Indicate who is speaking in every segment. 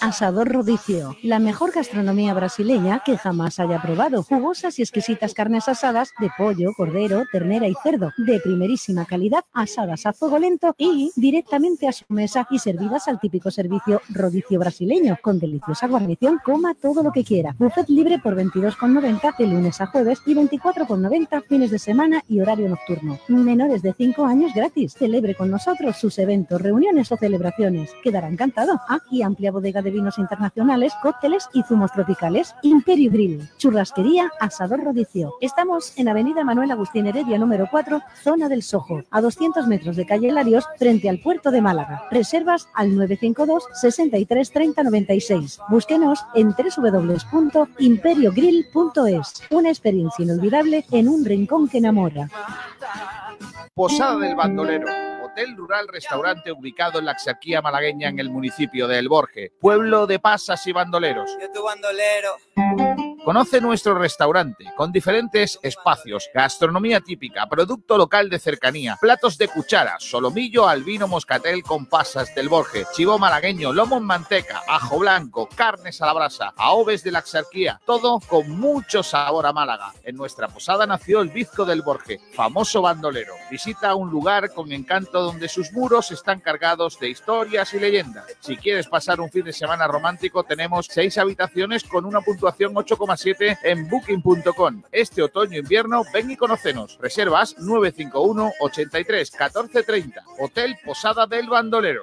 Speaker 1: Asador Rodicio, la mejor gastronomía brasileña que jamás haya probado. Jugosas y exquisitas carnes asadas de pollo, cordero, ternera y cerdo, de primerísima calidad, asadas a fuego lento y directamente a su mesa y servidas al típico servicio rodicio brasileño, con deliciosa guarnición, coma todo lo que quiera. Buffet libre por 22,90 de lunes a jueves y 24,90 fines de semana y horario nocturno. Menores de 5 años gratis. Celebre con nosotros sus eventos, reuniones o celebraciones. Quedará encantado. Ah, y amplia bodega de vinos internacionales, cócteles y zumos tropicales. Imperio Grill, churrasquería, asador rodicio. Estamos en Avenida Manuel Agustín Heredia número 4, zona del Sojo, a 200 metros de calle Larios, frente al puerto de Málaga. Reservas al 952 63 30 96. Búsquenos en www.imperiogrill.es. Una experiencia inolvidable en un rincón que enamora.
Speaker 2: Posada del Bandolero, hotel rural restaurante ubicado en la Axarquía malagueña en el municipio de El Borje, pueblo de pasas y bandoleros.
Speaker 3: Yo tu bandolero.
Speaker 2: Conoce nuestro restaurante con diferentes espacios, gastronomía típica, producto local de cercanía, platos de cuchara, solomillo al vino moscatel con pasas del Borje, chivo malagueño, lomo en manteca, ajo blanco, carnes a la brasa, aoves de la Axarquía, todo con mucho sabor a Málaga. En nuestra posada nació el bizco del Borje, famoso bandolero. Visita un lugar con encanto donde sus muros están cargados de historias y leyendas. Si quieres pasar un fin de semana romántico, tenemos seis habitaciones con una puntuación 8,7 en booking.com. Este otoño-invierno, ven y conócenos. Reservas 951 83 14 30. Hotel Posada del Bandolero.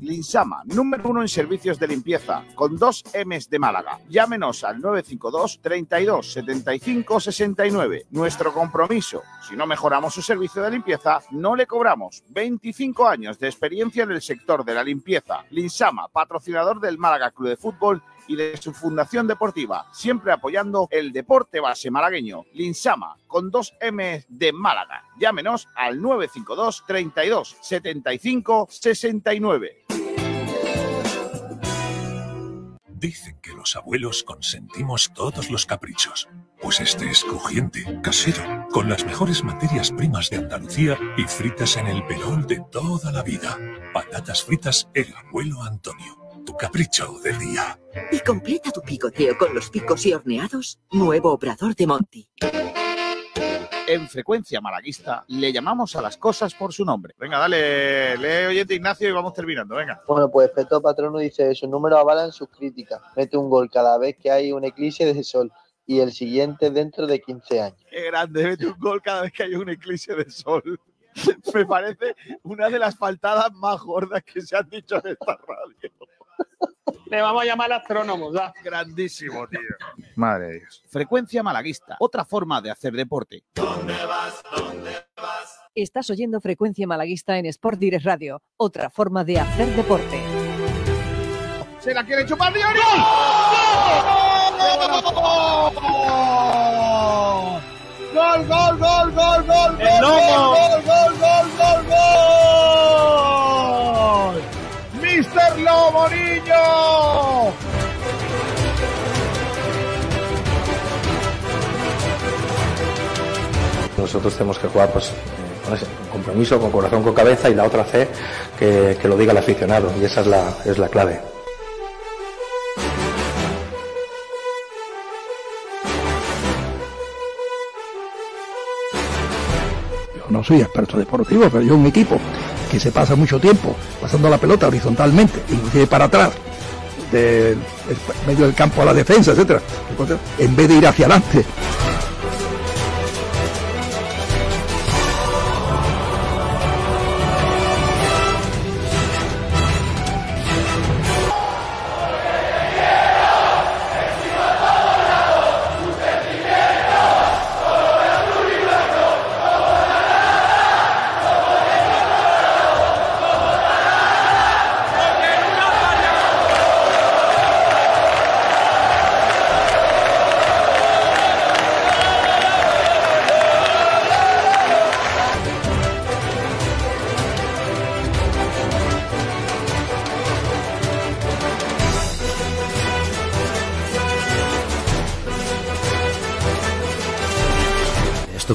Speaker 2: Linsama, número uno en servicios de limpieza, con dos M's de Málaga. Llámenos al 952 32 75 69. Nuestro compromiso, si no mejoramos su servicio de limpieza, no le cobramos. 25 años de experiencia en el sector de la limpieza. Linsama, patrocinador del Málaga Club de Fútbol y de su fundación deportiva, siempre apoyando el deporte base malagueño. Linsama, con dos M de Málaga. Llámenos al 952 32 75 69.
Speaker 4: Dicen que los abuelos consentimos todos los caprichos. Pues este es crujiente, casero, con las mejores materias primas de Andalucía y fritas en el pelón de toda la vida. Patatas fritas El Abuelo Antonio, tu capricho del día.
Speaker 5: Y completa tu picoteo con los picos y horneados, nuevo obrador de Monti.
Speaker 2: En frecuencia malaguista le llamamos a las cosas por su nombre. Venga, dale, lee oyente Ignacio y vamos terminando, venga.
Speaker 6: Bueno, pues Peto Patrono dice, sus números avalan sus críticas. Mete un gol cada vez que hay un eclipse de sol y el siguiente dentro de 15 años.
Speaker 2: Qué grande, mete un gol cada vez que hay un eclipse de sol. Me parece una de las faltadas más gordas que se han dicho en esta radio.
Speaker 7: Le vamos a llamar al astrónomo, ya.
Speaker 2: Grandísimo, tío. Madre de Dios. Frecuencia malaguista, otra forma de hacer deporte.
Speaker 8: Estás oyendo Frecuencia Malaguista en Sport Direct Radio, otra forma de hacer deporte.
Speaker 2: Se la quiere chupar de ¡Gol! ¡Gol, gol, gol, gol, gol!
Speaker 7: ¡El lomo!
Speaker 2: ¡Gol, gol, gol, gol, gol! ¡Mister Lobo Niño!
Speaker 9: Nosotros tenemos que jugar pues, eh, con ese compromiso, con corazón, con cabeza y la otra fe que, que lo diga el aficionado y esa es la, es la clave. Yo no soy experto deportivo, pero yo un equipo que se pasa mucho tiempo pasando la pelota horizontalmente, inclusive para atrás, del el medio del campo a la defensa, etcétera, en vez de ir hacia adelante.
Speaker 10: esto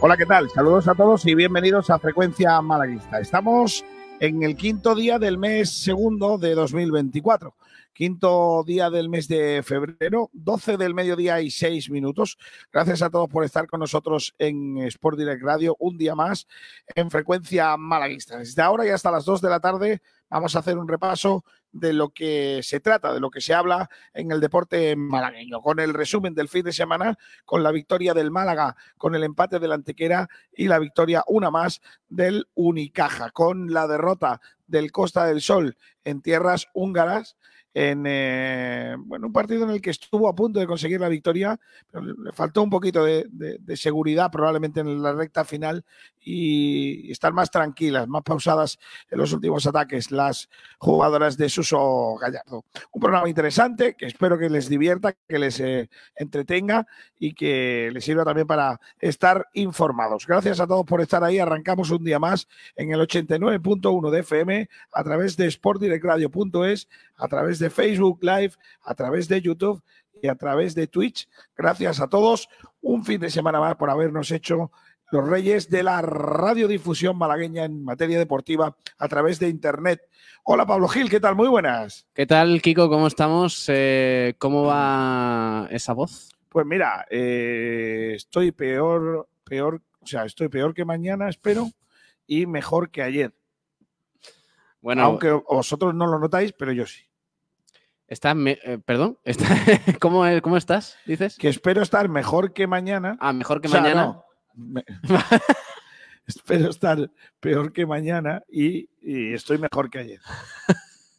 Speaker 2: Hola, ¿qué tal? Saludos a todos y bienvenidos a Frecuencia Malaguista. Estamos en el quinto día del mes segundo de 2024. Quinto día del mes de febrero, 12 del mediodía y 6 minutos. Gracias a todos por estar con nosotros en Sport Direct Radio un día más en frecuencia malaguista. Desde ahora y hasta las 2 de la tarde vamos a hacer un repaso de lo que se trata, de lo que se habla en el deporte malagueño, con el resumen del fin de semana, con la victoria del Málaga, con el empate del Antequera y la victoria una más del Unicaja, con la derrota del Costa del Sol en tierras húngaras en eh, bueno, un partido en el que estuvo a punto de conseguir la victoria, pero le faltó un poquito de, de- de seguridad probablemente en la recta final y estar más tranquilas, más pausadas en los últimos ataques las jugadoras de Suso Gallardo. Un programa interesante que espero que les divierta, que les eh, entretenga y que les sirva también para estar informados. Gracias a todos por estar ahí. Arrancamos un día más en el 89.1 de FM a través de sportdirectradio.es, a través de Facebook Live, a través de YouTube y a través de Twitch. Gracias a todos. Un fin de semana más por habernos hecho los reyes de la radiodifusión malagueña en materia deportiva a través de Internet. Hola Pablo Gil, ¿qué tal? Muy buenas.
Speaker 11: ¿Qué tal, Kiko? ¿Cómo estamos? Eh, ¿Cómo va esa voz?
Speaker 2: Pues mira, eh, estoy peor, peor, o sea, estoy peor que mañana, espero, y mejor que ayer.
Speaker 11: Bueno,
Speaker 2: Aunque vosotros no lo notáis, pero yo sí.
Speaker 11: Estás, me- eh, perdón, está- ¿cómo, es- ¿cómo estás? Dices.
Speaker 2: Que espero estar mejor que mañana.
Speaker 11: Ah, mejor que
Speaker 2: O sea,
Speaker 11: mañana.
Speaker 2: no, me- espero estar peor que mañana y, y estoy mejor que ayer.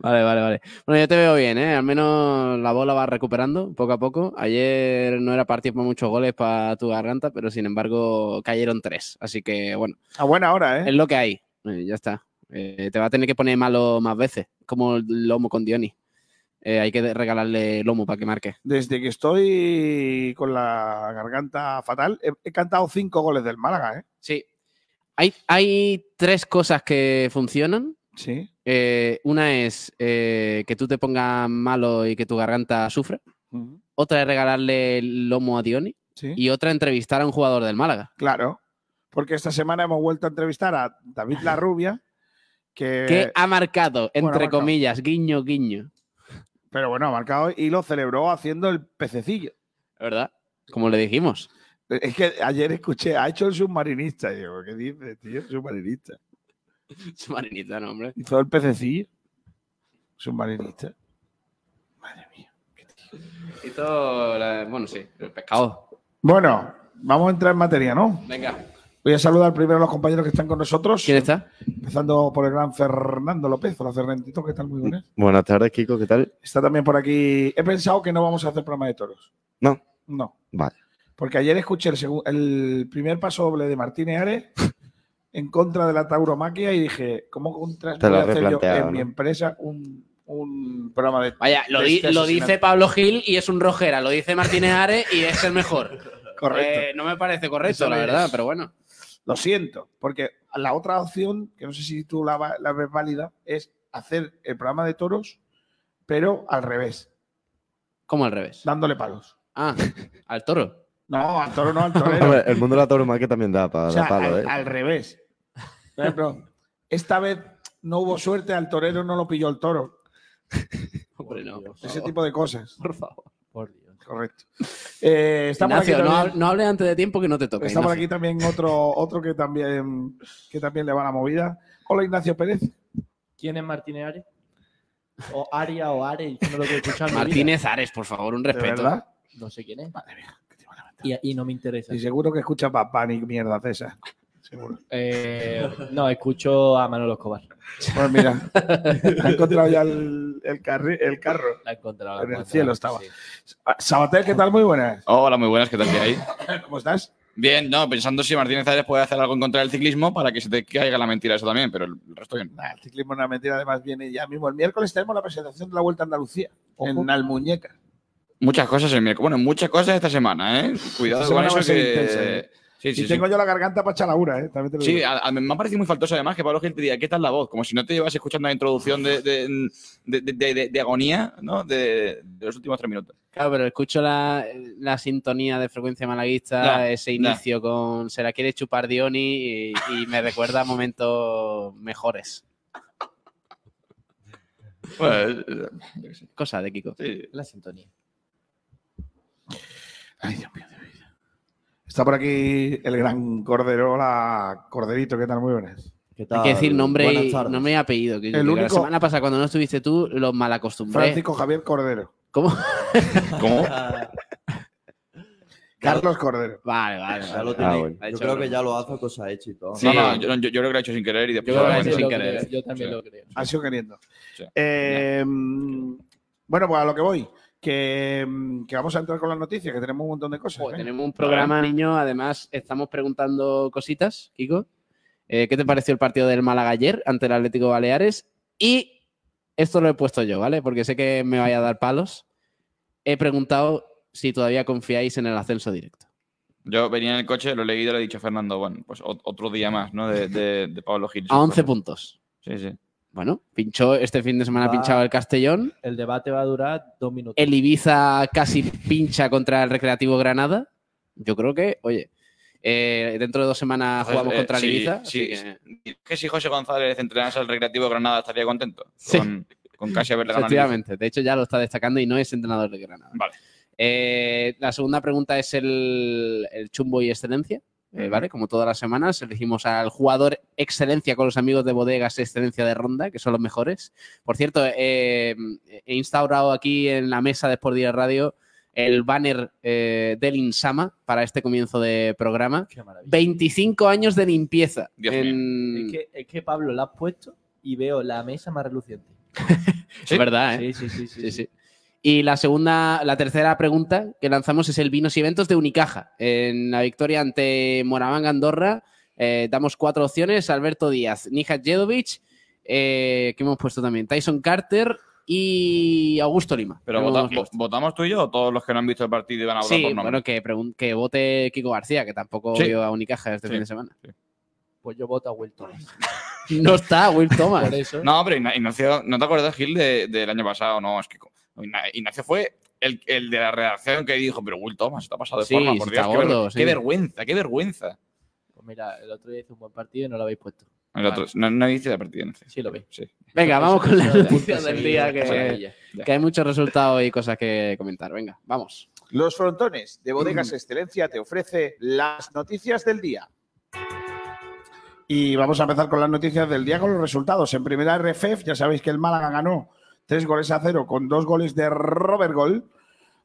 Speaker 11: Vale, vale, vale. Bueno, yo te veo bien, ¿eh? Al menos la bola va recuperando poco a poco. Ayer no era partido para muchos goles para tu garganta, pero sin embargo cayeron tres. Así que, bueno.
Speaker 2: A buena hora,
Speaker 11: ¿eh? Es lo que hay. Eh, ya está. Eh, te va a tener que poner malo más veces, como el lomo con Dioni. Eh, hay que de- regalarle lomo para que marque.
Speaker 2: Desde que estoy con la garganta fatal, he, he cantado cinco goles del Málaga, ¿eh?
Speaker 11: Sí. Hay, hay tres cosas que funcionan.
Speaker 2: Sí.
Speaker 11: una es eh, que tú te pongas malo y que tu garganta sufra. Otra es regalarle el lomo a Dioni.
Speaker 2: Sí.
Speaker 11: Y otra entrevistar a un jugador del Málaga.
Speaker 2: Claro. Porque esta semana hemos vuelto a entrevistar a David La Rubia, que,
Speaker 11: que ha marcado, entre
Speaker 2: Eh, bueno, ha marcado.
Speaker 11: comillas, guiño, guiño.
Speaker 2: pero bueno, ha marcado y lo celebró haciendo el pececillo.
Speaker 11: ¿Verdad? Como le dijimos.
Speaker 2: Es que ayer escuché, ha hecho el submarinista. Y digo, ¿qué dices, tío? Submarinista.
Speaker 11: Submarinista, no, hombre.
Speaker 2: Hizo el pececillo. Submarinista.
Speaker 11: Y todo, la- bueno, sí, el pescado.
Speaker 2: Bueno, vamos a entrar en materia, ¿no?
Speaker 11: Venga.
Speaker 2: Voy a saludar primero a los compañeros que están con nosotros. ¿Quién
Speaker 11: está?
Speaker 2: Empezando por el gran Fernando López. Hola, Fernandito, ¿qué tal? Muy buenas.
Speaker 12: Buenas tardes, Kiko, ¿qué tal?
Speaker 2: Está también por aquí. He pensado que no vamos a hacer programa de toros.
Speaker 12: No,
Speaker 2: No.
Speaker 12: vale.
Speaker 2: Porque ayer escuché el, segun- el primer paso doble de Martínez Ares en contra de la tauromaquia y dije, ¿cómo contras
Speaker 12: Te
Speaker 2: voy
Speaker 12: lo
Speaker 2: a
Speaker 12: has
Speaker 2: hacer yo
Speaker 12: replanteado,
Speaker 2: en mi
Speaker 12: ¿no?
Speaker 2: empresa un, un programa de.
Speaker 11: Vaya, lo,
Speaker 2: de
Speaker 11: di-
Speaker 2: este
Speaker 11: lo
Speaker 2: asesinato.
Speaker 11: dice Pablo Gil y es un rojera, lo dice Martínez Ares y es el mejor.
Speaker 2: Correcto.
Speaker 11: Eh, no me parece correcto,
Speaker 2: Eso
Speaker 11: la
Speaker 2: es.
Speaker 11: verdad, pero bueno.
Speaker 2: Lo siento, porque la otra opción, que no sé si tú la, va- la ves válida, es hacer el programa de toros, pero al revés.
Speaker 11: ¿Cómo al revés?
Speaker 2: Dándole palos.
Speaker 11: Ah, al toro.
Speaker 2: No, al toro no, al torero.
Speaker 12: Hombre, el mundo de la tauromaquia también da para
Speaker 2: O sea,
Speaker 12: dar palo,
Speaker 2: al,
Speaker 12: ¿eh?
Speaker 2: al revés. Por ejemplo, esta vez no hubo suerte, al torero no lo pilló el toro.
Speaker 11: Hombre, no. por
Speaker 2: Ese
Speaker 11: favor.
Speaker 2: tipo de cosas.
Speaker 11: Por favor. Por Dios.
Speaker 2: Correcto. Eh, está por
Speaker 11: Ignacio,
Speaker 2: aquí
Speaker 11: no,
Speaker 2: también-
Speaker 11: hab- no hables antes de tiempo que no te toca.
Speaker 2: Está por
Speaker 11: Ignacio.
Speaker 2: aquí también otro, otro que también que también le va la movida. Hola Ignacio Pérez.
Speaker 6: ¿Quién es Martínez Ares? O Aria o Are, yo no lo que he escuchado en mi vida.
Speaker 11: Martínez Ares, por favor, un
Speaker 2: ¿De
Speaker 11: respeto.
Speaker 2: verdad?
Speaker 6: ¿eh? No sé quién es.
Speaker 2: Y, no me interesa. Y seguro que escucha papá ni mierda César. Seguro.
Speaker 6: Eh, no, escucho a Manolo Escobar.
Speaker 2: Pues mira, ha encontrado ya el, el, carri- el carro.
Speaker 6: La he encontrado. la he
Speaker 2: En el
Speaker 6: encontrado,
Speaker 2: cielo estaba.
Speaker 6: sí.
Speaker 2: Sabater, ¿qué tal? Muy buenas.
Speaker 13: Hola, muy buenas, ¿qué tal que hay?
Speaker 2: ¿Cómo estás?
Speaker 13: Bien, no, pensando si Martínez Ares puede hacer algo en contra del ciclismo para que se te caiga la mentira eso también, pero el resto bien.
Speaker 2: Nah, el ciclismo es una mentira, además viene ya mismo. El miércoles tenemos la presentación de la Vuelta a Andalucía en Almuñeca.
Speaker 13: Muchas cosas el miércoles. Bueno, muchas cosas esta semana, ¿eh? Cuidado
Speaker 2: Esta semana
Speaker 13: con
Speaker 2: va a
Speaker 13: eso
Speaker 2: ser
Speaker 13: que...
Speaker 2: intensa, ¿eh?
Speaker 13: Sí, sí,
Speaker 2: y
Speaker 13: sí.
Speaker 2: tengo yo la garganta para chalaura, ¿eh? También te lo
Speaker 13: Sí, ah.
Speaker 2: digo.
Speaker 13: a- a- me ha parecido muy faltoso además que Pablo Gil te diga, ¿qué tal la voz? Como si no te llevas escuchando la introducción de, de- de- de- de- de agonía, ¿no? De, de los últimos tres minutos.
Speaker 11: Claro, pero escucho la, la sintonía de frecuencia malaguista,
Speaker 13: Ya,
Speaker 11: ese
Speaker 13: ya.
Speaker 11: inicio con se la quiere chupar Dioni y, y me recuerda a momentos mejores.
Speaker 13: Bueno,
Speaker 11: Cosa de Kiko.
Speaker 6: La sintonía.
Speaker 2: Está por aquí el gran Cordero, la Corderito, ¿qué tal? Muy buenas.
Speaker 11: Hay que
Speaker 2: Ah,
Speaker 11: decir nombre y, nombre y apellido. Que yo
Speaker 2: El
Speaker 11: creo que La
Speaker 2: único-
Speaker 11: semana pasada, cuando no estuviste tú, los malacostumbré.
Speaker 2: Francisco Javier Cordero.
Speaker 11: ¿Cómo?
Speaker 13: ¿Cómo?
Speaker 2: Carlos Cordero.
Speaker 11: Vale, vale.
Speaker 12: Ya lo
Speaker 13: Ah,
Speaker 12: tenéis.
Speaker 13: bueno.
Speaker 12: Yo creo que ya lo hace
Speaker 14: pues,
Speaker 12: cosa hecha y todo.
Speaker 13: Sí, no, yo, yo- yo creo que lo he hecho sin querer y después...
Speaker 12: Yo
Speaker 13: lo
Speaker 12: creo que
Speaker 13: he hecho
Speaker 12: sí lo
Speaker 13: sin
Speaker 12: creo,
Speaker 13: querer.
Speaker 6: yo también
Speaker 13: Sí.
Speaker 6: lo creo.
Speaker 2: Ha sido queriendo.
Speaker 13: Sí.
Speaker 2: Eh, bueno, pues a lo que voy, que, mm, que vamos a entrar con las noticias, que tenemos un montón de cosas. ¿eh?
Speaker 11: Tenemos un programa, niño. Además, estamos preguntando cositas, Kiko. Eh, ¿Qué te pareció el partido del Málaga ayer ante el Atlético Baleares? Y esto lo he puesto yo, ¿vale? Porque sé que me vaya a dar palos. He preguntado si todavía confiáis en el ascenso directo.
Speaker 13: Yo venía en el coche, lo he leído y le he dicho a Fernando, bueno, pues ot- otro día más, ¿no? De, de- de Pablo Gil.
Speaker 11: A 11 puntos.
Speaker 13: Sí, sí. Ah.
Speaker 11: Bueno, pinchó este fin de semana,
Speaker 6: Va.
Speaker 11: pinchaba el Castellón.
Speaker 6: El debate va a durar dos minutos.
Speaker 11: El Ibiza casi pincha contra el Recreativo Granada. Yo creo que, oye, eh, dentro de dos semanas
Speaker 13: Entonces,
Speaker 11: jugamos
Speaker 13: eh,
Speaker 11: contra el
Speaker 13: sí,
Speaker 11: Ibiza.
Speaker 13: sí,
Speaker 11: así que-
Speaker 13: sí. Es que si José González entrenase al Recreativo Granada estaría contento. Con, con casi haberle ganado. al Ibiza.
Speaker 11: Efectivamente, de hecho ya lo está destacando y no es entrenador de Granada.
Speaker 13: Vale.
Speaker 11: Eh, la segunda pregunta es el, el chumbo y excelencia, eh,
Speaker 13: Ujú.
Speaker 11: ¿vale? Como todas las semanas, elegimos al jugador excelencia con los amigos de bodegas excelencia de ronda, que son los mejores. Por cierto, eh, he instaurado aquí en la mesa de Sport Direct Radio el banner eh, del Insama para este comienzo de programa. 25 años de limpieza. en-
Speaker 6: Es, que, es que Pablo la has puesto y veo la mesa más reluciente.
Speaker 11: Es verdad, ¿eh?
Speaker 6: Sí, sí, sí.
Speaker 11: Sí, sí. Y la segunda, la tercera pregunta que lanzamos es el vinos y eventos de Unicaja. En la victoria ante Moraván Andorra, eh, damos cuatro opciones: Alberto Díaz, Nija Jedovic, eh, que hemos puesto también, Tyson Carter y Augusto Lima.
Speaker 13: Pero
Speaker 11: Hemos
Speaker 13: vota-
Speaker 11: puesto.
Speaker 13: ¿votamos tú y yo o todos los que no han visto el partido y van a votar
Speaker 11: Sí,
Speaker 13: por nombre?
Speaker 11: bueno, que, pregun- que vote Kiko García, que tampoco
Speaker 13: Sí.
Speaker 11: vio a Unicaja este
Speaker 13: Sí,
Speaker 11: fin de semana.
Speaker 6: Pues yo voto a Will Thomas.
Speaker 11: No está Will Thomas.
Speaker 13: No, pero Igna- Ignacio, ¿no te acuerdas, Gil, de- del año pasado? No, es que co- Igna- Ignacio fue el, el de la redacción que dijo, pero Will Thomas está pasado de
Speaker 11: Sí,
Speaker 13: forma, por
Speaker 11: sí,
Speaker 13: Dios,
Speaker 11: está
Speaker 13: qué, ver-
Speaker 11: gordo, sí.
Speaker 13: qué vergüenza, qué vergüenza.
Speaker 6: Pues mira, el otro día hizo un buen partido y no lo habéis puesto.
Speaker 13: El otro- no, no viste la partida. Sí,
Speaker 6: lo vi.
Speaker 13: Sí.
Speaker 11: Venga, vamos con las
Speaker 6: Eso ya,
Speaker 11: noticias
Speaker 6: sí,
Speaker 11: del día,
Speaker 6: eso ya,
Speaker 11: que,
Speaker 6: ya.
Speaker 11: que hay muchos resultados y cosas que comentar. Venga, vamos.
Speaker 2: Los frontones de Bodegas Excelencia te ofrece las noticias del día. Y vamos a empezar con las noticias del día con los resultados. En primera RFF, ya sabéis que el Málaga ganó tres goles a cero con dos goles de Robert Gol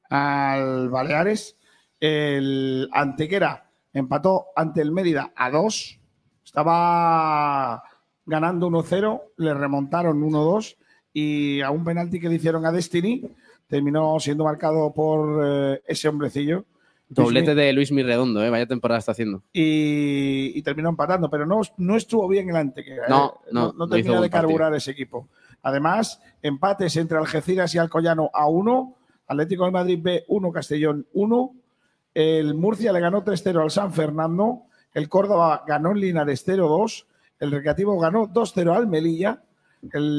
Speaker 2: al Baleares. El Antequera empató ante el Mérida a dos. Estaba ganando 1-0, le remontaron 1-2 y a un penalti que le hicieron a Destiny terminó siendo marcado por eh, ese hombrecillo.
Speaker 11: Doblete de Luis Mirredondo, ¿eh? vaya temporada está haciendo.
Speaker 2: y, y terminó empatando, pero no, no estuvo bien el Antequera. ¿eh?
Speaker 11: No, no, no
Speaker 2: no
Speaker 11: hizo
Speaker 2: termina
Speaker 11: buen
Speaker 2: de
Speaker 11: partido.
Speaker 2: carburar ese equipo. Además, empates entre Algeciras y Alcoyano a 1, Atlético de Madrid B 1, Castellón 1, el Murcia le ganó 3-0 al San Fernando, el Córdoba ganó en Linares 0-2, el Recreativo ganó 2-0 al Melilla,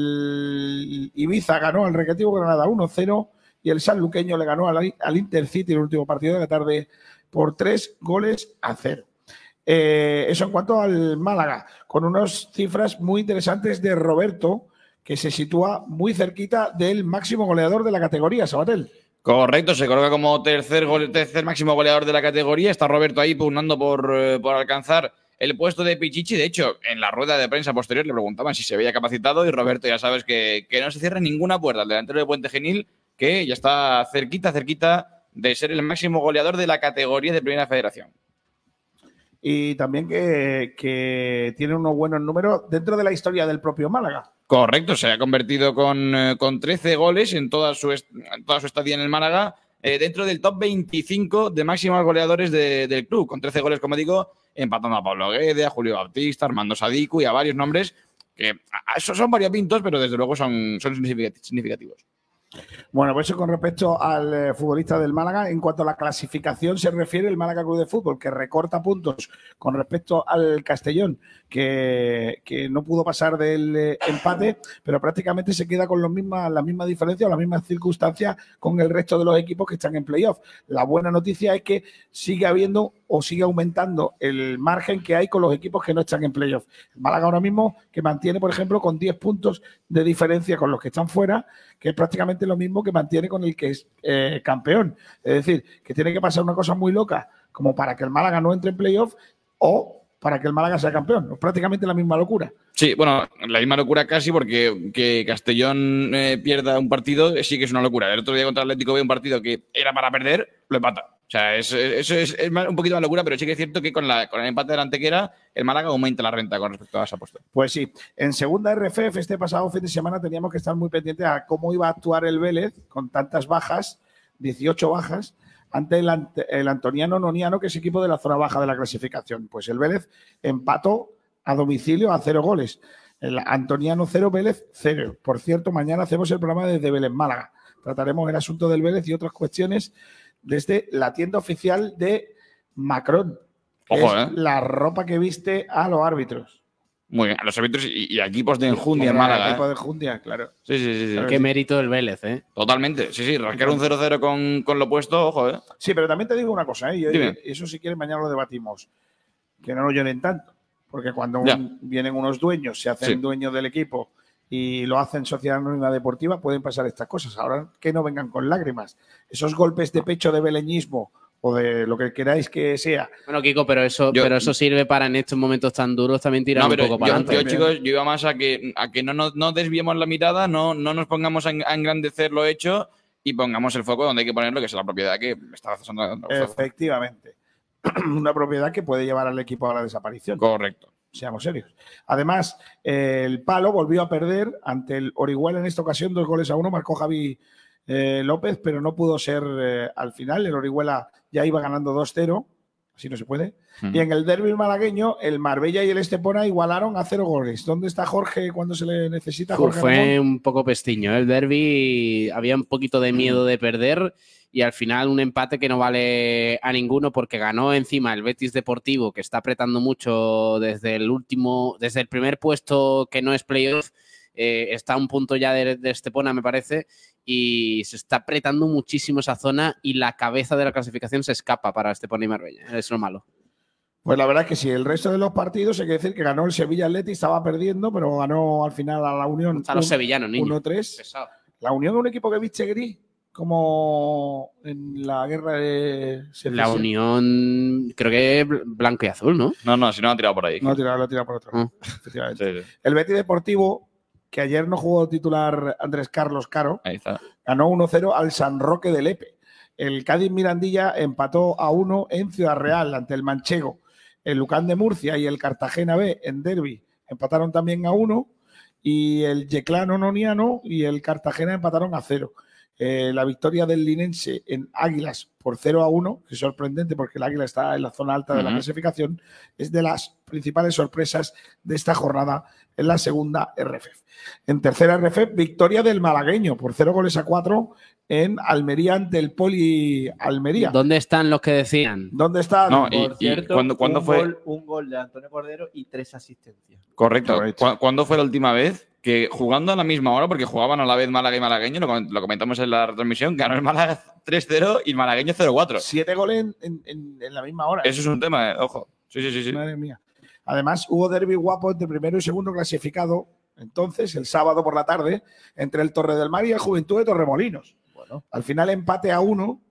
Speaker 2: el Ibiza ganó al Recreativo Granada 1-0 y el Sanluqueño le ganó al, al Intercity el último partido de la tarde por 3 goles a 0. Eh, eso en cuanto al Málaga, con unas cifras muy interesantes de Roberto, que se sitúa muy cerquita del máximo goleador de la categoría, Sabatel.
Speaker 13: Correcto, se coloca como tercer, gole- tercer máximo goleador de la categoría. Está Roberto ahí pugnando por, eh, por alcanzar el puesto de Pichichi. De hecho, en la rueda de prensa posterior le preguntaban si se veía capacitado y Roberto ya sabes que, que no se cierra ninguna puerta. El delantero de Puente Genil, que ya está cerquita, cerquita de ser el máximo goleador de la categoría de Primera Federación.
Speaker 2: Y también que, que tiene unos buenos números dentro de la historia del propio Málaga.
Speaker 13: Correcto, se ha convertido con, eh, con 13 goles en toda su, est- en toda su estadía en el Málaga, eh, dentro del top 25 de máximos goleadores de- del club, con 13 goles, como digo, empatando a Pablo Guede, a Julio Bautista, Armando Sadiku y a varios nombres que a- a- son son variopintos, pero desde luego son, son significat- significativos.
Speaker 2: Bueno, pues eso con respecto al eh, futbolista del Málaga. En cuanto a la clasificación se refiere, el Málaga Club de Fútbol, que recorta puntos con respecto al Castellón, que, que no pudo pasar del eh, empate, pero prácticamente se queda con los mismas, la misma diferencia o las mismas circunstancias con el resto de los equipos que están en playoff. La buena noticia es que sigue habiendo o sigue aumentando el margen que hay con los equipos que no están en playoff. El Málaga ahora mismo que mantiene, por ejemplo, con 10 puntos de diferencia con los que están fuera, que es prácticamente lo mismo que mantiene con el que es eh, campeón. Es decir, que tiene que pasar una cosa muy loca como para que el Málaga no entre en playoff o para que el Málaga sea campeón. Es prácticamente la misma locura.
Speaker 13: Sí, bueno, la misma locura casi porque que Castellón eh, pierda un partido eh, sí que es una locura. El otro día contra Atlético ve un partido que era para perder, lo empata. O sea, es- eso es, es más- un poquito más locura, pero sí que es cierto que con, la, con el empate de la Antequera, el Málaga aumenta la renta con respecto a esa apuesta.
Speaker 2: Pues sí, en segunda RFF este pasado fin de semana teníamos que estar muy pendientes a cómo iba a actuar el Vélez con tantas bajas, 18 bajas, ante el, ant- el Antoniano Noniano, que es equipo de la zona baja de la clasificación. Pues el Vélez empató a domicilio a cero goles. El Antoniano cero, Vélez cero. Por cierto, mañana hacemos el programa desde Vélez Málaga. Trataremos el asunto del Vélez y otras cuestiones desde la tienda oficial de Macron. que
Speaker 13: Ojo,
Speaker 2: es
Speaker 13: ¿eh?
Speaker 2: La ropa que viste a los árbitros.
Speaker 13: Muy bien, a los árbitros y, y a equipos de enjundia en
Speaker 2: Hombre,
Speaker 13: Málaga.
Speaker 2: equipo
Speaker 13: ¿eh?
Speaker 2: de Jundia, claro.
Speaker 13: Sí, sí, sí, sí.
Speaker 2: Claro que sí.
Speaker 11: mérito el Vélez, ¿eh?
Speaker 13: Totalmente, sí, sí, rascar un 0-0 con, con lo puesto, ojo, ¿eh?
Speaker 2: Sí, pero también te digo una cosa, ¿eh? Yo-
Speaker 13: Dime.
Speaker 2: eso si quieres mañana lo debatimos. Que no lo lloren tanto. Porque cuando un-
Speaker 13: Ya.
Speaker 2: vienen unos dueños, se hacen
Speaker 13: Sí.
Speaker 2: dueños del equipo y lo hacen Sociedad Anónima Deportiva, pueden pasar estas cosas. Ahora que no vengan con lágrimas. Esos golpes de pecho de beleñismo o de lo que queráis que sea.
Speaker 11: Bueno, Kiko, pero eso, pero eso sirve para en estos momentos tan duros también tirar
Speaker 13: No, pero
Speaker 11: un poco para
Speaker 13: yo,
Speaker 11: adelante.
Speaker 13: yo, chicos, yo iba más a que, a que no, nos- no desviemos la mirada, no, no nos pongamos a, en- a engrandecer lo hecho y pongamos el foco donde hay que ponerlo, que es la propiedad que está pasando.
Speaker 2: Efectivamente. Una propiedad que puede llevar al equipo a la desaparición.
Speaker 13: Correcto.
Speaker 2: Seamos serios. Además, eh, el Palo volvió a perder ante el Orihuela en esta ocasión, dos goles a uno, marcó Javi eh, López, pero no pudo ser eh, al final. El Orihuela ya iba ganando 2-0, así no se puede.
Speaker 13: Ujú.
Speaker 2: Y en el derby malagueño, el Marbella y el Estepona igualaron a cero goles. ¿Dónde está Jorge cuando se le necesita?
Speaker 11: Fu-
Speaker 2: Jorge Ramón?
Speaker 11: Fue un poco pestiño. ¿eh? El derby había un poquito de
Speaker 2: Mm.
Speaker 11: miedo de perder y al final un empate que no vale a ninguno porque ganó encima el Betis Deportivo que está apretando mucho desde el último, desde el primer puesto que no es playoff. eh, está a un punto ya de, de Estepona, me parece, y se está apretando muchísimo esa zona y la cabeza de la clasificación se escapa para Estepona y Marbella. Es lo malo.
Speaker 2: Pues la verdad es que sí, el resto de los partidos hay que decir que ganó el Sevilla Atleti, estaba perdiendo, pero ganó al final a la Unión.
Speaker 11: Están los
Speaker 2: un-
Speaker 11: sevillanos, niño.
Speaker 2: 1-3. La Unión es un equipo que viste gris, como en la guerra de secesión.
Speaker 11: La unión, creo que bl- blanco y azul, ¿no? Ah.
Speaker 13: No, no, si no ha tirado por ahí.
Speaker 2: No, tira- lo tira por otro. lado,
Speaker 13: Sí,
Speaker 2: efectivamente.
Speaker 13: sí.
Speaker 2: El Betis Deportivo, que ayer no jugó titular Andrés Carlos Caro,
Speaker 13: Ahí está.
Speaker 2: ganó 1-0 al San Roque de Lepe. El Cádiz Mirandilla empató a 1 en Ciudad Real ante el Manchego. El Lucán de Murcia y el Cartagena B en Derby empataron también a 1 y el Yeclano Noniano y el Cartagena empataron a 0. eh, la victoria del Linense en Águilas por 0 a 1, que es sorprendente porque el Águila está en la zona alta de la
Speaker 6: Ujú.
Speaker 2: clasificación, es de las principales sorpresas de esta jornada en la segunda RFF. En tercera RFF, victoria del malagueño por 0 goles a 4 en Almería ante el Poli Almería.
Speaker 11: ¿Dónde están los que decían?
Speaker 2: ¿Dónde están?
Speaker 13: No, y- y cuando- cuando
Speaker 15: un
Speaker 13: fue-
Speaker 15: Gol, un gol de Antonio Cordero y tres asistencias.
Speaker 13: Correcto. ¿Cu- ¿Cuándo fue la última vez que jugando a la misma hora, porque jugaban a la vez Málaga y Malagueño, lo, com- lo comentamos en la retransmisión, ganó el Málaga 3-0 y el Malagueño 0-4?
Speaker 2: Siete goles en, en- en- en la misma hora.
Speaker 13: Eso es un tema, eh, ojo. Sí, sí, sí. sí.
Speaker 2: Madre mía. Además, hubo derby guapo entre primero y segundo clasificado, entonces, el sábado por la tarde, entre el Torre del Mar y el Juventud de Torremolinos. Al final, empate a uno,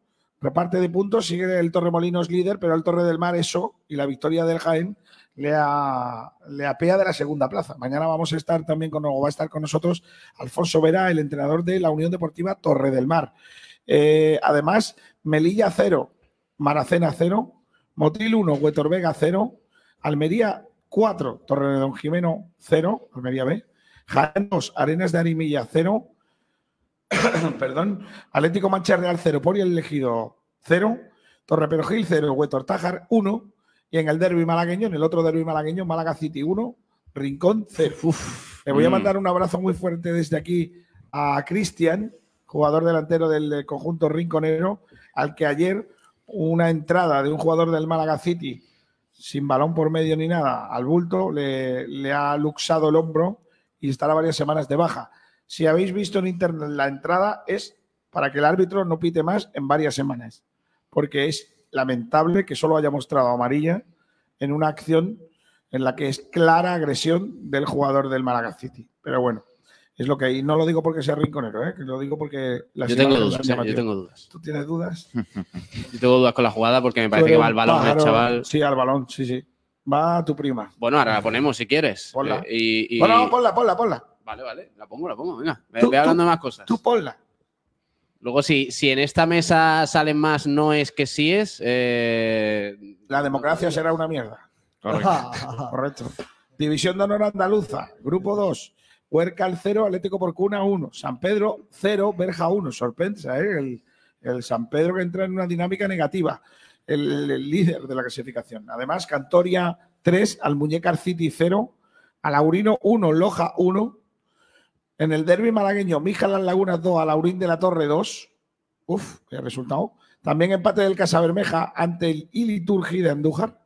Speaker 2: reparte de puntos, sigue el Torremolinos líder, pero el Torre del Mar eso y la victoria del Jaén le, a- le apea de la segunda plaza. Mañana vamos a estar también con, o va a estar con nosotros Alfonso Vera, el entrenador de la Unión Deportiva Torre del Mar. Eh, además, Melilla 0, Maracena 0, Motil 1, Huetor Vega 0, Almería 4, Torre de Don Jimeno 0, Almería B, Jaén 2, Arenas de Arimilla 0, perdón, Atlético Mancha Real 0, Poli el elegido 0, Torre Gil 0, Huetor Tájar 1, y en el derby malagueño, en el otro derby malagueño, Málaga City 1, Rincón 0. Le voy a
Speaker 6: Mm.
Speaker 2: mandar un abrazo muy fuerte desde aquí a Cristian, jugador delantero del eh, conjunto rinconero, al que ayer una entrada de un jugador del Málaga City sin balón por medio ni nada al bulto, le, le ha luxado el hombro y estará varias semanas de baja. Si habéis visto en internet la entrada es para que el árbitro no pite más en varias semanas, porque es lamentable que solo haya mostrado amarilla en una acción en la que es clara agresión del jugador del Málaga City. Pero bueno, es lo que hay. No lo digo porque sea rinconero, ¿eh? que lo digo porque
Speaker 11: Yo tengo
Speaker 2: imágenes
Speaker 11: dudas,
Speaker 2: son
Speaker 11: eh, yo
Speaker 2: llamativas.
Speaker 11: tengo dudas.
Speaker 2: ¿Tú tienes dudas?
Speaker 11: Yo tengo dudas con la jugada porque me parece
Speaker 2: Tú eres
Speaker 11: que va al
Speaker 2: un
Speaker 11: balón el
Speaker 2: pájaro.
Speaker 11: chaval.
Speaker 2: Sí, al balón, sí, sí. Va a tu prima.
Speaker 11: Bueno, ahora la ponemos si quieres.
Speaker 2: Ponla.
Speaker 11: Eh, y, y-
Speaker 2: Bueno, ponla, ponla, ponla.
Speaker 11: Vale, vale, la pongo, la pongo, venga. Ve,
Speaker 2: Tú-
Speaker 11: ve hablando más cosas.
Speaker 2: Tú ponla.
Speaker 11: Luego, si, si en esta mesa salen más no es que sí es. eh,
Speaker 2: La democracia será una mierda. Correcto. División de Honor Andaluza, grupo 2. Huerca al 0, Atlético Porcuna 1. San Pedro 0, Berja 1. Sorpresa, ¿eh? El, el San Pedro que entra en una dinámica negativa. El, el líder de la clasificación. Además, Cantoria 3, Almuñécar City 0, Alaurino 1, Loja 1. En el derby malagueño, Mija Las Lagunas 2, Alaurín de la Torre 2. Uf, qué resultado. También empate del Casa Bermeja ante el Iliturgi de Andújar.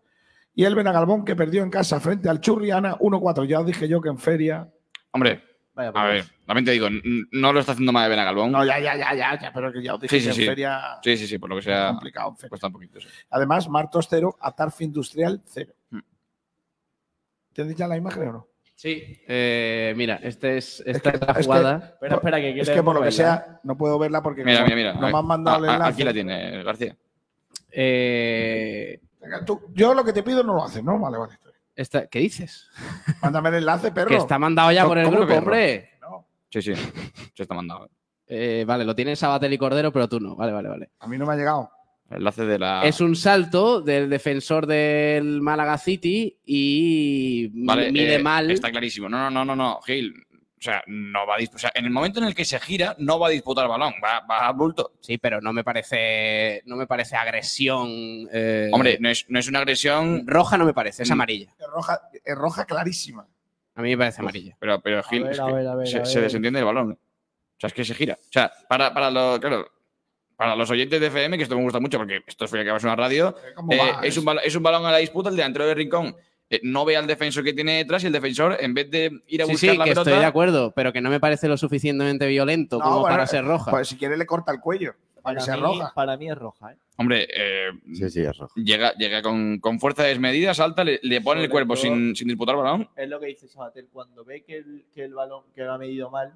Speaker 2: Y el Benagalbón que perdió en casa frente al Churriana 1-4. Ya os dije yo que en feria.
Speaker 13: Hombre, a ver, también te digo, n- no lo está haciendo mal de Benagalbón.
Speaker 2: No, ya, ya, ya,
Speaker 13: Ah,
Speaker 2: ya, ya, pero que ya os dije
Speaker 13: Sí, sí,
Speaker 2: que en
Speaker 13: sí.
Speaker 2: feria.
Speaker 13: Sí, sí, sí, por lo que sea.
Speaker 2: Complicado en feria.
Speaker 13: Cuesta un poquito. sí.
Speaker 2: Además, Martos 0, Atarfe Industrial 0.
Speaker 13: Hmm.
Speaker 2: ¿Tenéis ya la imagen o no?
Speaker 11: sí, eh, mira, este es, esta es,
Speaker 2: que-
Speaker 11: la
Speaker 2: que-
Speaker 11: jugada.
Speaker 15: Espera, espera, que
Speaker 2: es
Speaker 15: queremos
Speaker 2: que por lo que
Speaker 15: bailar.
Speaker 2: sea, no puedo verla porque
Speaker 13: Mira,
Speaker 2: no,
Speaker 13: mira, mira.
Speaker 2: no me han mandado el
Speaker 13: Ah, ah,
Speaker 2: enlace.
Speaker 13: Aquí la tiene, García.
Speaker 2: Eh, Venga, tú- yo lo que te pido no lo haces, ¿no? Vale, vale.
Speaker 11: Esta- ¿Qué dices?
Speaker 2: Mándame el enlace, perro.
Speaker 11: Que está mandado ya por el
Speaker 13: ¿Cómo que
Speaker 11: grupo,
Speaker 13: perro?
Speaker 11: hombre.
Speaker 13: Sí, sí. Se está mandado.
Speaker 11: Eh, vale, lo tiene Sabatel y Cordero, pero tú no. Vale, vale, vale.
Speaker 2: A mí no me ha llegado.
Speaker 13: El enlace de la.
Speaker 11: Es un salto del defensor del Málaga City y
Speaker 13: Vale,
Speaker 11: mide
Speaker 13: eh,
Speaker 11: mal.
Speaker 13: Está clarísimo. No, no, no, no, no, Gil. O sea, no va a dis- o sea, en el momento en el que se gira, no va a disputar balón, va, va a bulto.
Speaker 11: Sí, pero no me parece, no me parece agresión. eh,
Speaker 13: Hombre, no es, no es una agresión. Mm.
Speaker 11: Roja no me parece, es amarilla.
Speaker 2: Es roja, es roja clarísima.
Speaker 11: A mí me parece amarilla.
Speaker 13: Pero, pero Gil,
Speaker 2: ver,
Speaker 13: es
Speaker 2: a
Speaker 13: que
Speaker 2: ver, a ver,
Speaker 13: se,
Speaker 2: a
Speaker 13: se
Speaker 2: ver.
Speaker 13: desentiende el balón. O sea, es que se gira. O sea, para, para, lo- claro, para los oyentes de FM, que esto me gusta mucho porque esto fue que acabas una radio,
Speaker 2: ¿Cómo
Speaker 13: eh,
Speaker 2: va?
Speaker 13: es, un, bal- es un balón a la disputa, el delantero de Rincón eh, no ve al defensor que tiene detrás y el defensor, en vez de ir a
Speaker 11: Sí, sí,
Speaker 13: buscar
Speaker 11: que
Speaker 13: la pelota,
Speaker 11: estoy de acuerdo, pero que no me parece lo suficientemente violento como
Speaker 2: bueno,
Speaker 11: para ser roja.
Speaker 2: Pues si quieres le corta el cuello. Para, que sea
Speaker 15: mí-
Speaker 2: roja.
Speaker 15: Para mí es roja, ¿eh?
Speaker 13: Hombre, eh, llega, llega con, con fuerza desmedida, salta, le, le pone el
Speaker 15: Sobre
Speaker 13: cuerpo
Speaker 15: todo-
Speaker 13: sin, sin disputar balón.
Speaker 15: Es lo que dice Sabater. Cuando ve que el, que el balón que lo ha medido mal,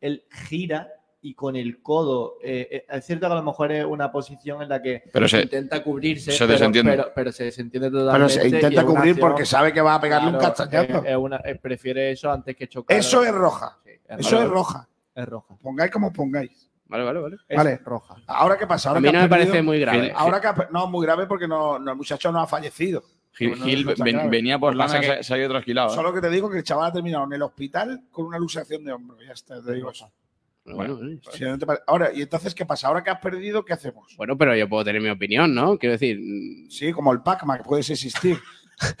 Speaker 15: él gira y con el codo. eh, eh, es cierto que a lo mejor es una posición en la que
Speaker 13: Pero se-
Speaker 15: intenta cubrirse.
Speaker 13: se
Speaker 15: pero-
Speaker 13: desentiende.
Speaker 15: Pero, pero se desentiende
Speaker 2: Pero
Speaker 15: totalmente.
Speaker 2: se
Speaker 15: y es
Speaker 2: intenta
Speaker 15: una
Speaker 2: cubrir
Speaker 15: acción-
Speaker 2: porque sabe que va a pegarle un
Speaker 15: Claro,
Speaker 2: castañazo.
Speaker 15: es- es una- eh, prefiere eso antes que chocar.
Speaker 2: Eso es roja.
Speaker 15: Sí,
Speaker 2: Eso es roja.
Speaker 15: Es roja.
Speaker 2: Pongáis como pongáis.
Speaker 11: Vale, vale, vale.
Speaker 2: Vale.
Speaker 15: roja.
Speaker 2: Ahora qué pasa. Ahora
Speaker 11: A mí
Speaker 2: que
Speaker 11: no
Speaker 2: has
Speaker 11: me parece
Speaker 2: perdido-
Speaker 11: muy grave.
Speaker 2: Ahora que ha per- no, muy grave porque no, no, el muchacho no ha fallecido.
Speaker 13: Gil,
Speaker 2: No, no,
Speaker 13: Gil
Speaker 2: no está
Speaker 13: ven-
Speaker 2: grave.
Speaker 13: venía por
Speaker 2: Lo que
Speaker 13: lana,
Speaker 2: pasa
Speaker 13: se,
Speaker 2: que-
Speaker 13: se ha ido trasquilado. ¿eh?
Speaker 2: Solo que te digo que el chaval ha terminado en el hospital con una luxación de hombro. Ya está, te digo eso.
Speaker 11: bueno,
Speaker 2: Si no te pare- Ahora, ¿y entonces qué pasa? Ahora que has perdido, ¿qué hacemos?
Speaker 11: Bueno, pero yo puedo tener mi opinión, ¿no? Quiero decir. mm,
Speaker 2: Sí, como el Pac-Man, que puedes existir.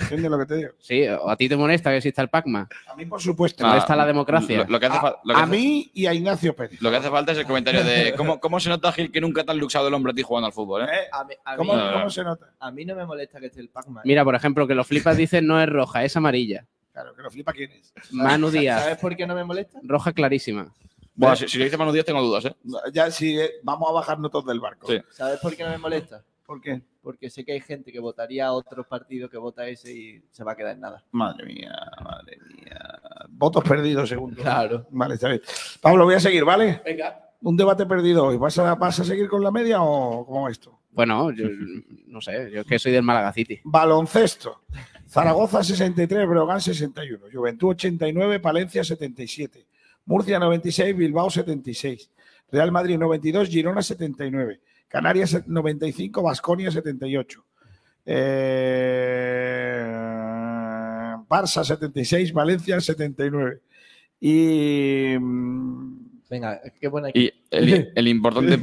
Speaker 2: ¿Entiendes lo que te digo?
Speaker 11: Sí, ¿o a ti te molesta que exista el Pac-Man?
Speaker 2: A mí, por supuesto.
Speaker 11: ¿Dónde está la democracia?
Speaker 13: Ah, Lo, lo que hace
Speaker 11: a,
Speaker 13: fa- lo que hace-
Speaker 2: mí y a Ignacio Pérez.
Speaker 13: Lo que hace falta es el comentario de cómo, cómo se nota, Gil, que nunca te han luxado el hombre a ti jugando al fútbol. ¿eh?
Speaker 15: A mí- a mí-
Speaker 13: ¿Cómo- cómo se
Speaker 2: nota?
Speaker 15: A mí no me molesta que esté el Pac-Man.
Speaker 11: Mira, por ejemplo, que los flipas dicen no es roja, es amarilla.
Speaker 2: Claro, que lo flipa quién es.
Speaker 11: Manu
Speaker 15: ¿Sabes
Speaker 11: Díaz,
Speaker 15: por qué no me molesta?
Speaker 11: roja clarísima.
Speaker 13: Bueno, si, si lo dice Manu Díaz, tengo dudas, ¿eh?
Speaker 2: Ya sí, eh, vamos a bajarnos todos del barco.
Speaker 15: ¿Sabes por qué no me molesta?
Speaker 2: ¿Por qué?
Speaker 15: Porque sé que hay gente que votaría a otro partido que vota ese y se va a quedar en nada.
Speaker 2: Madre mía, madre mía. Votos perdidos, según tú.
Speaker 15: Claro.
Speaker 2: Vale, está bien. Pablo, voy a seguir, ¿vale?
Speaker 11: Venga.
Speaker 2: Un debate perdido hoy. ¿Vas a, vas a seguir con la media o cómo va esto?
Speaker 11: Bueno, yo no sé, yo es que soy del Málaga City.
Speaker 2: Baloncesto. Zaragoza 63, Breogán 61, Juventud 89, Palencia 77, Murcia 96, Bilbao 76, Real Madrid 92, Girona 79, Canarias 95, Vasconia 78. Eh, Barça 76, Valencia 79. Y. mm,
Speaker 15: Venga, qué buena.
Speaker 13: Y el, el importante.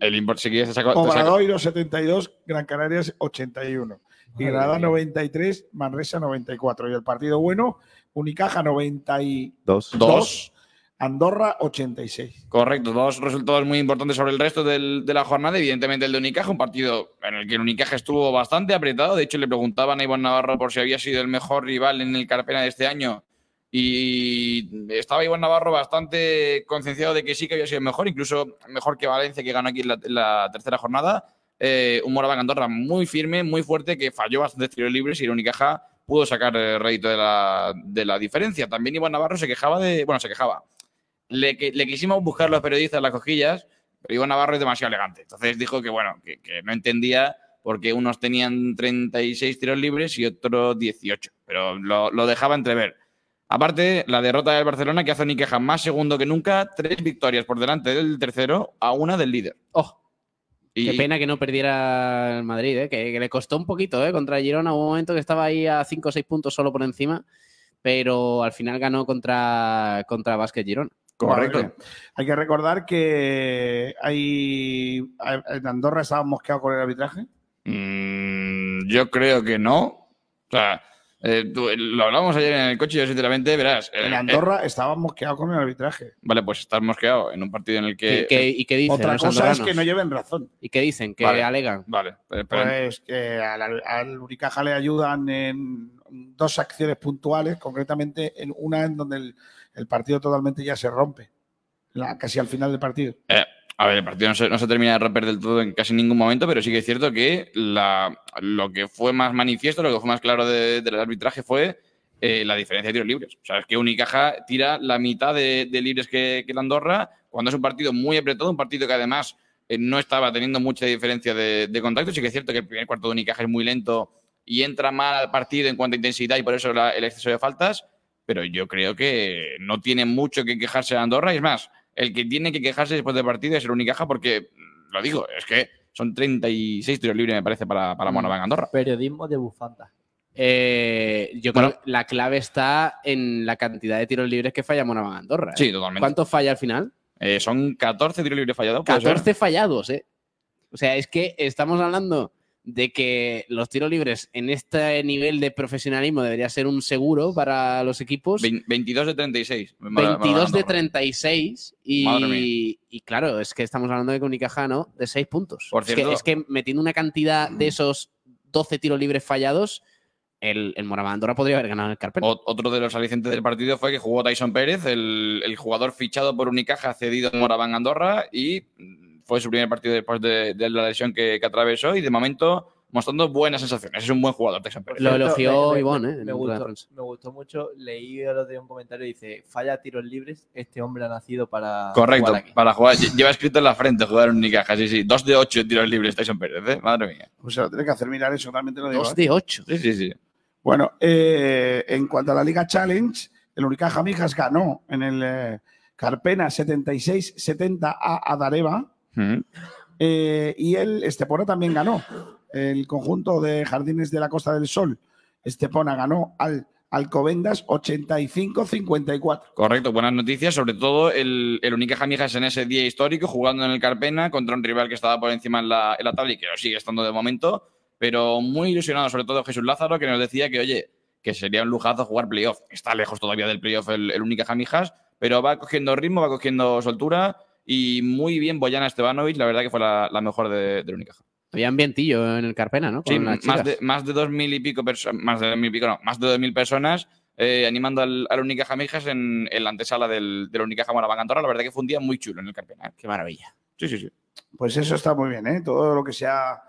Speaker 13: El impor- si quieres, te saco- te saco-
Speaker 2: Obradoiro 72, Gran Canarias 81. Y
Speaker 13: Madre
Speaker 2: Granada
Speaker 13: mía.
Speaker 2: 93, Manresa 94. Y el partido bueno, Unicaja 92,
Speaker 12: Dos.
Speaker 2: Andorra 86.
Speaker 13: Correcto, dos resultados muy importantes sobre el resto del- de la jornada. Evidentemente, el de Unicaja, un partido en el que el Unicaja estuvo bastante apretado. De hecho, le preguntaban a Iván Navarro por si había sido el mejor rival en el Carpena de este año. Y estaba Iván Navarro bastante concienciado de que sí que había sido el mejor, incluso mejor que Valencia, que ganó aquí en la, en la tercera jornada. Eh, un Moraván Andorra muy firme, muy fuerte, que falló bastantes tiros libres y el Unicaja pudo sacar el rédito de la, de la diferencia. También Iván Navarro se quejaba de. Bueno, se quejaba le, que- le quisimos buscar los periodistas las cojillas, pero Iván Navarro es demasiado elegante. Entonces dijo que, bueno, que, que no entendía por qué unos tenían 36 tiros libres y otros 18, pero lo, lo dejaba entrever. Aparte, la derrota del Barcelona que hace a Unicaja más segundo que nunca, tres victorias por delante del tercero a una del líder.
Speaker 11: ¡Oh!
Speaker 13: Y-
Speaker 11: Qué pena que no perdiera el Madrid, ¿eh? que, que le costó un poquito ¿eh? contra el Girona. Hubo un momento que estaba ahí a 5 o 6 puntos solo por encima, pero al final ganó contra, contra Vázquez Girona.
Speaker 2: Madre mía. Hay que recordar que hay, en Andorra estaban mosqueados con el arbitraje.
Speaker 13: Mm, yo creo que no. O sea, eh, tú- lo hablábamos ayer en el coche, yo sinceramente, verás. eh,
Speaker 2: En
Speaker 13: eh,
Speaker 2: Andorra estaban mosqueados con el arbitraje.
Speaker 13: vale, pues estar mosqueado en un partido en el que. eh,
Speaker 11: ¿Y qué- y qué dicen
Speaker 2: Otra
Speaker 11: los
Speaker 2: cosa es
Speaker 11: andorranos?
Speaker 2: que no lleven razón.
Speaker 11: ¿Y qué dicen? ¿Qué
Speaker 13: Vale.
Speaker 11: alegan?
Speaker 13: Vale, pero- pero-
Speaker 2: Pues que al, al Unicaja le ayudan en dos acciones puntuales, concretamente en una en donde el, el partido totalmente ya se rompe, la- casi al final del partido.
Speaker 13: Eh, a ver, el partido no se, no se termina de romper del todo en casi ningún momento, pero sí que es cierto que la- lo que fue más manifiesto, lo que fue más claro de- del arbitraje fue eh, la diferencia de tiros libres. O sea, es que Unicaja tira la mitad de, de libres que, que el Andorra cuando es un partido muy apretado, un partido que además eh, no estaba teniendo mucha diferencia de, de contacto. Sí que es cierto que el primer cuarto de Unicaja es muy lento y entra mal al partido en cuanto a intensidad y por eso la- el exceso de faltas, pero yo creo que no tiene mucho que quejarse de Andorra. Y es más, el que tiene que quejarse después del partido es el Unicaja porque, mm, lo digo, es que son 36 tiros libres, me parece, para,
Speaker 6: Mm.
Speaker 13: para Moraván Andorra.
Speaker 15: Periodismo de bufanda.
Speaker 11: Eh, yo creo que la clave está en la cantidad de tiros libres que falla Moraván Andorra. ¿eh?
Speaker 13: Sí, totalmente.
Speaker 11: ¿Cuántos falla al final?
Speaker 13: Eh, son 14 tiros libres fallados. ¿puede ser?
Speaker 11: 14 fallados, ¿eh? O sea, es que estamos hablando de que los tiros libres en este nivel de profesionalismo debería ser un seguro para los equipos.
Speaker 13: Vein- 22 de 36. me- me- me-
Speaker 11: 22 de
Speaker 13: Andorra.
Speaker 11: 36
Speaker 13: Madre mía.
Speaker 11: y, y claro, es que estamos hablando de que Unicaja no de 6 puntos.
Speaker 13: Por
Speaker 11: Es que-
Speaker 13: cierto-
Speaker 11: es, que, metiendo una cantidad de esos 12 tiros libres fallados, el, el Moraván Andorra podría haber ganado en el Carpena.
Speaker 13: Ot- Otro de los alicientes del partido fue que jugó Tyson Pérez, el, el jugador fichado por Unicaja, cedido en Moraván Andorra, y mm, fue su primer partido después de, de la lesión que, que atravesó y de momento mostrando buenas sensaciones. Es un buen jugador, Tyson Pérez.
Speaker 11: Lo elogió
Speaker 15: me- me-
Speaker 11: Ivonne, ¿eh? en
Speaker 15: Me
Speaker 11: rueda de
Speaker 15: gustó,
Speaker 11: prensa.
Speaker 15: me gustó mucho. Leí el otro día un comentario y dice: falla tiros libres. Este hombre ha nacido para.
Speaker 13: Correcto,
Speaker 15: jugar aquí".
Speaker 13: para jugar. lle- Lleva escrito en la frente jugar en Unicaja, sí, sí. Dos de ocho tiros libres, Tyson Pérez, ¿eh? Madre mía.
Speaker 2: O sea, tiene que hacer mirar eso, también te lo digo.
Speaker 11: Dos
Speaker 2: ¿eh?
Speaker 11: de 8.
Speaker 13: Sí, sí, sí.
Speaker 2: Bueno, eh, en cuanto a la Liga Challenge, el Unicaja Mijas ganó en el eh, Carpena 76-70 a Adareva. Eh, y el Estepona también ganó. El conjunto de Jardines de la Costa del Sol, Estepona ganó al Alcobendas 85-54.
Speaker 13: Correcto, buenas noticias. Sobre todo el, el Unicaja Mijas en ese día histórico, jugando en el Carpena contra un rival que estaba por encima en la, en la tabla y que lo sigue estando de momento. Pero muy ilusionado, sobre todo Jesús Lázaro, que nos decía que, oye, que sería un lujazo jugar playoff. Está lejos todavía del playoff el, el Unicaja Mijas, pero va cogiendo ritmo, va cogiendo soltura y muy bien Boyana Estebanovic, la verdad que fue la, la mejor de, del Unicaja.
Speaker 11: Había ambientillo en el Carpena, ¿no?
Speaker 13: Sí,
Speaker 11: Con las
Speaker 13: más
Speaker 11: chicas.
Speaker 13: de, más de dos mil y pico personas, más de dos mil y pico, no, más de dos mil personas eh, animando al, al Unicaja Mijas en, en la antesala del, del Unicaja Moraván Andorra. La verdad que fue un día muy chulo en el Carpena.
Speaker 11: Qué maravilla.
Speaker 13: Sí, sí, sí.
Speaker 2: Pues eso está muy bien, ¿eh? Todo lo que sea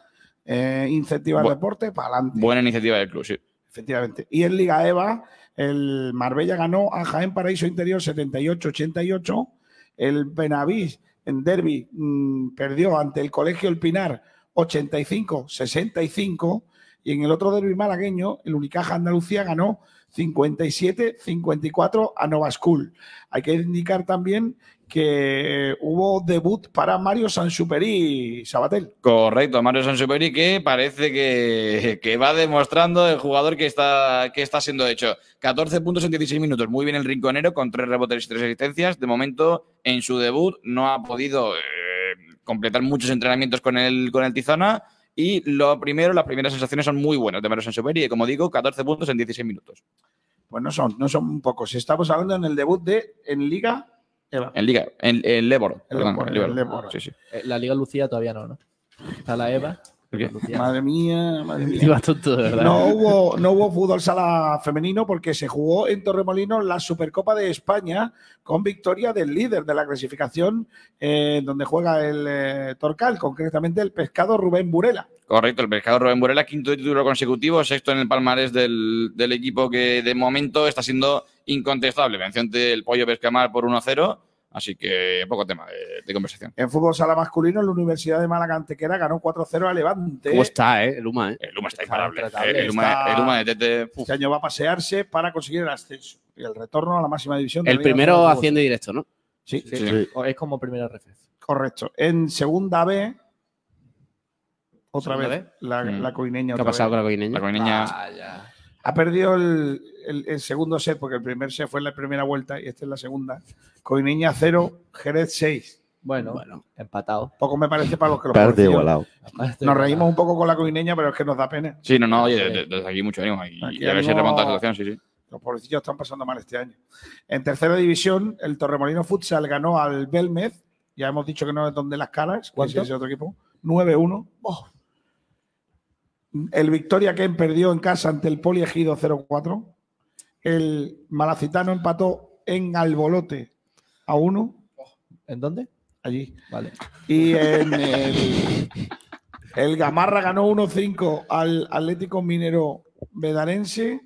Speaker 2: eh, incentivar
Speaker 13: Bu-
Speaker 2: el deporte, para adelante.
Speaker 13: Buena iniciativa del club, sí.
Speaker 2: Efectivamente. Y en Liga EVA, el Marbella ganó a Jaén Paraíso Interior 78-88. El Benavís en Derby mm, perdió ante el Colegio El Pinar 85-65. Y en el otro derby malagueño, el Unicaja Andalucía ganó 57-54 a Nova School. Hay que indicar también que eh, hubo debut para Mario Sansuperi Sabatel.
Speaker 13: Correcto, Mario Sansuperi que parece que, que va demostrando el jugador que está, que está siendo hecho. 14 puntos en 16 minutos, muy bien el rinconero con tres rebotes y tres asistencias. De momento, en su debut, no ha podido eh, completar muchos entrenamientos con el, con el Tizona. Y lo primero, las primeras sensaciones son muy buenas de Mario Sansuperi, que como digo, 14 puntos en 16 minutos.
Speaker 2: Pues no son, no son pocos. Estamos hablando en el debut de en Liga E EVA.
Speaker 13: En Liga, en, en Lebor. perdón,
Speaker 2: Lebor,
Speaker 13: en Lebor.
Speaker 2: en Lebor.
Speaker 13: Sí, sí.
Speaker 6: Eh, La Liga Lucía todavía no, ¿no? Está la Eva.
Speaker 2: Madre mía, madre mía.
Speaker 6: Ibas tonto, de verdad.
Speaker 2: No hubo, no hubo fútbol sala femenino porque se jugó en Torremolinos la Supercopa de España con victoria del líder de la clasificación, eh, donde juega el eh, Torcal, concretamente el pescado Rubén Burela.
Speaker 13: Correcto, el pescado Rubén Burela, quinto título consecutivo, sexto en el palmarés del, del equipo que de momento está siendo incontestable. Venció ante el Pollo Pescamar por 1-0, así que poco tema de, de conversación.
Speaker 2: En fútbol sala masculino, la Universidad de Málaga Antequera ganó 4-0 a Levante.
Speaker 11: ¿Cómo está, eh? El Uma, eh.
Speaker 13: El Uma está imparable.
Speaker 2: intratable,
Speaker 13: El Uma,
Speaker 2: está-
Speaker 13: el Uma de Tete.
Speaker 2: Este año va a pasearse para conseguir el ascenso y el retorno a la máxima división. de
Speaker 11: El
Speaker 2: la Liga
Speaker 11: primero
Speaker 2: Nacional de Fútbol.
Speaker 11: haciendo directo, ¿no?
Speaker 2: Sí,
Speaker 6: Sí. O Es como primera referencia.
Speaker 2: Correcto. En segunda B, otra vez,
Speaker 6: ¿Segunda
Speaker 2: La,
Speaker 11: Mm.
Speaker 2: la coineña.
Speaker 11: ¿Qué ha
Speaker 2: otra
Speaker 11: pasado
Speaker 2: vez.
Speaker 11: con la coineña? Ah, La coineña-
Speaker 2: Ha perdido el, el- el segundo set, porque el primer set fue en la primera vuelta y esta es la segunda. Coineña 0, Jerez 6.
Speaker 6: Bueno, empatado.
Speaker 2: Poco me parece para los que lo
Speaker 12: Tarde
Speaker 2: parecieron.
Speaker 12: igualado.
Speaker 2: Nos reímos un poco con la coineña, pero es que nos da pena.
Speaker 13: Sí, no, no, oye, de- de- desde aquí mucho ánimo. Y,
Speaker 2: Aquí
Speaker 13: y a ver si
Speaker 2: ánimo.
Speaker 13: remonta la situación, sí, sí.
Speaker 2: Los pobrecillos están pasando mal este año. En tercera división, el Torremolino Futsal ganó al Belmez. Ya hemos dicho que no es donde las caras, que es
Speaker 6: ¿Cuánto? Oh.
Speaker 2: ese otro equipo. 9-1. El Victoria Ken perdió en casa ante el Poli Ejido 0-4. El Malacitano empató en Albolote a 1.
Speaker 6: ¿En dónde?
Speaker 2: Allí.
Speaker 6: Vale.
Speaker 2: Y en el, el Gamarra ganó 1-5 al Atlético Minero Bedarense.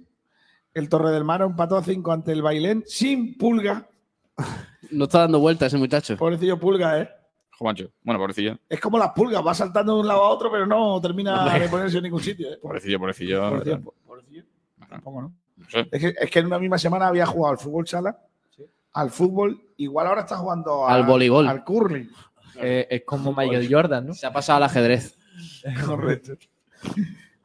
Speaker 2: El Torre del Mar empató a 5 ante el Bailén sin pulga.
Speaker 11: No está dando vueltas ese muchacho.
Speaker 2: Pobrecillo pulga, ¿eh?
Speaker 13: Jo, macho. Bueno, pobrecillo.
Speaker 2: Es como las pulgas, va saltando de un lado a otro, pero no termina
Speaker 13: Hombre.
Speaker 2: de ponerse en ningún sitio. ¿eh?
Speaker 13: Pobrecillo, pobrecillo.
Speaker 2: Pobrecillo, Tampoco, ¿no?
Speaker 13: No sé.
Speaker 2: Es que, es que en una misma semana había jugado al fútbol sala, al fútbol, igual ahora está jugando a-
Speaker 11: Al voleibol.
Speaker 2: al curling.
Speaker 15: Eh,
Speaker 6: es como Michael Jordan, ¿no?
Speaker 11: Se ha pasado al ajedrez.
Speaker 2: Correcto.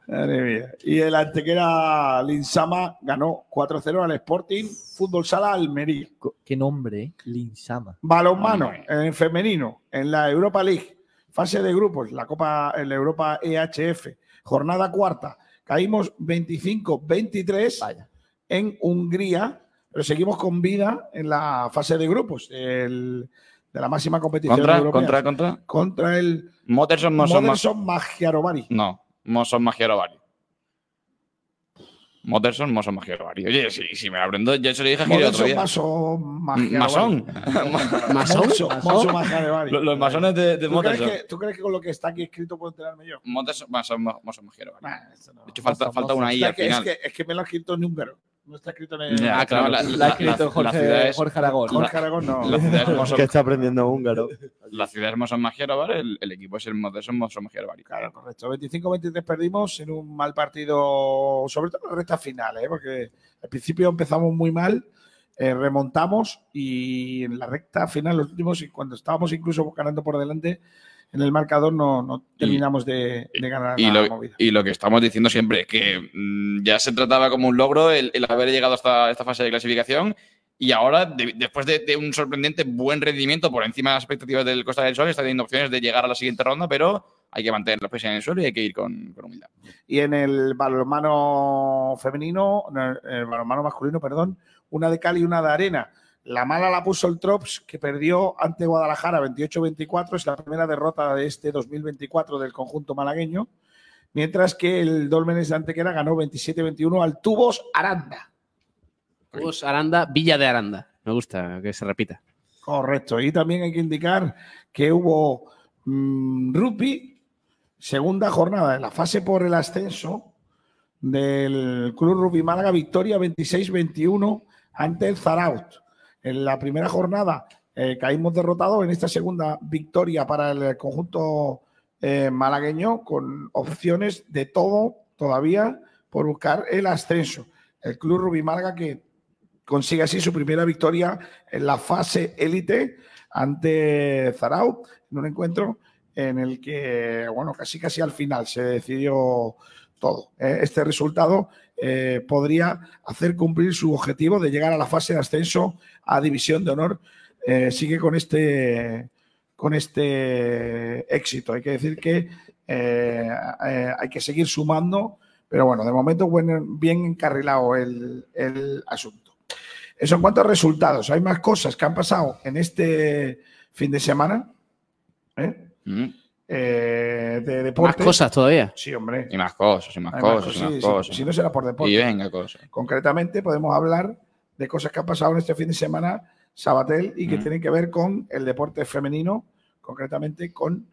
Speaker 2: Madre mía. Y el antequera Linsama ganó 4-0 al Sporting Fútbol Sala Almería.
Speaker 6: Qué nombre, ¿eh? Linsama.
Speaker 2: Balonmano en femenino en la Europa League, fase de grupos, la Copa en la Europa EHF, jornada cuarta. Caímos 25-23 en Hungría, pero seguimos con vida en la fase de grupos el- de la máxima competición
Speaker 13: Contra,
Speaker 2: europea.
Speaker 13: contra, contra.
Speaker 2: Contra el
Speaker 13: Motterson, Mosson, Mas-
Speaker 2: Moderson Magiarovari.
Speaker 13: No, Mosson Magiarovari. Motterson, Mosson Magiarovari. Oye, si, si me lo aprendo, yo se lo dije a Gil el otro
Speaker 2: Moderson
Speaker 13: día.
Speaker 2: Maso Magiarovari.
Speaker 13: Masón.
Speaker 2: ¿Masón? Masón Magiarovari.
Speaker 13: Los, los masones de, de
Speaker 2: ¿Tú crees,
Speaker 13: Motterson.
Speaker 2: que, tú crees que con lo que está aquí escrito puedo enterarme yo?
Speaker 13: Motterson, Masón, Ma- Masón Magiero. vale.
Speaker 2: Nah, eso no.
Speaker 13: De hecho, falta,
Speaker 2: Masón,
Speaker 13: falta
Speaker 2: Masón.
Speaker 13: una I
Speaker 2: Es
Speaker 13: al
Speaker 2: que- es
Speaker 13: final.
Speaker 2: que- es que me lo ha escrito en húngaro. No está escrito en.
Speaker 13: Ya,
Speaker 2: en-
Speaker 13: Ah, claro, la- la- la- la ciudad es-
Speaker 2: Jorge Aragón no.
Speaker 13: La ciudad es Mosón-
Speaker 12: que está aprendiendo húngaro.
Speaker 13: la ciudad es Mosón Magiarovari, el, el equipo es el Motterson Mosón Magiarovari.
Speaker 2: Claro, correcto. 25-23 perdimos en un mal partido, sobre todo en las rectas finales, ¿eh? porque al principio empezamos muy mal, eh, remontamos y en la recta final, los últimos, y cuando estábamos incluso ganando por delante, en el marcador no, no terminamos de, de ganar
Speaker 13: Y
Speaker 2: la
Speaker 13: lo,
Speaker 2: movida.
Speaker 13: y lo que estamos diciendo siempre es que mm, ya se trataba como un logro el, el haber llegado hasta esta fase de clasificación y ahora, de- después de, de un sorprendente buen rendimiento por encima de las expectativas del Costa del Sol, está teniendo opciones de llegar a la siguiente ronda, pero hay que mantener los pies en el suelo y hay que ir con, con humildad.
Speaker 2: Y en el balonmano femenino, en el, en el balonmano masculino, perdón, una de cal y una de arena. La mala la puso el Trops, que perdió ante Guadalajara 28-24. Es la primera derrota de este 2024 del conjunto malagueño. Mientras que el Dolmenes de Antequera ganó 27-21 al Tubos Aranda.
Speaker 11: Tubos Aranda, Villa de Aranda. Me gusta que se repita.
Speaker 2: Correcto. Y también hay que indicar que hubo mm, rugby, segunda jornada de la fase por el ascenso del Club Rugby Málaga, victoria 26-21 ante el Zaraut. En la primera jornada eh, caímos derrotados, en esta segunda victoria para el conjunto eh, malagueño con opciones de todo todavía por buscar el ascenso. El Club Rugby Málaga que consigue así su primera victoria en la fase élite ante Zarau, en un encuentro en el que, bueno, casi casi al final se decidió todo. Eh, Este resultado eh, podría hacer cumplir su objetivo de llegar a la fase de ascenso a División de Honor. Eh, sigue con este, con este éxito. Hay que decir que eh, eh, hay que seguir sumando, pero bueno, de momento buen- bien encarrilado el, el asunto. Eso en cuanto a resultados. Hay más cosas que han pasado en este fin de semana ¿eh?
Speaker 13: Mm.
Speaker 2: Eh, de
Speaker 11: Más
Speaker 2: deporte.
Speaker 11: cosas todavía.
Speaker 2: Sí, hombre.
Speaker 13: Y más cosas, y más
Speaker 2: Hay más
Speaker 13: cosas, y
Speaker 2: cosas,
Speaker 13: más
Speaker 2: sí, sí,
Speaker 13: cosas.
Speaker 2: si no será por deporte.
Speaker 13: Y venga, cosas.
Speaker 2: Concretamente, podemos hablar de cosas que han pasado en este fin de semana, Sabatel, y
Speaker 11: Mm.
Speaker 2: que
Speaker 13: Ujú.
Speaker 2: tienen que ver con el deporte femenino, concretamente con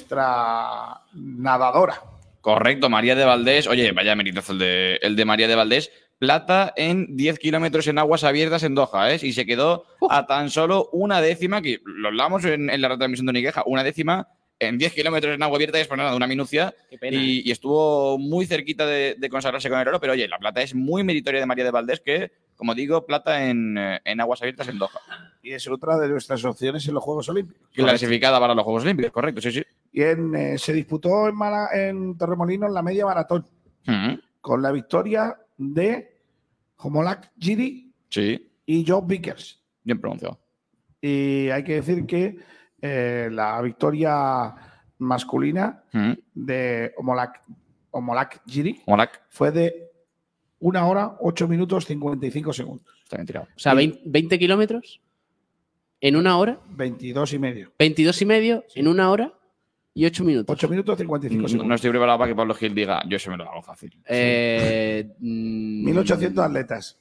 Speaker 2: nuestra nadadora.
Speaker 13: Correcto, María de Valdés. Oye, vaya meritazo el de, el de María de Valdés. Plata en 10 kilómetros en aguas abiertas en Doha, ¿eh? Y se quedó a tan solo una décima, que lo hablamos en, en la retransmisión de Uniqueja, una décima en 10 kilómetros en agua abierta es pues nada, una minucia.
Speaker 6: eh.
Speaker 13: Y, y estuvo muy cerquita de, de consagrarse con el oro, pero oye, la plata es muy meritoria de María de Valdés, que, como digo, plata en, eh, en aguas abiertas en Doha.
Speaker 2: Y es otra de nuestras opciones en los Juegos Olímpicos.
Speaker 13: Clasificada para los Juegos Olímpicos, correcto, sí, sí.
Speaker 2: Y en, eh, se disputó en, Mala- en Torremolinos la media maratón,
Speaker 13: Ujú,
Speaker 2: con la victoria de Homolak Giri
Speaker 13: Sí,
Speaker 2: y Joe Vickers.
Speaker 13: bien pronunciado.
Speaker 2: Y hay que decir que eh, la victoria masculina
Speaker 13: Ujú,
Speaker 2: de Omolak, Omolak Giri
Speaker 13: Molak.
Speaker 2: fue de una hora, 8 minutos, 55 segundos.
Speaker 13: Está bien tirado.
Speaker 11: O sea, 20, 20 kilómetros en una hora,
Speaker 2: 22 y medio.
Speaker 11: 22 y medio en una hora y 8 minutos. Mm,
Speaker 2: 8 minutos 55
Speaker 11: Pues
Speaker 13: No, no estoy preparado para que Pablo Gil diga, yo se me lo hago fácil.
Speaker 11: Eh, mm,
Speaker 2: 1800 atletas.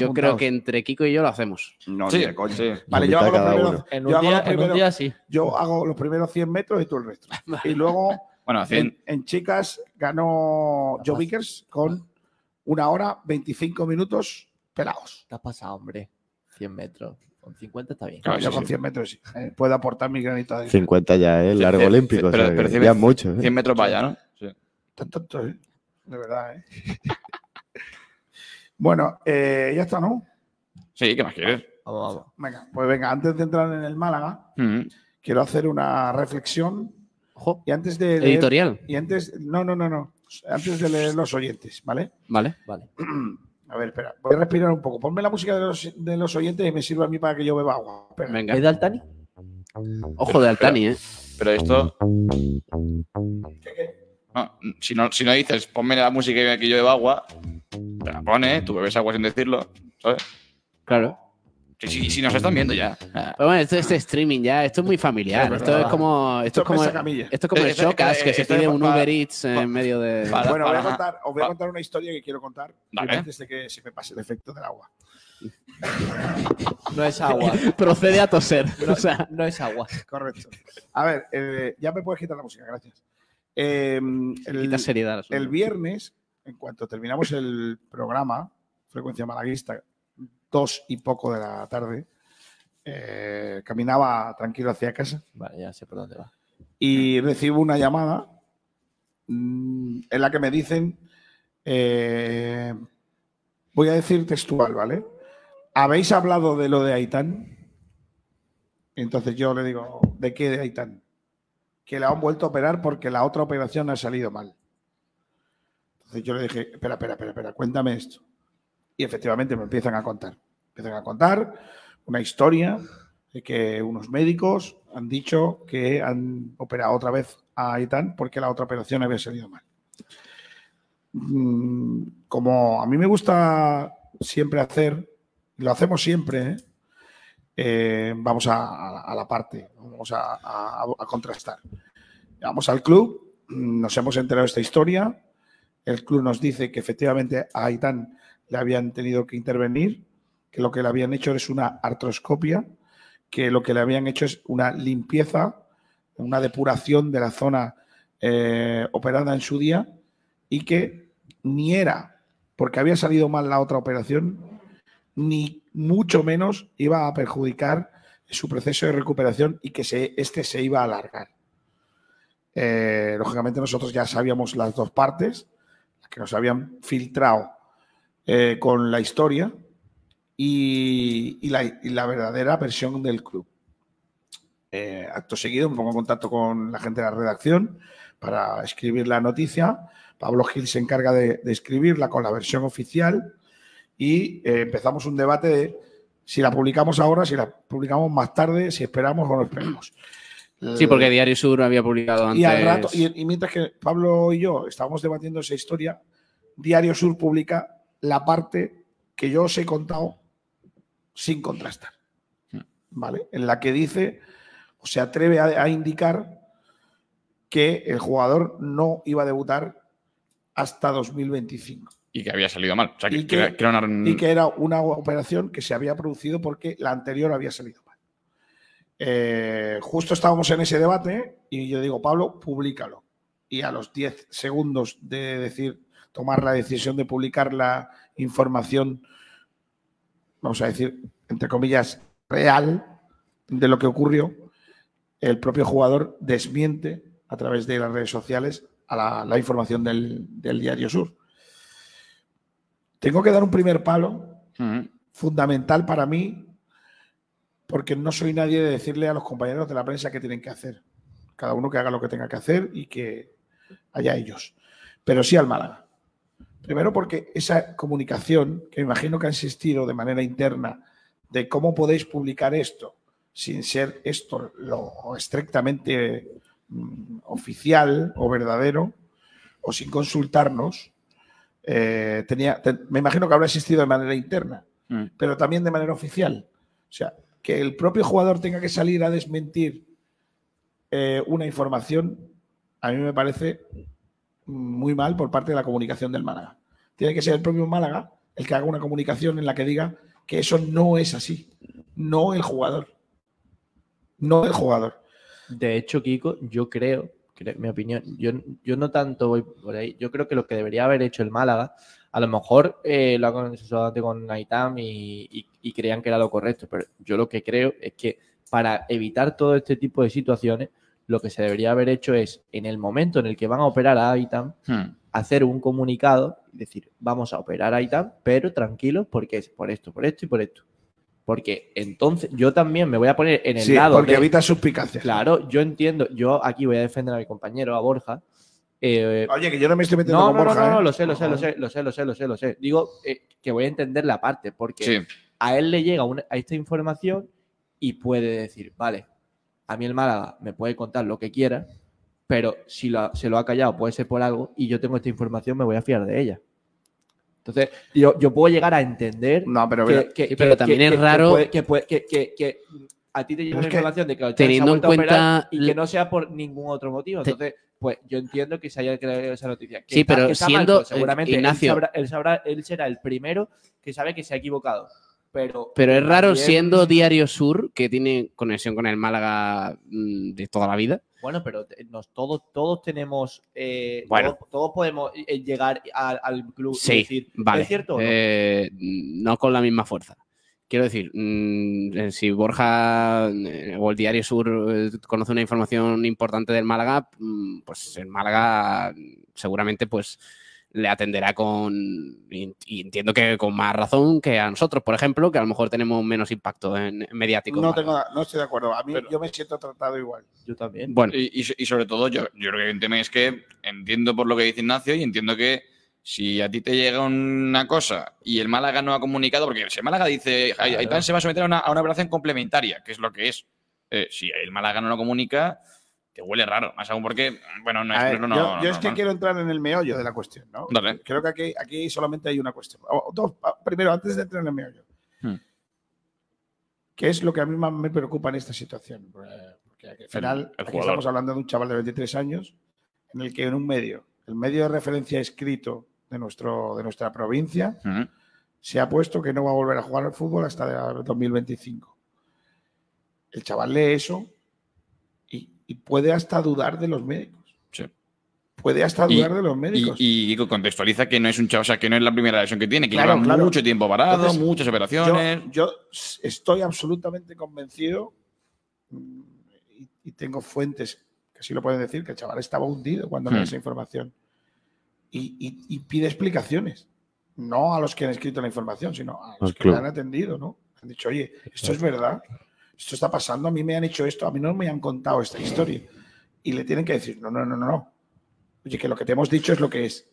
Speaker 11: Yo creo que entre Kiko y yo lo hacemos.
Speaker 2: No,
Speaker 13: Sí, ni de coña. sí.
Speaker 2: Vale, yo hago los primeros.
Speaker 6: En
Speaker 2: yo
Speaker 6: un
Speaker 2: hago
Speaker 6: día-
Speaker 2: los
Speaker 6: en un
Speaker 2: primeros-
Speaker 6: día sí.
Speaker 2: Yo hago los primeros 100 metros y tú el resto. Y luego
Speaker 13: Bueno,
Speaker 2: en,
Speaker 13: hacen-
Speaker 2: en chicas ganó Joe Vickers con una hora 25 minutos pelados.
Speaker 6: Te has pasado, hombre. 100 metros. Con 50 está bien.
Speaker 2: yo con 100 metros sí. Eh, puedo aportar mi granito de
Speaker 12: 50 ya, ¿eh? Largo
Speaker 13: Cien-
Speaker 12: olímpico. o
Speaker 13: pero-
Speaker 12: sea que
Speaker 13: pero cien-
Speaker 12: ya es mucho. ¿eh?
Speaker 13: 100 metros para allá, ¿no?
Speaker 2: Tan tonto, ¿eh? De verdad, ¿eh? bueno, eh, ya está, ¿no?
Speaker 13: Sí, ¿qué más quieres?
Speaker 6: Vamos, vamos.
Speaker 2: Venga, pues venga, antes de entrar en el Málaga,
Speaker 13: Ujú.
Speaker 2: quiero hacer una reflexión. Y antes de. leer-
Speaker 11: Editorial.
Speaker 2: y antes. No, no, no, no. Antes de leer los oyentes, ¿vale?
Speaker 11: Vale, vale.
Speaker 2: A ver, espera, voy a respirar un poco. Ponme la música de los, de los oyentes y me sirve a mí para que yo beba agua. Espera.
Speaker 11: Venga.
Speaker 6: ¿Es de Altani?
Speaker 11: Ojo de Altani, ¿eh?
Speaker 13: Pero esto. No, si, no, si no dices, ponme la música y que yo bebo agua, te la pone, tú bebes agua sin decirlo, ¿sabes?
Speaker 11: Claro.
Speaker 13: Sí, sí, sí, nos están viendo ya. Ah.
Speaker 11: Pero bueno, esto es streaming ya, esto es muy familiar.
Speaker 13: Es
Speaker 11: esto
Speaker 13: verdad.
Speaker 11: es como. Esto,
Speaker 13: Esto
Speaker 11: es como.
Speaker 13: pesa camilla.
Speaker 11: Esto es como el
Speaker 13: Eh, eh,
Speaker 11: Shocas
Speaker 13: eh,
Speaker 11: que se
Speaker 13: esto es
Speaker 11: pide
Speaker 13: pa-
Speaker 11: un
Speaker 13: pa-
Speaker 11: Uber Eats en medio de.
Speaker 2: bueno, voy a contar, os voy a contar una historia que quiero contar
Speaker 11: Dale.
Speaker 2: antes de que se me pase el efecto del agua.
Speaker 6: No es agua.
Speaker 11: Procede a toser.
Speaker 6: No,
Speaker 11: o sea,
Speaker 6: no es agua.
Speaker 2: Correcto. A ver, eh, ya me puedes quitar la música, gracias. Eh, el,
Speaker 11: Quita seriedad al asunto.
Speaker 2: el viernes, en cuanto terminamos el programa, Frecuencia Malaguista, dos y poco de la tarde, eh, caminaba tranquilo hacia casa
Speaker 6: Vale, ya sé por dónde va.
Speaker 2: y recibo una llamada mm, en la que me dicen, eh, voy a decir textual, ¿vale? ¿Habéis hablado de lo de Aitán? Entonces yo le digo, ¿de qué de Aitán? que la han vuelto a operar porque la otra operación ha salido mal. Entonces yo le dije, espera, espera, espera, espera, cuéntame esto. Y efectivamente me empiezan a contar. Empiezan a contar una historia de que unos médicos han dicho que han operado otra vez a Aitán porque la otra operación había salido mal. Mm, Como a mí me gusta siempre hacer, lo hacemos siempre, ¿eh? Eh, vamos a, a- a la parte, vamos a, a- a contrastar. Vamos al club, mm, nos hemos enterado de esta historia, el club nos dice que efectivamente a Aitán le habían tenido que intervenir, que lo que le habían hecho es una artroscopia, que lo que le habían hecho es una limpieza, una depuración de la zona eh, operada en su día y que ni era porque había salido mal la otra operación, ni mucho menos iba a perjudicar su proceso de recuperación y que se, este se iba a alargar. Eh, lógicamente nosotros ya sabíamos las dos partes, las que nos habían filtrado eh, con la historia y, y la, y la verdadera versión del club. Eh, acto seguido me pongo en contacto con la gente de la redacción para escribir la noticia. Pablo Gil se encarga de, de escribirla con la versión oficial y eh, empezamos un debate de si la publicamos ahora, si la publicamos más tarde, si esperamos o no esperamos.
Speaker 11: Sí, porque Diario Sur había publicado antes.
Speaker 2: Y al rato, y, y mientras que Pablo y yo estábamos debatiendo esa historia, Diario Sur publica la parte que yo os he contado sin contrastar. ¿Vale? En la que dice, o se atreve a, a indicar que el jugador no iba a debutar hasta 2025.
Speaker 13: Y que había salido mal. O sea, que, que era- que era una-
Speaker 2: Y que era una operación que se había producido porque la anterior había salido mal. Eh, justo estábamos en ese debate y yo digo, Pablo, públicalo. Y a los 10 segundos de decir, tomar la decisión de publicar la información, vamos a decir, entre comillas, real de lo que ocurrió, el propio jugador desmiente a través de las redes sociales a la, la información del- del Diario Sur. Tengo que dar un primer palo fundamental para mí, porque no soy nadie de decirle a los compañeros de la prensa qué tienen que hacer. Cada uno que haga lo que tenga que hacer y que haya ellos. Pero sí al Málaga. Primero porque esa comunicación, que me imagino que ha existido de manera interna, de cómo podéis publicar esto sin ser esto lo estrictamente mm, oficial o verdadero, o sin consultarnos, eh, tenía, te- me imagino que habrá existido de manera interna pero también de manera oficial. O sea, que el propio jugador tenga que salir a desmentir eh, una información, a mí me parece muy mal por parte de la comunicación del Málaga. Tiene que ser el propio Málaga el que haga una comunicación en la que diga que eso no es así, no el jugador. No el jugador.
Speaker 6: De hecho, Kiko, yo creo, cre- mi opinión, yo, yo no tanto voy por ahí, yo creo que lo que debería haber hecho el Málaga, a lo mejor eh, lo ha consensuado antes con Naitam y, y- y creían que era lo correcto, pero yo lo que creo es que para evitar todo este tipo de situaciones, lo que se debería haber hecho es, en el momento en el que van a operar a Aitam,
Speaker 13: Hmm.
Speaker 6: hacer un comunicado y decir, vamos a operar a Aitam, pero tranquilos porque es por esto, por esto y por esto. Porque entonces yo también me voy a poner en el
Speaker 2: Sí,
Speaker 6: lado.
Speaker 2: porque
Speaker 6: de-
Speaker 2: evita suspicacias.
Speaker 6: Claro, yo entiendo. Yo aquí voy a defender a mi compañero, a Borja. Eh,
Speaker 2: Oye, que yo no me estoy metiendo
Speaker 6: no,
Speaker 2: con
Speaker 6: no, no,
Speaker 2: Borja,
Speaker 6: No,
Speaker 2: ¿eh?
Speaker 6: no, lo sé, lo sé, lo sé, lo sé, lo sé, lo sé, lo sé. Digo eh, que voy a entender la parte, porque
Speaker 13: Sí.
Speaker 6: a él le llega una- a esta información y puede decir, vale, a mí el Málaga me puede contar lo que quiera, pero si lo ha- se lo ha callado puede ser por algo y yo tengo esta información, me voy a fiar de ella. Entonces, yo, yo puedo llegar a entender
Speaker 11: pero
Speaker 6: que-
Speaker 11: mira-
Speaker 6: que-
Speaker 11: Sí, pero
Speaker 6: que-
Speaker 11: también
Speaker 6: que-
Speaker 11: es
Speaker 6: que
Speaker 11: raro-
Speaker 6: puede- que puede- que- que- que a ti te llega
Speaker 11: Pero
Speaker 6: una
Speaker 11: es que
Speaker 6: información de que Alcántara se ha
Speaker 11: teniendo en
Speaker 6: vuelto a
Speaker 11: cuenta
Speaker 6: operar y que no sea por ningún otro motivo. Entonces, pues yo entiendo que se haya creado esa noticia. Que
Speaker 11: Sí,
Speaker 6: está-
Speaker 11: pero
Speaker 6: que está mal,
Speaker 11: siendo,
Speaker 6: pues, seguramente
Speaker 11: eh,
Speaker 6: él
Speaker 11: Ignacio-
Speaker 6: sabrá- él, sabrá- él será el primero que sabe que se ha equivocado. Pero,
Speaker 11: Pero es raro
Speaker 6: también-
Speaker 11: siendo Diario Sur, que tiene conexión con el Málaga mm, de toda la vida.
Speaker 6: Bueno, pero te- nos, todos, todos tenemos. eh,
Speaker 11: Bueno.
Speaker 6: todos, todos podemos eh, llegar al, al club y
Speaker 11: Sí,
Speaker 6: decir.
Speaker 11: vale.
Speaker 6: ¿Es cierto o no?
Speaker 11: Eh, no con la misma fuerza. Quiero decir, mm, eh, si Borja eh, o el Diario Sur eh, conoce una información importante del Málaga, mm, pues el Málaga mm, seguramente pues le atenderá con, y y entiendo que con más razón que a nosotros, por ejemplo, que a lo mejor tenemos menos impacto en, en mediático.
Speaker 2: No, tengo, no estoy de acuerdo. A mí yo me siento tratado igual.
Speaker 6: Yo también.
Speaker 11: Bueno.
Speaker 13: Y, y so- y sobre todo, yo, yo creo que hay un tema es que entiendo por lo que dice Ignacio y entiendo que si a ti te llega una cosa y el Málaga no ha comunicado, porque si el Málaga dice "Ay-
Speaker 6: Claro.
Speaker 13: Aitán se va a someter a una, a una operación complementaria, que es lo que es. Eh, si el Málaga no lo comunica, te huele raro. Más aún porque, bueno, no es.
Speaker 2: A ver,
Speaker 13: no, no,
Speaker 2: yo
Speaker 13: no,
Speaker 2: yo es que
Speaker 13: no.
Speaker 2: quiero entrar en el meollo de la cuestión, ¿no?
Speaker 13: Dale.
Speaker 2: Creo que aquí, aquí solamente hay una cuestión. O- dos, pa- primero, antes de entrar en el meollo,
Speaker 13: Hmm.
Speaker 2: ¿qué es lo que a mí más me preocupa en esta situación? Eh, Porque al final,
Speaker 13: el
Speaker 2: aquí
Speaker 13: jugador.
Speaker 2: estamos hablando de un chaval de 23 años en el que en un medio, el medio de referencia escrito de, nuestro, de nuestra provincia,
Speaker 13: Ujú.
Speaker 2: se ha puesto que no va a volver a jugar al fútbol hasta el 2025. El chaval lee eso y, y puede hasta dudar de los médicos.
Speaker 13: Sí.
Speaker 2: Puede hasta
Speaker 13: Y-
Speaker 2: dudar de los médicos.
Speaker 13: Y, y contextualiza que no es un chavo, o sea, que no es la primera lesión que tiene, que
Speaker 2: Claro,
Speaker 13: lleva
Speaker 2: claro.
Speaker 13: mucho tiempo parado,
Speaker 2: Entonces,
Speaker 13: muchas operaciones.
Speaker 2: Yo, yo s- estoy absolutamente convencido mm, y, y tengo fuentes que sí lo pueden decir, que el chaval estaba hundido cuando me
Speaker 13: Hmm.
Speaker 2: dio esa información. Y, y- y pide explicaciones. No a los que han escrito la información, sino a los
Speaker 9: Al
Speaker 2: que
Speaker 9: club.
Speaker 2: la han atendido, ¿no? Han dicho, oye, esto es verdad, esto está pasando, a mí me han hecho esto, a mí no me han contado esta historia. Y le tienen que decir, no, no, no, no, no. Oye, que lo que te hemos dicho es lo que es.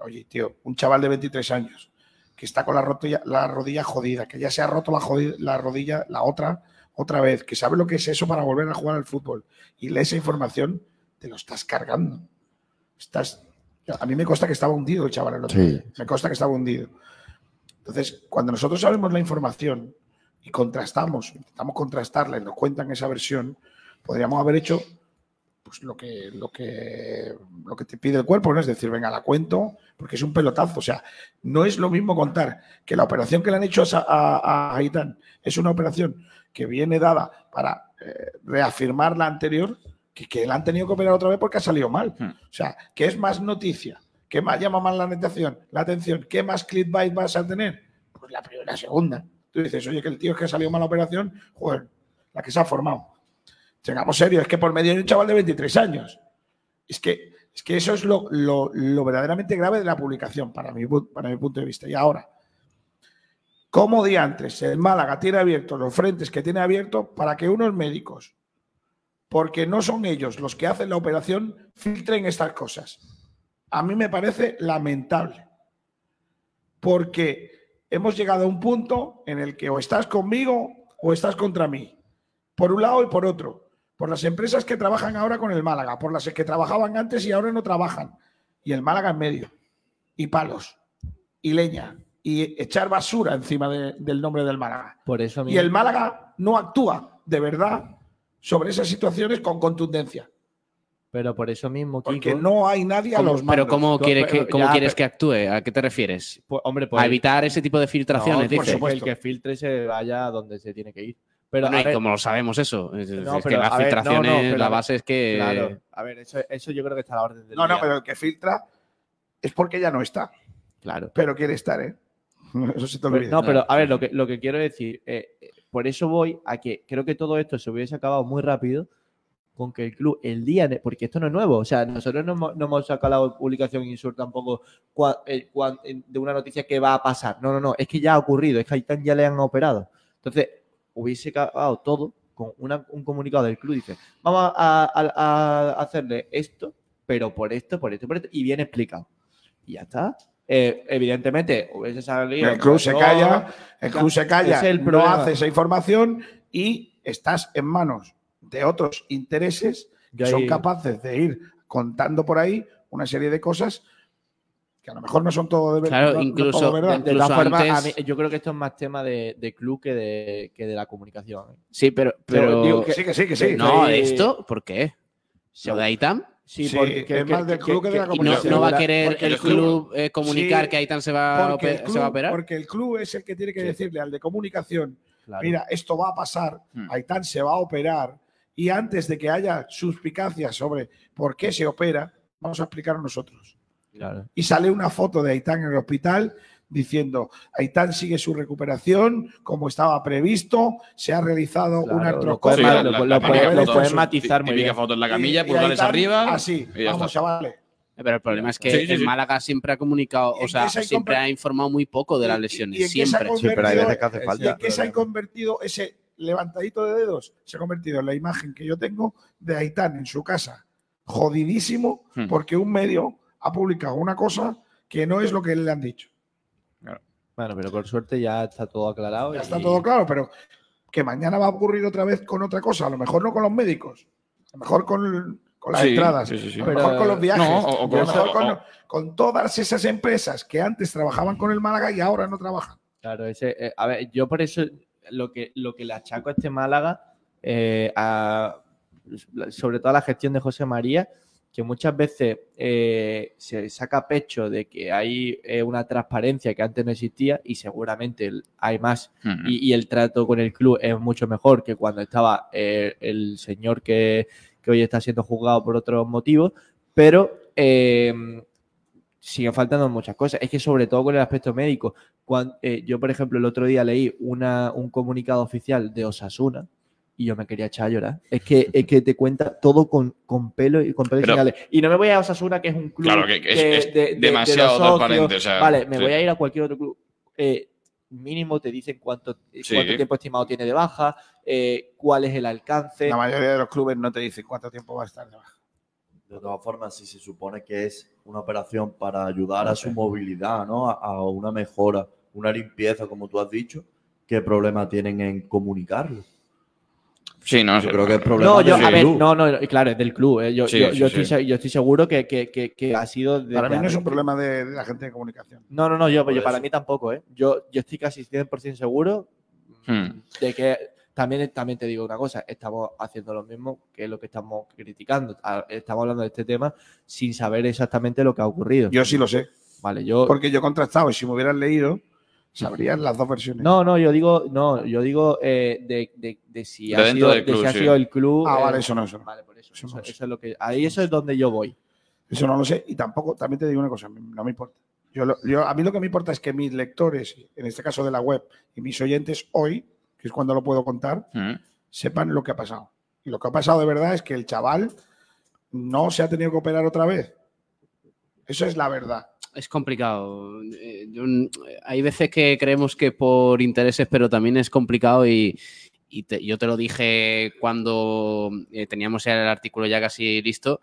Speaker 2: Oye, tío, un chaval de 23 años que está con la rodilla, la rodilla jodida, que ya se ha roto la, jodi- la rodilla, la otra, otra vez, que sabe lo que es eso para volver a jugar al fútbol y lee esa información, te lo estás cargando. Estás, a mí me consta que estaba hundido el chaval. el otro
Speaker 9: Sí.
Speaker 2: día. Me consta que estaba hundido. Entonces, cuando nosotros sabemos la información y contrastamos, intentamos contrastarla y nos cuentan esa versión, podríamos haber hecho pues, lo, que, lo, que, lo que te pide el cuerpo, ¿no? Es decir, venga, la cuento, porque es un pelotazo. O sea, no es lo mismo contar que la operación que le han hecho a, Sa- a, a Aitán es una operación que viene dada para eh, reafirmar la anterior, que, que la han tenido que operar otra vez porque ha salido mal. O sea, que es más noticia, que más llama más la atención, la atención, ¿qué más clickbait vas a tener? Pues la primera, la segunda. Tú dices, oye, que el tío es que ha salido mal la operación, joder, la que se ha formado. Tengamos serio, es que por medio de un chaval de 23 años. Es que, es que eso es lo, lo- lo verdaderamente grave de la publicación, para mi, pu- para mi punto de vista. Y ahora, ¿cómo diantres el Málaga tiene abiertos los frentes que tiene abiertos para que unos médicos, porque no son ellos los que hacen la operación, filtren estas cosas? A mí me parece lamentable. Porque hemos llegado a un punto en el que o estás conmigo o estás contra mí. Por un lado y por otro. Por las empresas que trabajan ahora con el Málaga, por las que trabajaban antes y ahora no trabajan. Y el Málaga en medio. Y palos. Y leña. Y echar basura encima de- del nombre del Málaga.
Speaker 6: Por eso a mí-
Speaker 2: Y el Málaga no actúa de verdad sobre esas situaciones con contundencia.
Speaker 6: Pero por eso mismo, Kiko.
Speaker 2: Porque no hay nadie a
Speaker 6: ¿Cómo-
Speaker 2: los mandos.
Speaker 11: Pero ¿cómo quieres, que,
Speaker 6: pero-
Speaker 11: cómo
Speaker 6: eh, ya,
Speaker 11: quieres
Speaker 6: pero- Pues,
Speaker 11: que actúe? ¿A qué te refieres?
Speaker 6: hombre,
Speaker 11: a evitar ese tipo de filtraciones,
Speaker 6: No,
Speaker 11: dices.
Speaker 6: por supuesto. El que filtre se vaya a donde se tiene que ir. Pero,
Speaker 11: Bueno,
Speaker 6: a
Speaker 11: y
Speaker 6: ver-
Speaker 11: como lo sabemos eso, es, es
Speaker 6: No,
Speaker 11: que
Speaker 6: pero,
Speaker 11: las
Speaker 6: a ver, no, no,
Speaker 11: filtraciones,
Speaker 6: pero-
Speaker 11: la base es que...
Speaker 6: Claro, a ver, eso, eso yo creo que está a la orden del
Speaker 2: No, no,
Speaker 6: día.
Speaker 2: pero el que filtra es porque ya no está.
Speaker 6: Claro.
Speaker 2: Pero quiere estar, ¿eh? Eso se te olvida.
Speaker 6: No, pero a ver, lo que, lo que quiero decir, eh, eh, por eso voy a que creo que todo esto se hubiese acabado muy rápido con que el club, el día, de- porque esto no es nuevo, o sea, nosotros no hemos, no hemos sacado la publicación Insur tampoco cua- eh, cuan- eh, de una noticia que va a pasar, no, no, no, es que ya ha ocurrido, es que a Aitán ya le han operado. Entonces, hubiese acabado todo con una- un comunicado del club, dice, vamos a, a- a hacerle esto, pero por esto, por esto, por esto, y bien explicado. Y ya está. Eh, evidentemente, hubiese salido.
Speaker 2: El club se
Speaker 6: no,
Speaker 2: calla, el
Speaker 6: no,
Speaker 2: club se calla,
Speaker 6: ese es el
Speaker 2: no
Speaker 6: problema.
Speaker 2: hace esa información y estás en manos de otros intereses que
Speaker 6: Yo
Speaker 2: son
Speaker 6: ahí-
Speaker 2: capaces de ir contando por ahí una serie de cosas que a lo mejor no son todo de ver- no- no todo verdad.
Speaker 6: de todas formas, a mí- yo creo que esto es más tema de, de club que de, que de la comunicación. ¿eh?
Speaker 11: Sí, pero...
Speaker 6: Pero
Speaker 11: pero...
Speaker 6: digo que- Sí, que sí, que sí.
Speaker 11: No,
Speaker 6: Sí.
Speaker 11: ¿esto? ¿por qué? ¿Lo de Aitam?
Speaker 6: Sí, Sí,
Speaker 2: Ah,
Speaker 6: porque- es que- más del que- club que de la
Speaker 11: y no,
Speaker 6: comunicación.
Speaker 11: no va a
Speaker 6: Porque
Speaker 11: querer
Speaker 6: el
Speaker 11: el club
Speaker 6: club-
Speaker 11: eh, comunicar
Speaker 2: Sí,
Speaker 11: que Aitam se va, a
Speaker 2: porque
Speaker 11: ope-
Speaker 2: el
Speaker 11: se va a
Speaker 2: club-
Speaker 11: operar?
Speaker 2: Porque el club es el que tiene que decirle al de comunicación,
Speaker 11: Claro.
Speaker 2: mira, esto va a pasar, Aitán se va a operar, y antes de que haya suspicacias sobre por qué se opera, vamos a explicar nosotros.
Speaker 6: Claro.
Speaker 2: Y sale una foto de Aitán en el hospital diciendo, Aitán sigue su recuperación como estaba previsto, se ha realizado una
Speaker 6: lo
Speaker 2: artroscopia.
Speaker 6: puedes ma- lo- lo- lo
Speaker 2: Para
Speaker 6: puedes-
Speaker 2: ver
Speaker 6: lo
Speaker 2: esto
Speaker 6: puedes
Speaker 2: en su-
Speaker 6: matizar muy
Speaker 13: Típica
Speaker 6: bien.
Speaker 13: foto en la
Speaker 2: Y-
Speaker 13: camilla,
Speaker 2: y
Speaker 13: pulgares
Speaker 2: Aitán
Speaker 13: arriba.
Speaker 2: Así,
Speaker 13: y ya
Speaker 2: vamos
Speaker 13: está.
Speaker 2: chavales.
Speaker 11: Eh, Pero el problema es que
Speaker 13: Sí, sí,
Speaker 11: el
Speaker 13: sí.
Speaker 11: Málaga siempre ha comunicado, o sea,
Speaker 2: se ha
Speaker 11: siempre
Speaker 2: compre-
Speaker 11: ha informado muy poco de las
Speaker 2: ¿Y en
Speaker 11: lesiones.
Speaker 2: qué se ha
Speaker 11: Siempre.
Speaker 2: convertido- ¿Y en qué se ha convertido ese levantadito de dedos? Se ha convertido en la imagen que yo tengo de Aitán en su casa, jodidísimo,
Speaker 13: Hmm.
Speaker 2: porque un medio ha publicado una cosa que no es lo que le han dicho.
Speaker 6: Bueno, pero por suerte ya está todo aclarado.
Speaker 2: Ya
Speaker 6: y-
Speaker 2: está todo claro, pero que mañana va a ocurrir otra vez con otra cosa, a lo mejor no con los médicos, a lo mejor con, con las
Speaker 13: Sí,
Speaker 2: entradas,
Speaker 13: sí, sí, sí.
Speaker 2: a lo mejor
Speaker 13: Pero,
Speaker 2: con los viajes,
Speaker 13: no, o- o
Speaker 2: a
Speaker 13: con-
Speaker 2: lo mejor
Speaker 13: o-
Speaker 2: con,
Speaker 13: o-
Speaker 2: con todas esas empresas que antes trabajaban con el Málaga y ahora no trabajan.
Speaker 6: Claro, ese, eh, a ver, yo por eso lo que, lo que le achaco a este Málaga, eh, a- sobre todo a la gestión de José María, que muchas veces eh, se saca pecho de que hay eh, una transparencia que antes no existía y seguramente el- hay más
Speaker 13: Ujú.
Speaker 6: y, y el trato con el club es mucho mejor que cuando estaba eh, el señor que, que hoy está siendo juzgado por otros motivos, pero... eh, siguen faltando muchas cosas. Es que sobre todo con el aspecto médico. Cuan- eh, yo, por ejemplo, el otro día leí una, un comunicado oficial de Osasuna y yo me quería echar a llorar. Es que, es que te cuenta todo con, con pelo y con pelo y
Speaker 13: Pero-
Speaker 6: señales. Y no me voy a Osasuna, que es un club
Speaker 13: Claro, que- que es- es demasiado
Speaker 6: los socios.
Speaker 13: transparente, o sea,
Speaker 6: vale, me
Speaker 13: sí.
Speaker 6: voy a ir a cualquier otro club. Eh, mínimo te dicen cuánto, eh,
Speaker 13: Sí.
Speaker 6: cuánto tiempo estimado tiene de baja, eh, cuál es el alcance.
Speaker 2: La mayoría de los clubes no te dicen cuánto tiempo va a estar de baja.
Speaker 12: De todas formas, si se supone que es una operación para ayudar a su movilidad, ¿no? A, a una mejora, una limpieza, como tú has dicho, ¿qué problema tienen en comunicarlo?
Speaker 13: Sí, no,
Speaker 12: Yo
Speaker 13: sí.
Speaker 12: creo que es problema
Speaker 6: No, yo,
Speaker 12: del
Speaker 6: a ver,
Speaker 12: club.
Speaker 6: no, no, no, claro, es del club. eh. Yo,
Speaker 12: Sí,
Speaker 6: yo-
Speaker 12: sí,
Speaker 6: yo
Speaker 12: sí.
Speaker 6: Estoy, se- yo estoy seguro que, que- que- que ha sido. desde
Speaker 2: Para mí no es un
Speaker 6: arriba.
Speaker 2: problema de, de la gente de comunicación.
Speaker 6: No, no, no, yo,
Speaker 2: Por
Speaker 6: yo para
Speaker 2: eso.
Speaker 6: mí tampoco, ¿eh? Yo, yo estoy casi 100% seguro de que. También, también te digo una cosa, estamos haciendo lo mismo que lo que estamos criticando. A- Estamos hablando de este tema sin saber exactamente lo que ha ocurrido.
Speaker 2: Yo sí lo sé.
Speaker 6: Vale, yo.
Speaker 2: Porque yo he contrastado y si me hubieran leído, sabrían las dos versiones.
Speaker 6: No, no, yo digo, no, yo digo eh, de, de- de si,
Speaker 2: De
Speaker 6: ha
Speaker 2: dentro
Speaker 6: sido,
Speaker 2: del
Speaker 6: de si
Speaker 2: club,
Speaker 6: ha
Speaker 2: sí.
Speaker 6: sido el club.
Speaker 2: Ah,
Speaker 6: eh,
Speaker 2: vale, eso no, eso no.
Speaker 6: Vale, por eso. Eso, eso es lo que. Ahí eso es donde yo voy.
Speaker 2: Eso no lo sé. Y tampoco, también te digo una cosa, no me importa. Yo, lo- yo- a mí lo que me importa es que mis lectores, en este caso de la web, y mis oyentes hoy, que es cuando lo puedo contar, sepan lo que ha pasado. Y lo que ha pasado de verdad es que el chaval no se ha tenido que operar otra vez. Eso es la verdad.
Speaker 11: Es complicado. Eh, yo, mm, Hay veces que creemos que por intereses, pero también es complicado y, y te- yo te lo dije cuando eh, teníamos el artículo ya casi listo,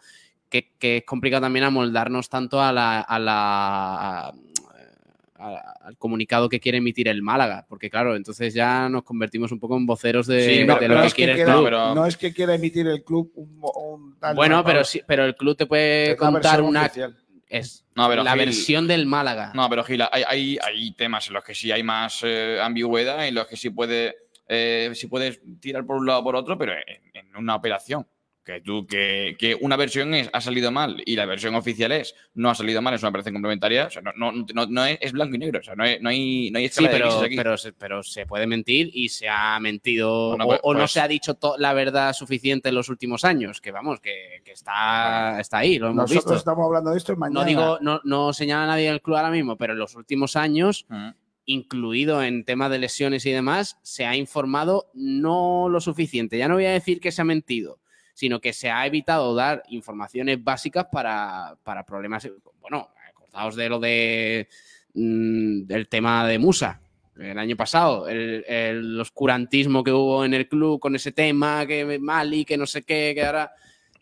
Speaker 11: que, que es complicado también amoldarnos tanto a la, a la- a- a- al comunicado que quiere emitir el Málaga, porque claro, entonces ya nos convertimos un poco en voceros de,
Speaker 2: Sí,
Speaker 11: de
Speaker 2: no,
Speaker 11: lo
Speaker 2: no
Speaker 11: que
Speaker 2: es que
Speaker 11: quiere el
Speaker 2: quiera-
Speaker 11: club.
Speaker 2: no es que quiera emitir el club un, mo- un tal.
Speaker 11: Bueno,
Speaker 2: Juan Pablo.
Speaker 11: pero, sí, ah, pero el club te puede
Speaker 2: Es la
Speaker 11: contar
Speaker 2: versión
Speaker 11: una...
Speaker 2: oficial.
Speaker 11: Es
Speaker 13: No, pero
Speaker 11: la
Speaker 13: Gil-
Speaker 11: versión del Málaga.
Speaker 13: No, pero Gila, hay, hay, hay temas en los que sí hay más eh, ambigüedad, en los que sí puede, eh, sí puedes tirar por un lado o por otro, pero en, en una operación. Que tú, que, que una versión es ha salido mal y la versión oficial es no ha salido mal, es una operación complementaria. O sea, no, no, no, no es, es blanco y negro. O sea, no hay, no hay, no hay
Speaker 11: Sí,
Speaker 13: escala de grises
Speaker 11: pero,
Speaker 13: aquí.
Speaker 11: pero, se- pero se puede mentir y se ha mentido
Speaker 13: Bueno,
Speaker 11: o,
Speaker 13: pues-
Speaker 11: o no
Speaker 13: pues-
Speaker 11: se ha dicho to- la verdad suficiente en los últimos años, que vamos, que, que está, está ahí, lo hemos
Speaker 2: Nosotros
Speaker 11: visto.
Speaker 2: estamos hablando de esto y mañana.
Speaker 11: No digo, no, no señala a nadie del club ahora mismo, pero en los últimos años,
Speaker 2: Mm.
Speaker 11: incluido en tema de lesiones y demás, se ha informado no lo suficiente. Ya no voy a decir que se ha mentido, sino que se ha evitado dar informaciones básicas para, para problemas. Bueno, acordaos de lo de mm, del tema de Musa. El año pasado, el, el oscurantismo que hubo en el club con ese tema, que Mali, que no sé qué, que ahora.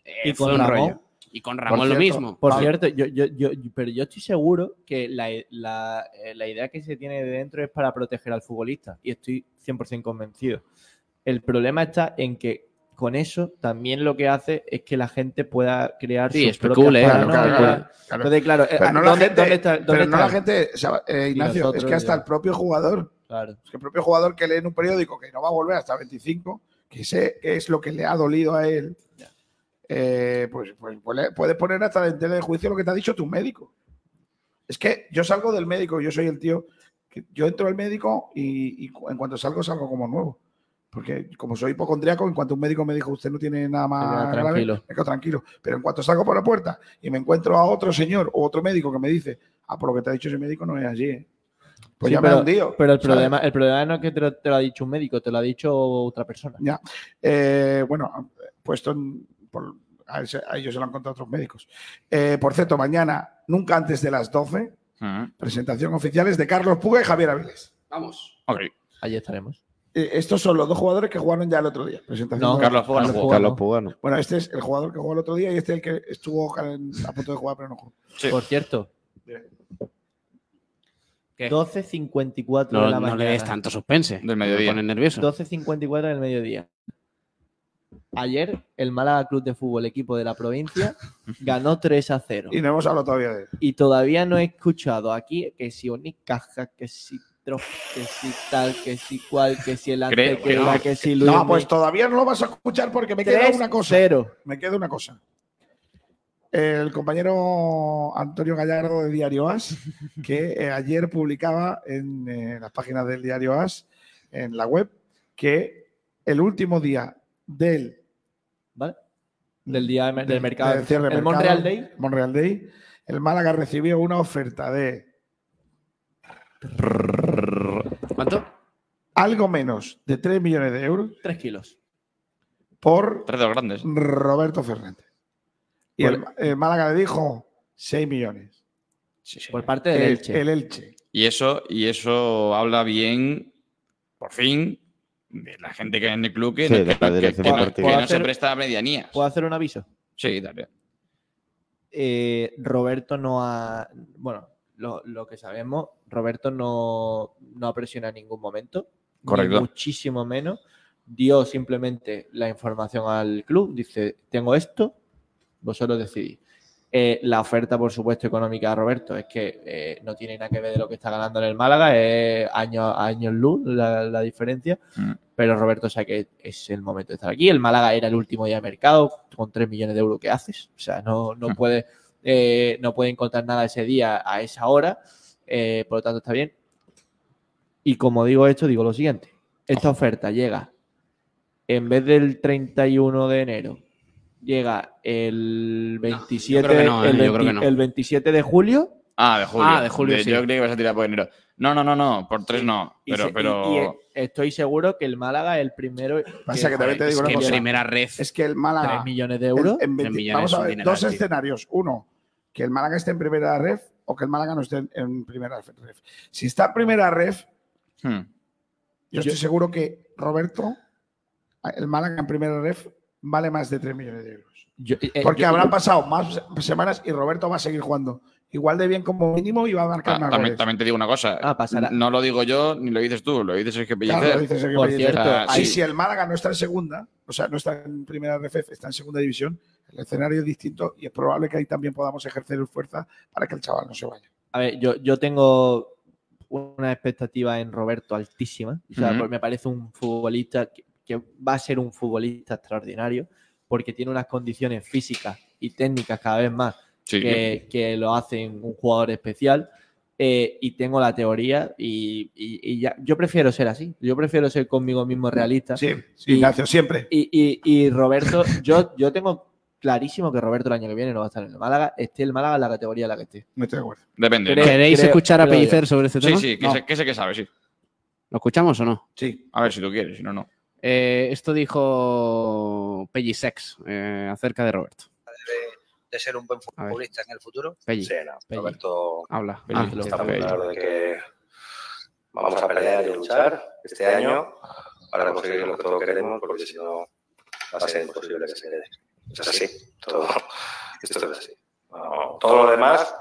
Speaker 11: eh,
Speaker 6: Y con
Speaker 11: fue un
Speaker 6: Ramón.
Speaker 11: rollo. Y con Ramón lo mismo.
Speaker 6: Por cierto, yo, yo, yo- pero yo estoy seguro que la, la- eh, la idea que se tiene de dentro es para proteger al futbolista y estoy 100% convencido. El problema está en que con eso también lo que hace es que la gente pueda crear
Speaker 11: Sí,
Speaker 6: sus
Speaker 11: especule,
Speaker 6: propias
Speaker 11: claro,
Speaker 6: paranoias.
Speaker 11: claro,
Speaker 2: claro.
Speaker 6: Entonces, claro, eh,
Speaker 2: Pero no la
Speaker 6: ¿dónde,
Speaker 2: gente,
Speaker 6: dónde está, dónde
Speaker 2: pero no
Speaker 6: está?
Speaker 2: la gente, o sea, eh,
Speaker 6: Y
Speaker 2: Ignacio, es
Speaker 6: nosotros
Speaker 2: que hasta
Speaker 6: ya.
Speaker 2: el propio jugador,
Speaker 6: Claro.
Speaker 2: es que el propio jugador que lee en un periódico que no va a volver hasta 25, que sé que es lo que le ha dolido a él, eh, pues, pues, pues le- puedes poner hasta de tela de juicio lo que te ha dicho tu médico. Es que yo salgo del médico, yo soy el tío, que yo entro al médico y, y cu- en cuanto salgo, salgo como nuevo. Porque como soy hipocondriaco, en cuanto un médico me dijo, usted no tiene nada más grave",
Speaker 6: tranquilo.
Speaker 2: me quedo tranquilo. Pero en cuanto salgo por la puerta y me encuentro a otro señor o otro médico que me dice, ah, por lo que te ha dicho ese médico no es allí. ¿eh". Pues
Speaker 6: Sí,
Speaker 2: ya me
Speaker 6: pero,
Speaker 2: he hundido.
Speaker 6: pero el
Speaker 2: ¿sabes?
Speaker 6: problema, el problema no es que te lo, te lo ha dicho un médico, te lo ha dicho otra persona.
Speaker 2: Ya. Eh, bueno, puesto en- por- a, ese- a ellos se lo han contado otros médicos. Eh, por cierto, mañana, nunca antes de las 12,
Speaker 11: Mm.
Speaker 2: presentación oficiales de Carlos Puga y Javier Avilés.
Speaker 11: Vamos.
Speaker 6: Allí estaremos.
Speaker 2: Eh, estos son los dos jugadores que jugaron ya el otro día. Presentación
Speaker 6: No,
Speaker 2: de-
Speaker 6: Carlos Puga no jugó. Carlos
Speaker 12: Puga no.
Speaker 2: Bueno, este es el jugador que jugó el otro día y este es el que estuvo a punto de jugar, pero no jugó.
Speaker 6: Por cierto. 12.54
Speaker 11: No,
Speaker 6: de la
Speaker 11: no
Speaker 6: mañana.
Speaker 11: le des tanto suspense. Del
Speaker 13: mediodía.
Speaker 11: Me pones nervioso.
Speaker 6: 12.54 del mediodía. Ayer, el Málaga Club de Fútbol, equipo de la provincia, ganó 3 a 0.
Speaker 2: Y no hemos hablado todavía de él.
Speaker 6: Y todavía no he escuchado aquí que si Unicaja, que si Trof, que si tal, que si cual, que si el
Speaker 2: Creo que
Speaker 6: Antequera,
Speaker 2: no.
Speaker 6: que si Luis.
Speaker 2: No, pues todavía no lo vas a escuchar porque me queda
Speaker 6: Tres,
Speaker 2: una cosa.
Speaker 6: cero.
Speaker 2: Me queda una cosa. El compañero Antonio Gallardo de Diario As, que eh, ayer publicaba en eh, las páginas del Diario As, en la web, que el último día del,
Speaker 6: ¿Vale? Del día de mer- del mercado.
Speaker 2: del cierre de
Speaker 6: el
Speaker 2: mercado,
Speaker 6: Monreal Day
Speaker 2: Monreal Day, el Málaga recibió una oferta de
Speaker 11: ¿Cuánto?
Speaker 2: algo menos de 3 millones de euros
Speaker 6: 3 kilos.
Speaker 2: por
Speaker 13: Tres de los grandes.
Speaker 2: Roberto Fernández. Y el, el Málaga le dijo 6 millones.
Speaker 6: Por parte
Speaker 13: del
Speaker 2: el,
Speaker 13: Elche.
Speaker 2: El Elche.
Speaker 13: Y eso, y eso habla bien, por fin, de la gente que hay en el club que,
Speaker 12: Sí,
Speaker 13: no-
Speaker 12: de
Speaker 13: que-
Speaker 12: la
Speaker 13: que-
Speaker 12: dirección
Speaker 13: que no-
Speaker 12: deportiva.
Speaker 13: que no
Speaker 12: ¿Puedo
Speaker 13: se
Speaker 12: hacer-
Speaker 13: presta a medianía.
Speaker 6: ¿Puedo hacer un aviso?
Speaker 13: Sí, dale.
Speaker 6: eh, Roberto no ha. Bueno, lo, lo que sabemos, Roberto no, no ha presionado en ningún momento. ni
Speaker 13: Correcto.
Speaker 6: muchísimo menos. Dio simplemente la información al club. Dice: Tengo esto, vosotros decidís. Eh, la oferta, por supuesto, económica de Roberto es que eh, no tiene nada que ver de lo que está ganando en el Málaga, es años años luz la, la diferencia.
Speaker 13: Mm.
Speaker 6: Pero Roberto sabe que es el momento de estar aquí. El Málaga era el último día de mercado, con 3 millones de euros que haces. O sea, no,
Speaker 13: Mm.
Speaker 6: no, puede, eh, no puede encontrar nada ese día a esa hora. eh, por lo tanto, está bien. Y como digo esto, digo lo siguiente.
Speaker 12: Oh.
Speaker 6: Esta oferta llega en vez del 31 de enero, llega el 27,
Speaker 13: creo que no, ¿eh?
Speaker 6: el,
Speaker 13: Yo creo que
Speaker 6: 20
Speaker 13: no.
Speaker 6: el 27 de julio.
Speaker 13: Ah, de julio.
Speaker 6: Ah, de julio, sí.
Speaker 13: Yo creí que vas a tirar por enero. No, no, no, no. Por tres no.
Speaker 6: y
Speaker 13: Pero,
Speaker 6: se- y-
Speaker 13: pero.
Speaker 6: y, eh, estoy seguro que el Málaga es el primero.
Speaker 2: Pasa que también te digo una cosa. Es que el Málaga.
Speaker 6: 3 millones de euros.
Speaker 2: en 20 vamos a ver, dos escenarios. Uno, que el Málaga esté en primera ref o que el Málaga no esté en, en primera ref. Si está en primera ref, Mm. yo estoy seguro que Roberto, el Málaga en primera ref, vale más de 3 millones de euros.
Speaker 6: eh,
Speaker 13: Eh,
Speaker 2: Porque habrán pasado más semanas y Roberto va a seguir jugando. Igual de bien como mínimo y va a marcar
Speaker 13: Ah,
Speaker 2: más
Speaker 13: también,
Speaker 2: goles.
Speaker 13: también te digo una cosa.
Speaker 6: Ah,
Speaker 13: No lo digo yo ni lo dices tú, lo dices Sergio Pellicer.
Speaker 2: Claro, lo dice Sergio Pellicer.
Speaker 13: Ah,
Speaker 2: Ahí
Speaker 13: sí.
Speaker 2: si el Málaga no está en segunda, o sea, no está en primera RFF, está en segunda división, el escenario es distinto y es probable que ahí también podamos ejercer fuerza para que el chaval no se vaya.
Speaker 6: A ver, yo, yo tengo una expectativa en Roberto altísima. O sea,
Speaker 2: Ujú.
Speaker 6: pues me parece un futbolista que, que va a ser un futbolista extraordinario porque tiene unas condiciones físicas y técnicas cada vez más
Speaker 13: Sí.
Speaker 6: que, que lo hacen un jugador especial. Eh, y tengo la teoría y, y- y ya, yo prefiero ser así. Yo prefiero ser conmigo mismo realista.
Speaker 2: Sí, sí, Ignacio, siempre.
Speaker 6: Y, y- y Roberto, yo, yo tengo clarísimo que Roberto el año que viene no va a estar en el Málaga, esté el Málaga en la categoría en la que esté.
Speaker 2: No estoy de acuerdo.
Speaker 13: Depende.
Speaker 6: Creo-
Speaker 11: ¿Queréis
Speaker 6: creo-
Speaker 11: escuchar a
Speaker 6: creo
Speaker 11: Pellicer
Speaker 6: yo.
Speaker 11: sobre este
Speaker 13: Sí,
Speaker 11: tema?
Speaker 13: sí, que,
Speaker 11: No.
Speaker 13: sé, que sé que sabes, sí.
Speaker 11: ¿Lo escuchamos o no?
Speaker 2: Sí.
Speaker 13: A ver si tú quieres, si no, no.
Speaker 11: Eh, esto dijo Pellisex eh, acerca de Roberto.
Speaker 9: de ser un buen futbolista en el futuro?
Speaker 11: Pelli.
Speaker 9: Sí, no,
Speaker 11: Pelli.
Speaker 9: Roberto
Speaker 11: Habla.
Speaker 9: Pelli,
Speaker 11: Ah,
Speaker 9: está muy
Speaker 11: Pelli.
Speaker 9: claro de que vamos a pelear y luchar este año para conseguir lo que todos queremos, porque si no va a ser imposible que se quede. Es así, todo, esto es así. No, todo lo demás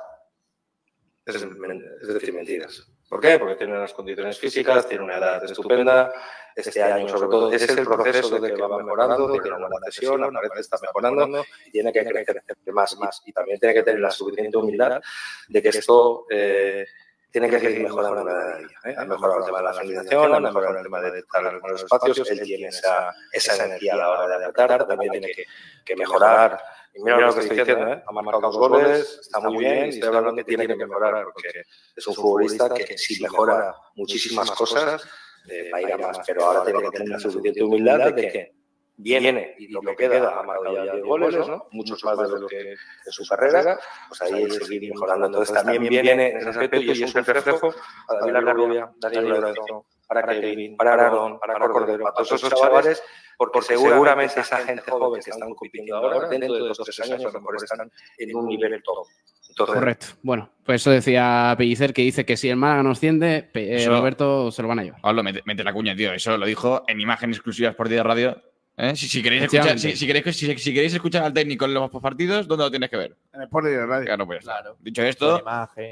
Speaker 9: es, men- es decir mentiras. ¿Por qué? Porque tiene unas condiciones físicas, tiene una edad estupenda, este año sobre todo, es el proceso de que va mejorando, tiene una buena sesión, una vez está mejorando, y tiene que crecer más, más, y también tiene que tener la suficiente humildad de que esto eh, tiene que seguir mejorando cada día. ¿eh? Ha mejorado el tema de la finalización, ha mejorado el tema de estar con los espacios, él tiene esa, esa energía a la hora de apretar, también tiene que, que mejorar. Y mira lo que estoy diciendo, ¿eh? ha marcado dos goles, está muy bien, y estoy hablando que tiene que mejorar, porque es un futbolista que si mejora muchísimas cosas, eh, va a ir a más, pero ahora tiene que tener la suficiente humildad de que viene y lo que queda, ha marcado ya 10 goles, ¿no? muchos más de lo que en su carrera, pues ahí seguir Pues mejorando. Entonces también viene en ese aspecto y es un reflejo a David La Rubia, Daniel Lorenzo, para Kevin, para Aaron, para Cordero, para todos esos chavales, porque seguramente esa gente joven que están compitiendo ahora, dentro de dos o tres años, a lo mejor están en un nivel top. Entonces,
Speaker 11: Correcto. Bueno, pues eso decía Pellicer, que dice que si el Málaga no asciende, Pe- eh,
Speaker 13: Eso-
Speaker 11: Roberto se lo van a llevar.
Speaker 13: Pablo, mete, mete la cuña, tío. Eso lo dijo en imagen exclusivas por Día Radio. ¿Eh? Si, si queréis escuchar,
Speaker 11: Efectivamente.
Speaker 13: si, si queréis, si, si queréis escuchar al técnico en los partidos, ¿dónde lo tienes que ver?
Speaker 2: En el de radio.
Speaker 13: Claro, pues, ya está. Dicho esto,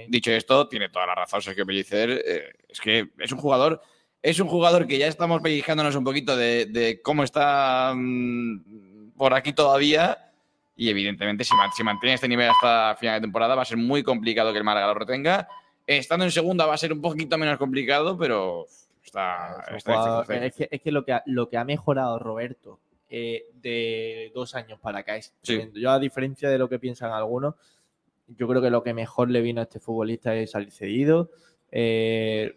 Speaker 13: dicho esto, tiene toda la razón Sergio Pellicer. eh, es que es un jugador, es un jugador que ya estamos pellizcándonos un poquito de, de cómo está mm, por aquí todavía. Y evidentemente, si, man- si mantiene este nivel hasta final de temporada, va a ser muy complicado que el Málaga lo retenga. Estando en segunda va a ser un poquito menos complicado, pero está,
Speaker 6: Es un
Speaker 13: está difícil,
Speaker 6: jugador-
Speaker 13: está difícil.
Speaker 6: es que, es que lo, que ha, lo que ha mejorado Roberto eh, de dos años para acá es
Speaker 13: Sí.
Speaker 6: tremendo. Yo, a diferencia de lo que piensan algunos, yo creo que lo que mejor le vino a este futbolista es salir cedido. eh,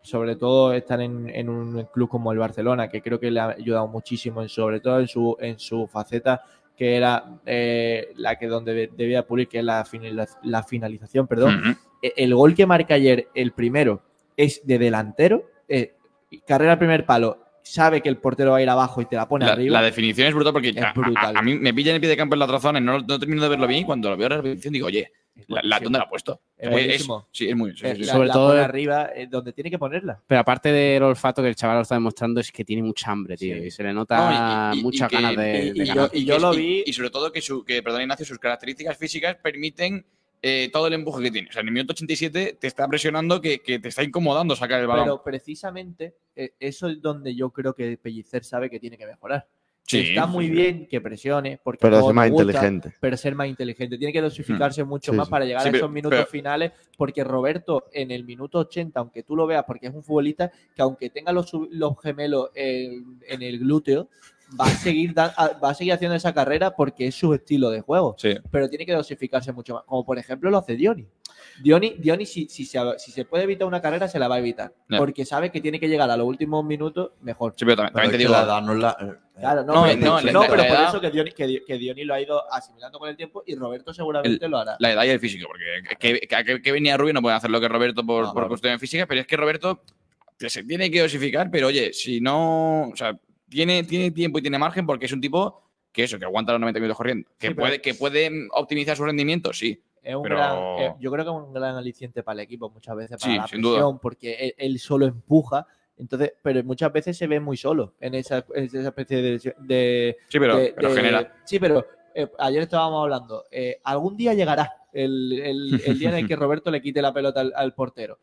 Speaker 6: sobre todo estar en, en un club como el Barcelona, que creo que le ha ayudado muchísimo, en, sobre todo en su, en su faceta que era eh, la que donde de- debía pulir, que es la, finaliz- la finalización, perdón.
Speaker 13: Ujú.
Speaker 6: E- El gol que marca ayer, el primero, es de delantero, eh, carrera al primer palo, sabe que el portero va a ir abajo y te la pone
Speaker 13: La,
Speaker 6: arriba.
Speaker 13: la definición es brutal porque a- a- A, mí me pilla en el pie de campo en la otra zona y no, no termino de verlo bien. Y cuando lo veo en la repetición digo, oye, la, la- ¿dónde la ha puesto?
Speaker 6: Es
Speaker 13: Eh,
Speaker 6: buenísimo.
Speaker 13: sí, es muy. sí,
Speaker 6: Eh,
Speaker 13: sí, sí.
Speaker 6: la-
Speaker 11: Sobre
Speaker 6: la
Speaker 11: todo-
Speaker 6: pone arriba, eh, donde tiene que ponerla.
Speaker 11: Pero aparte del olfato que el chaval lo está demostrando, es que tiene mucha hambre, tío. Y se le nota
Speaker 13: No, y- y- y
Speaker 11: muchas
Speaker 13: que-
Speaker 11: ganas de,
Speaker 13: y-
Speaker 11: de
Speaker 13: y
Speaker 11: ganar.
Speaker 13: yo- y que- y- Y sobre todo que, su, que, perdón, Ignacio, sus características físicas permiten eh, todo el empuje que tiene. O sea, en el minuto 87 te está presionando que, que te está incomodando sacar el balón.
Speaker 6: Pero precisamente eh, eso es donde yo creo que Pellicer sabe que tiene que mejorar.
Speaker 13: Sí,
Speaker 6: Está
Speaker 13: sí,
Speaker 6: muy
Speaker 13: sí.
Speaker 6: bien que presione, porque
Speaker 12: Pero
Speaker 6: a todos
Speaker 12: ser más
Speaker 6: nos gusta,
Speaker 12: inteligente.
Speaker 6: Pero ser más inteligente. Tiene que dosificarse
Speaker 13: Mm.
Speaker 6: mucho
Speaker 12: Sí,
Speaker 6: más
Speaker 12: sí.
Speaker 6: para llegar
Speaker 12: Sí,
Speaker 6: a
Speaker 12: pero-
Speaker 6: esos minutos
Speaker 12: pero-
Speaker 6: finales, porque Roberto en el minuto 80, aunque tú lo veas, porque es un futbolista que aunque tenga los, sub- los gemelos en, en el glúteo, va a, seguir da- a- va a seguir haciendo esa carrera porque es su estilo de juego. Pero tiene que dosificarse mucho más. Como por ejemplo lo hace Dioni. Dioni, Dioni si, si se, si se puede evitar una carrera, se la va a evitar.
Speaker 13: Ya.
Speaker 6: Porque sabe que tiene que llegar a los últimos minutos mejor.
Speaker 13: Sí, pero también, también te digo.
Speaker 12: eh,
Speaker 6: Claro, no,
Speaker 13: No,
Speaker 6: pero,
Speaker 13: no, la-
Speaker 6: no,
Speaker 13: la-
Speaker 6: pero
Speaker 13: la
Speaker 6: por
Speaker 13: edad-
Speaker 6: eso que Dioni, que, Di- que Dioni lo ha ido asimilando con el tiempo y Roberto seguramente lo hará.
Speaker 13: La edad y el físico, porque que, que, que- que venía Rubio no puede hacer lo que Roberto por, por cuestiones físicas, pero es que Roberto que se tiene que dosificar, pero oye, si no, o sea, tiene, tiene tiempo y tiene margen porque es un tipo que eso, que aguanta los 90 minutos corriendo, que,
Speaker 6: Sí, pero-
Speaker 13: puede, que puede optimizar su rendimiento, sí.
Speaker 6: Es un
Speaker 13: pero-
Speaker 6: gran- eh, yo creo que es un gran aliciente para el equipo muchas veces, para
Speaker 13: Sí,
Speaker 6: la
Speaker 13: sin duda.
Speaker 6: presión, porque él, él solo empuja. Entonces, pero muchas veces se ve muy solo en esa, en esa especie de, de-
Speaker 13: Sí, pero-
Speaker 6: de-
Speaker 13: pero
Speaker 6: de-
Speaker 13: genera.
Speaker 6: Sí, pero eh, ayer estábamos hablando. eh, algún día llegará el, el- el día en el que Roberto le quite la pelota al, al portero.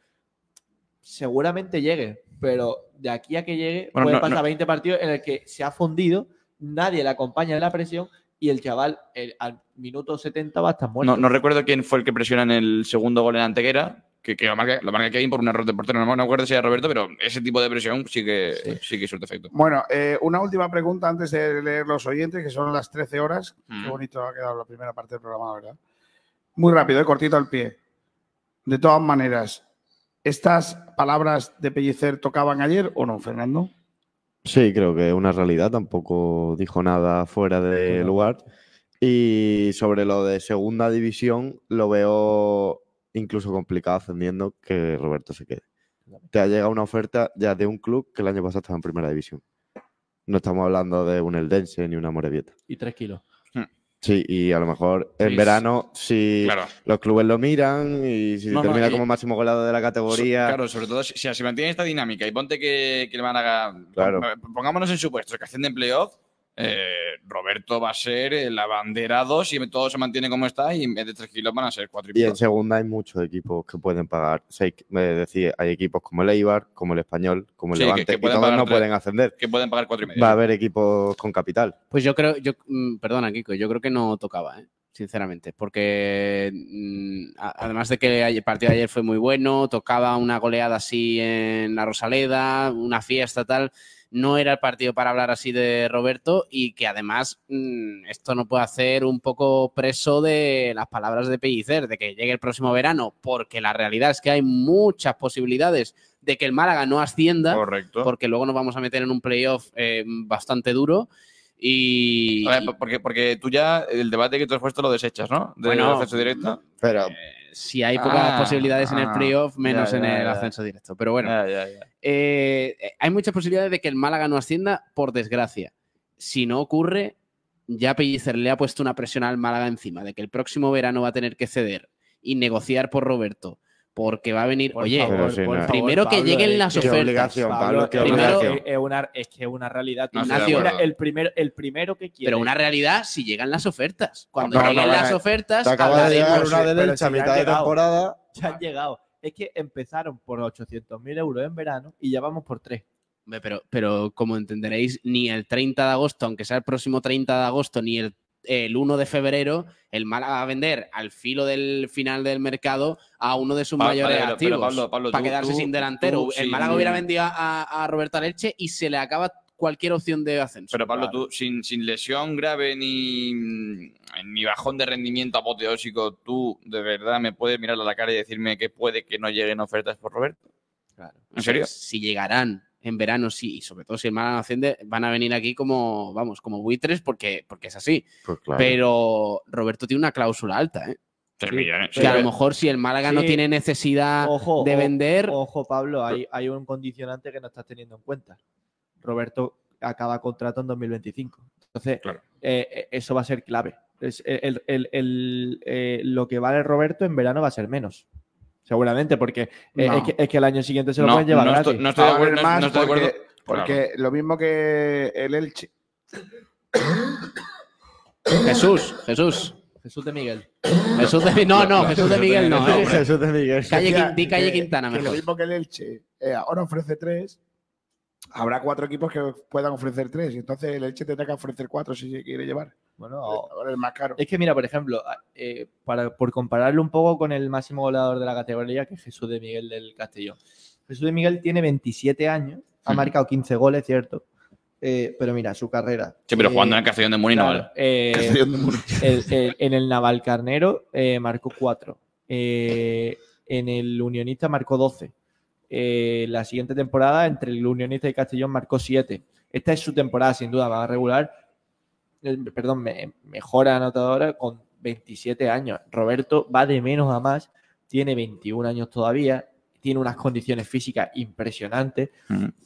Speaker 6: Seguramente llegue, pero de aquí a que llegue,
Speaker 13: Bueno,
Speaker 6: puede
Speaker 13: no-
Speaker 6: pasar
Speaker 13: no-
Speaker 6: 20 partidos en el que se ha fundido, nadie le acompaña en la presión y el chaval el- al minuto 70 va a estar muerto.
Speaker 13: No, no recuerdo quién fue el que presiona en el segundo gol en Antequera, que, que lo, marca, lo marca Kevin por un error de portero. No me acuerdo si era Roberto, pero ese tipo de presión sí que sí, que es un defecto.
Speaker 2: Bueno, eh, una última pregunta antes de leer los oyentes, que son las 13 horas.
Speaker 13: Mm.
Speaker 2: Qué bonito ha quedado la primera parte del programa, ¿verdad? Muy rápido, eh, cortito al pie. De todas maneras, ¿estas palabras de Pellicer tocaban ayer o no, Fernando?
Speaker 12: Sí, creo que una realidad. Tampoco dijo nada fuera de lugar. Y sobre lo de segunda división, lo veo incluso complicado ascendiendo que Roberto se quede. Te ha llegado una oferta ya de un club que el año pasado estaba en primera división. No estamos hablando de un Eldense ni una Morevieta.
Speaker 6: Y 3 kilos.
Speaker 11: Hmm.
Speaker 12: Sí, y a lo mejor en
Speaker 6: Sí,
Speaker 12: verano, si
Speaker 13: claro.
Speaker 12: los clubes lo miran y si
Speaker 13: No, no,
Speaker 12: termina
Speaker 13: y-
Speaker 12: como máximo goleador de la categoría.
Speaker 13: Claro, sobre todo si, si se mantiene esta dinámica y ponte que, que el Málaga.
Speaker 12: Claro.
Speaker 13: pon- eh, Pongámonos en supuesto que asciende en playoff. eh, Roberto va a ser el abanderado si todo se mantiene como está y en vez de 3 kilos van a ser 4 y
Speaker 12: Y
Speaker 13: pico.
Speaker 12: en segunda hay muchos equipos que pueden pagar. Seis, es decir, hay equipos como el Eibar, como el Español, como el
Speaker 13: Sí, que-
Speaker 12: Levante,
Speaker 13: que
Speaker 12: y
Speaker 13: pueden
Speaker 12: todos
Speaker 13: pagar
Speaker 12: no
Speaker 13: tres.
Speaker 12: pueden ascender.
Speaker 13: Que pueden pagar 4 y medio.
Speaker 12: Va a haber equipos con capital.
Speaker 11: Pues yo creo, yo, mm, perdona, Kiko, yo creo que no tocaba, ¿eh? sinceramente, porque mm, a- además de que ayer- el partido de ayer fue muy bueno, tocaba una goleada así en la Rosaleda, una fiesta tal, no era el partido para hablar así de Roberto y que además mm, esto no puede hacer un poco preso de las palabras de Pellicer, de que llegue el próximo verano, porque la realidad es que hay muchas posibilidades de que el Málaga no ascienda,
Speaker 13: Correcto.
Speaker 11: porque luego nos vamos a meter en un playoff eh, bastante duro. Y.
Speaker 13: A ver, porque, porque tú ya el debate que tú has puesto lo desechas, ¿no? De
Speaker 11: Bueno,
Speaker 13: acceso directo.
Speaker 12: Pero
Speaker 11: eh, si hay pocas
Speaker 13: Ah,
Speaker 11: posibilidades en el
Speaker 13: ah,
Speaker 11: playoff, menos
Speaker 13: ya,
Speaker 11: en
Speaker 13: ya,
Speaker 11: el
Speaker 13: ya.
Speaker 11: ascenso directo. Pero bueno,
Speaker 13: Ya, ya, ya.
Speaker 11: eh, hay muchas posibilidades de que el Málaga no ascienda, por desgracia. Si no ocurre, ya Pellicer le ha puesto una presión al Málaga encima, de que el próximo verano va a tener que ceder y negociar por Roberto. Porque va a venir, oye,
Speaker 12: favor, Pero sí, por no.
Speaker 11: primero
Speaker 12: favor,
Speaker 11: que
Speaker 12: Pablo,
Speaker 11: lleguen
Speaker 12: eh,
Speaker 11: las
Speaker 12: qué
Speaker 11: ofertas.
Speaker 12: obligación, Pablo, qué
Speaker 11: primero,
Speaker 12: obligación.
Speaker 6: Es una, es que es una realidad.
Speaker 11: No
Speaker 6: tío.
Speaker 11: estoy de
Speaker 6: Era
Speaker 11: acuerdo.
Speaker 6: el, primer, el primero que quiere.
Speaker 11: pero una realidad si llegan las ofertas. Cuando
Speaker 6: No, no,
Speaker 11: lleguen
Speaker 6: no,
Speaker 11: las
Speaker 6: no.
Speaker 11: ofertas,
Speaker 6: Te acaba de
Speaker 11: hablaremos.
Speaker 6: llegar una de
Speaker 11: Pero
Speaker 6: Delche a
Speaker 11: si ya
Speaker 6: mitad
Speaker 11: han
Speaker 6: de
Speaker 11: llegado.
Speaker 6: temporada. Ya han llegado. Es que empezaron por 800.000 euros en verano y ya vamos por 3.
Speaker 11: Hombre, Pero, pero como entenderéis, ni el 30 de agosto, aunque sea el próximo 30 de agosto, ni el, el 1 de febrero, el Málaga va a vender al filo del final del mercado a uno de sus
Speaker 13: Pa- vale,
Speaker 11: mayores
Speaker 13: pero- pero
Speaker 11: activos
Speaker 13: Pablo, Pablo,
Speaker 11: para
Speaker 13: tú-
Speaker 11: quedarse
Speaker 13: tú-
Speaker 11: sin delantero.
Speaker 13: tú,
Speaker 11: el
Speaker 13: sí,
Speaker 11: Málaga
Speaker 13: sí.
Speaker 11: hubiera vendido a, a Roberto Leche y se le acaba cualquier opción de ascenso.
Speaker 13: Pero Pablo, tú, sin, sin lesión grave ni, mm, ni bajón de rendimiento apoteósico, ¿tú de verdad me puedes mirar a la cara y decirme que puede que no lleguen ofertas por Roberto? ¿En serio?
Speaker 11: Si llegarán en verano, sí, y sobre todo si el Málaga no asciende, van a venir aquí como, vamos, como buitres porque, porque es así.
Speaker 12: Pues claro.
Speaker 11: Pero Roberto tiene una cláusula alta, ¿eh?
Speaker 13: Tres millones.
Speaker 11: Que
Speaker 6: sí.
Speaker 11: a lo mejor si el Málaga no
Speaker 6: Sí.
Speaker 11: tiene necesidad
Speaker 6: Ojo,
Speaker 11: de
Speaker 6: o-
Speaker 11: vender.
Speaker 6: Ojo, Pablo, hay, hay un condicionante que no estás teniendo en cuenta. Roberto acaba contrato en 2025. Entonces, eh, eh, eso va a ser clave. Es- el- el- el, eh, lo que vale Roberto en verano va a ser menos. Seguramente, porque eh,
Speaker 2: No.
Speaker 6: es, que, es que el año siguiente se lo
Speaker 13: No,
Speaker 6: pueden llevar
Speaker 13: no
Speaker 6: gratis.
Speaker 13: estoy- no estoy de
Speaker 2: Va a haber
Speaker 13: acuerdo, no-
Speaker 2: más
Speaker 13: no estoy de
Speaker 2: porque,
Speaker 13: acuerdo.
Speaker 2: porque lo mismo que el Elche.
Speaker 11: Jesús, Jesús.
Speaker 6: Jesús de Miguel.
Speaker 11: Jesús de, no, no, Jesús de Miguel no. ¿eh?
Speaker 12: Jesús de Miguel.
Speaker 11: Calle,
Speaker 2: Decía
Speaker 11: Quin- di Calle
Speaker 2: que-
Speaker 11: Quintana
Speaker 2: que Lo
Speaker 11: mejor.
Speaker 2: mismo que el Elche eh, ahora ofrece tres, habrá cuatro equipos que puedan ofrecer tres. Y entonces el Elche tendrá que ofrecer cuatro si se quiere llevar.
Speaker 6: Bueno,
Speaker 2: ahora el más caro.
Speaker 6: Es que mira, por ejemplo, a- eh, para, por compararlo un poco con el máximo goleador de la categoría, que es Jesús de Miguel del Castellón. Jesús de Miguel tiene 27 años, ha
Speaker 13: Ujú.
Speaker 6: marcado 15 goles, cierto. Eh, pero mira, su carrera.
Speaker 13: Sí, pero
Speaker 6: Eh,
Speaker 13: jugando en el Castellón de Molina,
Speaker 6: claro,
Speaker 13: ¿vale?
Speaker 6: eh,
Speaker 13: Castellón de Molina.
Speaker 6: el- el- en el Navalcarnero eh, marcó 4. en el Unionista marcó 12. Eh, la siguiente temporada, entre el Unionista y Castellón, marcó 7. Esta es su temporada, sin duda, va a regular. eh, Perdón, me- mejor anotadora con 27 años. Roberto va de menos a más, tiene 21 años todavía, tiene unas condiciones físicas impresionantes.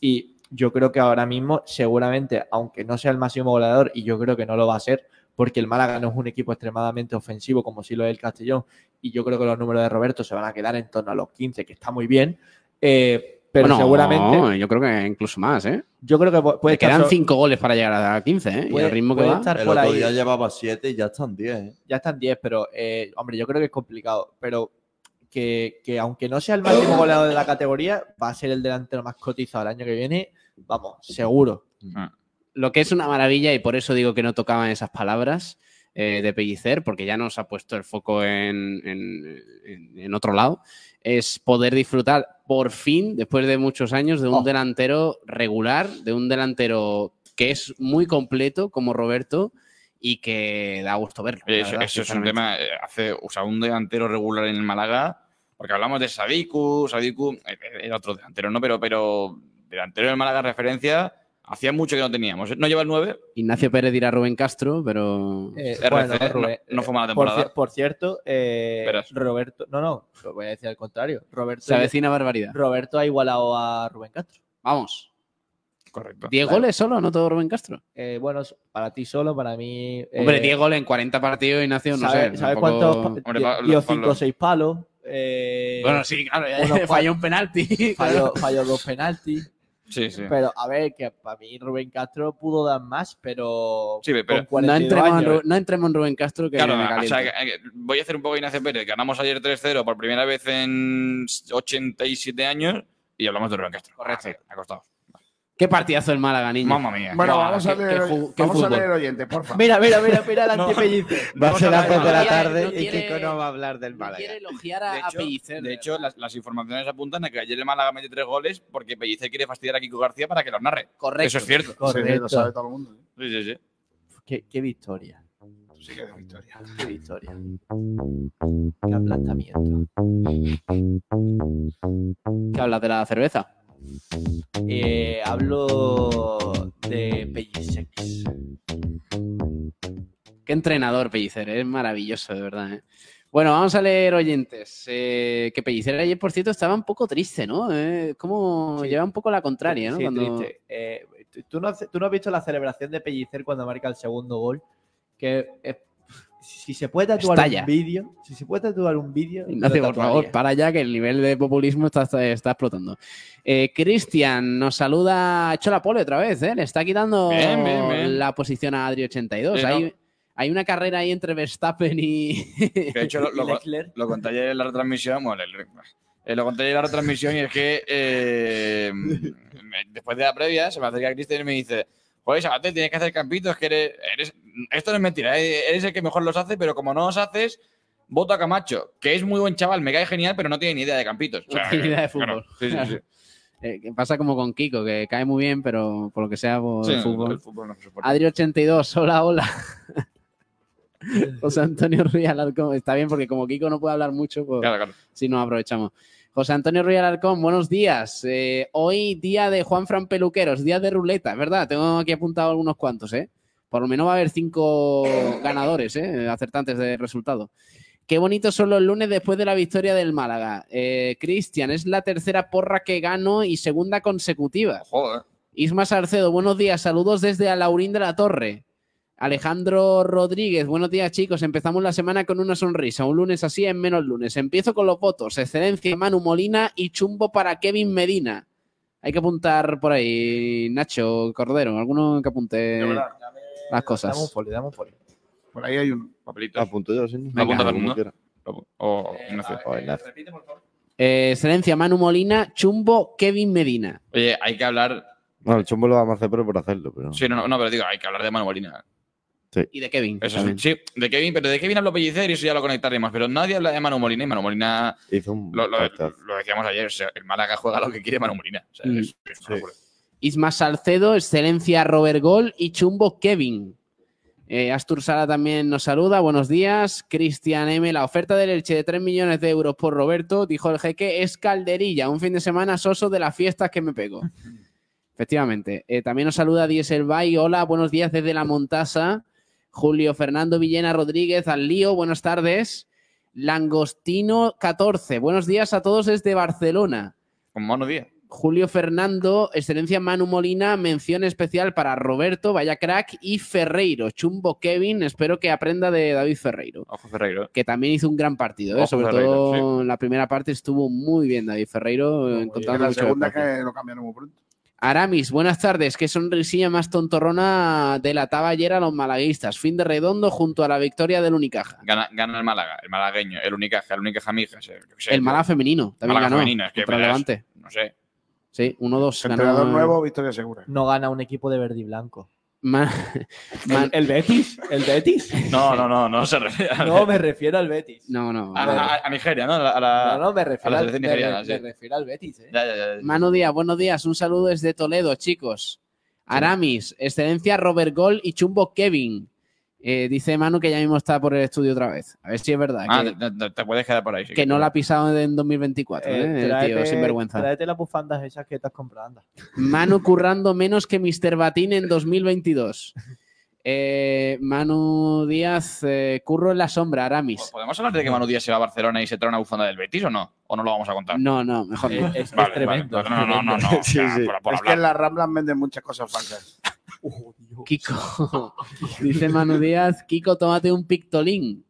Speaker 6: Y yo creo que ahora mismo, seguramente, aunque no sea el máximo goleador, y yo creo que no lo va a ser, porque el Málaga no es un equipo extremadamente ofensivo como sí lo es el Castellón, y yo creo que los números de Roberto se van a quedar en torno a los 15, que está muy bien, eh, pero
Speaker 11: Bueno,
Speaker 6: seguramente
Speaker 11: Yo creo que incluso más, ¿eh?
Speaker 6: Yo creo que pu- puede
Speaker 11: Le quedan
Speaker 6: estar so-
Speaker 11: 5 goles para llegar a 15, ¿eh? y
Speaker 6: puede-
Speaker 11: el ritmo que
Speaker 6: puede
Speaker 11: va.
Speaker 6: estar por ahí.
Speaker 16: llevaba 7 y ya están 10. ¿eh?
Speaker 6: ya están 10, pero eh, hombre, yo creo que es complicado, pero que, que aunque no sea el máximo goleador de la categoría, va a ser el delantero más cotizado el año que viene, vamos, seguro.
Speaker 13: Mm.
Speaker 11: Lo que es una maravilla, y por eso digo que no tocaban esas palabras eh, de Pellicer, porque ya nos ha puesto el foco en, en- en- en otro lado, es poder disfrutar por fin, después de muchos años,
Speaker 6: Oh.
Speaker 11: de un delantero regular, de un delantero que es muy completo, como Roberto, y que da gusto verlo. la
Speaker 13: Oye, eso,
Speaker 11: verdad,
Speaker 13: eso es un
Speaker 11: sinceramente.
Speaker 13: tema. eh, Hace, o sea, un delantero regular en el Málaga, porque hablamos de Sadiku, Sadiku eh, era otro delantero, ¿no? Pero, pero delantero del Málaga referencia, hacía mucho que no teníamos. ¿eh? ¿No lleva el 9?
Speaker 11: Ignacio Pérez dirá Rubén Castro, pero.
Speaker 6: Eh,
Speaker 13: RC,
Speaker 6: bueno,
Speaker 13: no-
Speaker 6: Rubén,
Speaker 13: no fue mala
Speaker 6: por cier-
Speaker 13: temporada.
Speaker 6: Por, cierto, eh,
Speaker 13: Verás.
Speaker 6: Roberto, no, no, lo voy a decir al contrario. Roberto
Speaker 11: Se avecina barbaridad.
Speaker 6: Roberto ha igualado a Rubén Castro.
Speaker 11: Vamos.
Speaker 6: eh,
Speaker 13: Correcto.
Speaker 11: 10 goles solo, ¿no? Todo Rubén Castro.
Speaker 6: bueno, para ti solo, para mí. eh,
Speaker 11: Hombre, 10 goles en 40 partidos, Ignacio, no
Speaker 6: ¿Sabe-
Speaker 11: sé.
Speaker 6: ¿sabe
Speaker 11: tampoco-
Speaker 6: cuántos pa- di- dio cinco o seis palos? eh,
Speaker 11: Bueno, sí, claro, ya
Speaker 6: unos
Speaker 11: falló
Speaker 6: cuatro-
Speaker 11: un penalti. claro.
Speaker 6: Falló, falló dos penaltis.
Speaker 13: Sí, sí.
Speaker 6: Pero a ver, que para mí Rubén Castro pudo dar más, pero.
Speaker 13: Sí, pero-
Speaker 6: con
Speaker 11: no,
Speaker 6: 42
Speaker 11: entremos en,
Speaker 6: años.
Speaker 11: Ru- no entremos en Rubén Castro, que
Speaker 13: Claro,
Speaker 11: me
Speaker 13: o
Speaker 11: calienta.
Speaker 13: sea, que- que voy a hacer un poco Ignacio Pérez. Ganamos ayer 3-0 por primera vez en 87 años y hablamos de Rubén Castro. Correcto. Ha costado.
Speaker 11: Qué partidazo el Málaga, niño.
Speaker 13: Mamma mía.
Speaker 2: Bueno,
Speaker 11: Guau,
Speaker 2: vamos, a
Speaker 11: qué-
Speaker 2: leer,
Speaker 11: qué ju- qué
Speaker 2: vamos a
Speaker 11: fútbol.
Speaker 2: leer oyentes, por favor.
Speaker 6: Mira, mira, mira, mira el
Speaker 2: No.
Speaker 6: antipellice.
Speaker 2: Va a ser las dos de la
Speaker 6: tarde
Speaker 11: y quiere- Kiko no
Speaker 13: va a hablar del Málaga.
Speaker 11: Quiere elogiar a,
Speaker 13: De
Speaker 11: a
Speaker 13: hecho,
Speaker 11: Pellicer.
Speaker 13: de hecho, las, las informaciones apuntan a que ayer el Málaga mete tres goles porque Pellicer quiere fastidiar a Kiko García para que los narre.
Speaker 11: Correcto.
Speaker 13: Eso es cierto.
Speaker 6: Correcto. Sí, lo sabe
Speaker 2: todo el mundo.
Speaker 13: Sí, sí, sí.
Speaker 6: Qué, qué victoria.
Speaker 2: Sí, qué victoria.
Speaker 6: Qué victoria.
Speaker 11: Qué
Speaker 13: Mm.
Speaker 11: aplastamiento. ¿Qué hablas de la cerveza?
Speaker 6: Eh, hablo de Pellicer.
Speaker 11: Qué entrenador, Pellicer, es maravilloso, de verdad. ¿eh? Bueno, vamos a leer oyentes. Eh, que Pellicer ayer, por cierto, estaba un poco triste, ¿no? Eh, como lleva un poco la contraria, ¿no?
Speaker 6: Sí,
Speaker 11: Cuando-
Speaker 6: triste. Eh, ¿tú- ¿tú, no, has- tú no has visto la celebración de Pellicer cuando marca el segundo gol? Que eh, si si se puede tatuar
Speaker 11: Estalla.
Speaker 6: un vídeo, si se puede tatuar un vídeo,
Speaker 11: Ignacio,
Speaker 6: lo
Speaker 11: por
Speaker 6: tatuaría.
Speaker 11: favor, para ya que el nivel de populismo está, está, está explotando. Eh, Cristian nos saluda Chola Pole otra vez, ¿eh? Le está quitando
Speaker 13: Bien, bien, bien.
Speaker 11: la posición a Adri82.
Speaker 13: Sí,
Speaker 11: hay,
Speaker 13: no.
Speaker 11: hay una carrera ahí entre Verstappen y.
Speaker 13: De hecho, lo, lo- lo conté ayer en la retransmisión. bueno, el- eh, lo conté ayer en la retransmisión y es que eh, me- después de la previa se me acerca Cristian y me dice: Joder, Sabaté, tienes que hacer campitos, que eres, eres- Esto no es mentira, eh, eres el que mejor los hace, pero como no los haces, voto a Camacho, que es muy buen chaval, me cae genial, pero no tiene ni idea de campitos. O sea,
Speaker 11: No tiene idea de
Speaker 13: claro,
Speaker 11: fútbol.
Speaker 13: sí, sí, sí.
Speaker 11: Eh, que pasa como con Kiko, que cae muy bien, pero por lo que sea, por
Speaker 13: Sí,
Speaker 11: el fútbol.
Speaker 13: el fútbol no se soporta.
Speaker 11: Adri82, hola, hola. José Antonio Ruiz Alarcón, está bien porque como Kiko no puede hablar mucho, pues sí nos aprovechamos. José Antonio Ruiz Alarcón, buenos días. Eh, hoy día de Juan Fran Peluqueros, día de ruleta, es ¿verdad? Tengo aquí apuntado algunos cuantos, ¿eh? Por lo menos va a haber cinco ganadores, ¿eh? Acertantes de resultado. Qué bonitos son los lunes después de la victoria del Málaga. Eh, Cristian, es la tercera porra que gano y segunda consecutiva. Isma Sarcedo, buenos días. Saludos desde Alaurín de la Torre. Alejandro Rodríguez, buenos días chicos. Empezamos la semana con una sonrisa. Un lunes así en menos lunes. Empiezo con los votos. Excelencia, Manu Molina y chumbo para Kevin Medina. Hay que apuntar por ahí, Nacho, Cordero, alguno que apunte
Speaker 2: verdad,
Speaker 11: las
Speaker 6: Dame un
Speaker 11: cosas.
Speaker 6: folio, dame un folio.
Speaker 2: Por ahí hay un
Speaker 13: papelito.
Speaker 12: Apunto yo, sí.
Speaker 11: Venga. Apunta todo el mundo.
Speaker 13: O Ignacio.
Speaker 11: Eh, excelencia, Manu Molina, chumbo, Kevin Medina.
Speaker 13: Oye, hay que hablar.
Speaker 12: Bueno, el chombo lo vamos a hacer, pero por hacerlo. Pero...
Speaker 13: Sí, no, no, no, pero digo, hay que hablar de Manu Molina.
Speaker 11: Y de Kevin.
Speaker 13: Eso sí,
Speaker 11: también.
Speaker 13: sí, de Kevin, pero de Kevin habló Pellicer y eso ya lo conectaremos. Pero nadie habla de Manu Molina y Manu Molina.
Speaker 12: Hizo un.
Speaker 13: Lo, lo- lo decíamos ayer, o sea, el Málaga juega lo que quiere Manu Molina. O sea,
Speaker 11: Mm.
Speaker 13: es- es una locura.
Speaker 11: Isma Salcedo, excelencia Robert Gol y chumbo Kevin. Eh, Astur Sala también nos saluda, buenos días. Cristian M, la oferta del Elche de 3 millones de euros por Roberto, dijo el jeque, es calderilla, un fin de semana soso de las fiestas que me pego. Efectivamente. Eh, también nos saluda Diesel Bay, hola, buenos días desde La Montasa. Julio Fernando Villena Rodríguez, al lío, buenas tardes. Langostino 14, buenos días a todos desde Barcelona.
Speaker 13: Con Manu Díaz.
Speaker 11: Julio Fernando, excelencia Manu Molina, mención especial para Roberto, vaya crack, y Ferreiro, chumbo Kevin, espero que aprenda de David Ferreiro,
Speaker 13: Ojo Ferreiro.
Speaker 11: que también hizo un gran partido, ¿eh?
Speaker 13: Ojo,
Speaker 11: sobre
Speaker 13: Ferreiro,
Speaker 11: todo en la primera parte estuvo muy bien David Ferreiro, eh,
Speaker 2: Y en
Speaker 11: encontrando
Speaker 2: la
Speaker 11: mucho
Speaker 2: segunda
Speaker 11: espacio.
Speaker 2: que Eh, lo cambiaron muy pronto.
Speaker 11: Aramis, buenas tardes, qué sonrisilla más tontorrona delataba ayer a los malaguistas, fin de redondo junto a la victoria del Unicaja,
Speaker 13: Gana, gana el Málaga, el malagueño, el Unicaja, el Unicaja Mija. o sea, yo qué sé,
Speaker 11: el Málaga femenino, también
Speaker 13: Málaga
Speaker 11: ganó,
Speaker 13: femenino, es que
Speaker 11: contra
Speaker 13: verás.
Speaker 11: Levante.
Speaker 13: No sé.
Speaker 11: Sí, 1-2. ganó-
Speaker 2: Entrenador nuevo, victoria segura.
Speaker 6: No gana un equipo de verde y blanco.
Speaker 11: Ma- Man-
Speaker 6: ¿El, el Betis? ¿El Betis?
Speaker 13: No, no, no, no se refiere.
Speaker 11: Eh,
Speaker 13: a-
Speaker 6: No, me refiero al Betis.
Speaker 11: No, no.
Speaker 13: A, a- a Nigeria, ¿no? A la- a la-
Speaker 6: No, no, me refiero
Speaker 13: a la
Speaker 6: al-
Speaker 13: selección
Speaker 6: me
Speaker 13: nigeriana,
Speaker 6: re-
Speaker 13: sí.
Speaker 6: me refiero al Betis, eh.
Speaker 13: Ya, ya, ya, ya.
Speaker 11: Manu Díaz, buenos días. Un saludo desde Toledo, chicos. Aramis, excelencia Robert Gol y Chumbo Kevin. Eh, dice Manu que ya mismo está por el estudio otra vez. A ver si es verdad.
Speaker 13: Ah,
Speaker 11: que,
Speaker 13: te, te- te puedes quedar por ahí. sí,
Speaker 11: que no la ha pisado en 2024,
Speaker 6: Eh,
Speaker 11: ¿eh? el tío,
Speaker 6: tráete-
Speaker 11: sin vergüenza.
Speaker 6: Tráete las bufandas esas que estás comprando.
Speaker 11: Manu currando menos que Mr. Batín en 2022. Eh, Manu Díaz, eh, curro en la sombra, Aramis.
Speaker 13: ¿Podemos hablar de que Manu Díaz se va a Barcelona y se trae una bufanda del Betis o no? ¿O no lo vamos a contar?
Speaker 11: No, no, mejor
Speaker 6: Eh,
Speaker 11: no.
Speaker 13: es Vale, tremendo, vale. No, no, no, no, no. O sea, por- por
Speaker 2: es que
Speaker 13: hablar.
Speaker 2: en las Ramblas venden muchas cosas falsas.
Speaker 11: Kiko, dice Manu Díaz, Kiko, tómate un pictolín.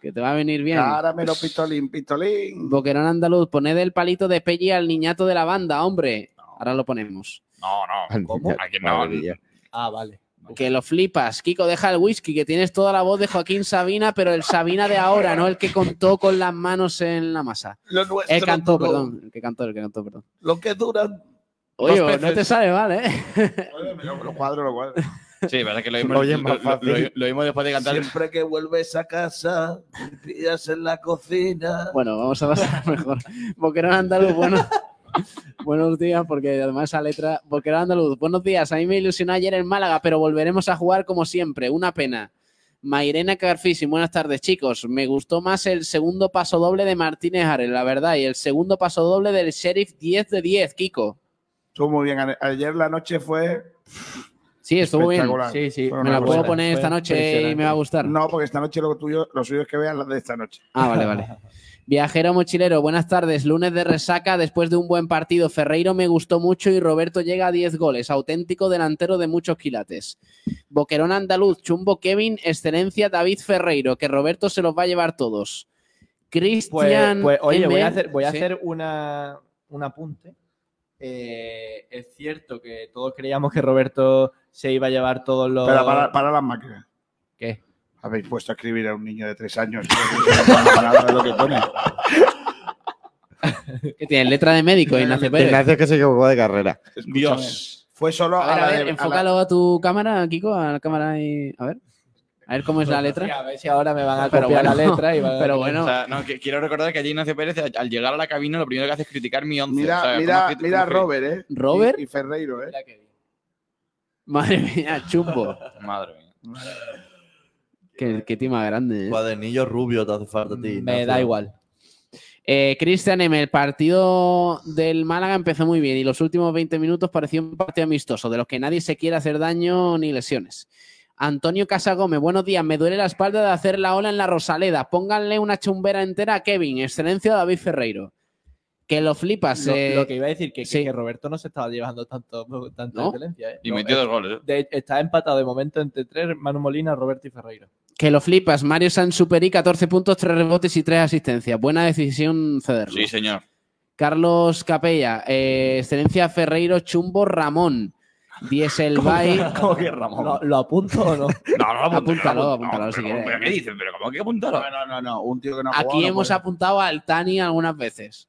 Speaker 11: Que te va a venir bien.
Speaker 2: Cáramelo, pistolín, pistolín.
Speaker 11: Boquerón andaluz, poned el palito de Pelli al niñato de la banda, hombre. Ahora lo ponemos.
Speaker 13: No, no. ¿Cómo? Aquí no.
Speaker 6: Ah, vale.
Speaker 11: Que lo flipas. Kiko, deja el whisky, que tienes toda la voz de Joaquín Sabina, pero el Sabina de ahora, no el que contó con las manos en la masa.
Speaker 2: Lo nuestro
Speaker 11: El cantó,
Speaker 2: duró.
Speaker 11: perdón. El que cantó, el que cantó, perdón.
Speaker 2: Lo que duran.
Speaker 11: Oye,
Speaker 2: dos
Speaker 11: no
Speaker 2: veces.
Speaker 11: te sale mal, ¿eh?
Speaker 2: Lo lo cuadro, lo cuadro.
Speaker 13: Sí, verdad que lo mismo,
Speaker 11: Oye, es
Speaker 13: lo,
Speaker 11: más fácil.
Speaker 13: lo- lo mismo después de cantar.
Speaker 2: Siempre que vuelves a casa, pillas en la cocina.
Speaker 11: Bueno, vamos a pasar mejor. Boquerón Andaluz, bueno, buenos días, porque además esa letra. Boquerón Andaluz, buenos días. A mí me ilusionó ayer en Málaga, pero volveremos a jugar como siempre. Una pena. Mairena Carfisi, buenas tardes, chicos. Me gustó más el segundo paso doble de Martínez Ares, la verdad, y el segundo paso doble del Sheriff 10 de 10, Kiko.
Speaker 2: Estuvo muy bien. Ayer la noche fue.
Speaker 11: Sí, estuvo bien.
Speaker 2: Espectacular.
Speaker 11: Sí, sí.
Speaker 2: Fue
Speaker 11: Me
Speaker 2: una
Speaker 11: la puedo
Speaker 2: cosa
Speaker 11: poner esta noche y me va a gustar.
Speaker 2: No, porque esta noche lo tuyo, lo suyo es que veas las de esta noche.
Speaker 11: Ah, vale, vale. Viajero mochilero, buenas tardes. Lunes de resaca después de un buen partido. Ferreiro me gustó mucho y Roberto llega a 10 goles. Auténtico delantero de muchos quilates. Boquerón andaluz, chumbo Kevin, excelencia David Ferreiro, que Roberto se los va a llevar todos.
Speaker 6: Pues,
Speaker 11: Cristian.
Speaker 6: pues, oye,
Speaker 11: M.
Speaker 6: voy a hacer, voy a
Speaker 11: Sí.
Speaker 6: hacer una, un apunte. Eh, es cierto que todos creíamos que Roberto se iba a llevar todos los.
Speaker 2: Espera, para, para las máquinas.
Speaker 6: ¿Qué?
Speaker 2: Ah, Habéis puesto a escribir a un niño de tres años. Una palabra de lo que pone.
Speaker 11: que tiene letra de médico, Ignacio Pérez.
Speaker 12: Ignacio que se equivocó de carrera.
Speaker 2: Dios. Fue solo
Speaker 11: A ver,
Speaker 2: a,
Speaker 11: a
Speaker 2: la
Speaker 11: ver,
Speaker 2: de- a la-
Speaker 11: enfócalo a tu cámara, Kiko, a la cámara y. A ver. A ver cómo es la letra.
Speaker 6: Pues, a ver si ahora me van a
Speaker 11: Pero
Speaker 6: copiar la
Speaker 11: bueno,
Speaker 6: letra. Y van a-
Speaker 11: pero bueno.
Speaker 13: O sea, no, que- quiero recordar que allí Ignacio Pérez, al- al llegar a la cabina, lo primero que hace es criticar mi once.
Speaker 2: Mira,
Speaker 13: O sea,
Speaker 2: mira,
Speaker 13: ¿cómo-
Speaker 2: mira a
Speaker 13: cómo-
Speaker 2: Robert, ¿eh?
Speaker 11: Robert.
Speaker 2: Y, y Ferreiro, ¿eh?
Speaker 11: Madre mía, chumbo.
Speaker 13: Madre mía.
Speaker 11: Qué, qué tima grande. ¿eh? Mm,
Speaker 14: Cuadernillo rubio te hace falta a ti.
Speaker 11: Me da igual. Eh, Cristian M., el partido del Málaga empezó muy bien y los últimos 20 minutos pareció un partido amistoso, de los que nadie se quiere hacer daño ni lesiones. Antonio Casagome, buenos días, me duele la espalda de hacer la ola en la Rosaleda. Pónganle una chumbera entera a Kevin, excelencia de David Ferreiro. Que lo flipas.
Speaker 6: Lo,
Speaker 11: eh.
Speaker 6: lo que iba a decir que, que-
Speaker 11: sí.
Speaker 6: que Roberto no se estaba llevando tanto, tanta
Speaker 11: ¿No?
Speaker 6: violencia. ¿eh?
Speaker 13: Y
Speaker 6: No,
Speaker 13: metió
Speaker 6: eh,
Speaker 13: dos goles. ¿eh?
Speaker 6: de- está empatado de momento entre tres: Manu Molina, Roberto y Ferreiro.
Speaker 11: Que lo flipas. Mario Sansuperi, 14 puntos, 3 rebotes y 3 asistencias. Buena decisión cederlo.
Speaker 13: Sí, señor.
Speaker 11: Carlos Capella, eh, Excelencia Ferreiro, Chumbo Ramón, Diesel Bay.
Speaker 6: ¿Cómo que Ramón? ¿Lo, lo apunto o no?
Speaker 13: No, no,
Speaker 11: apúntalo, apúntalo si
Speaker 13: ¿Pero,
Speaker 11: quieres.
Speaker 13: pero qué dices? ¿Pero cómo que apuntarlo?
Speaker 2: No, no, no, un tío que no ha
Speaker 11: Aquí
Speaker 2: jugado, no
Speaker 11: hemos
Speaker 2: puede.
Speaker 11: apuntado al Tani algunas veces.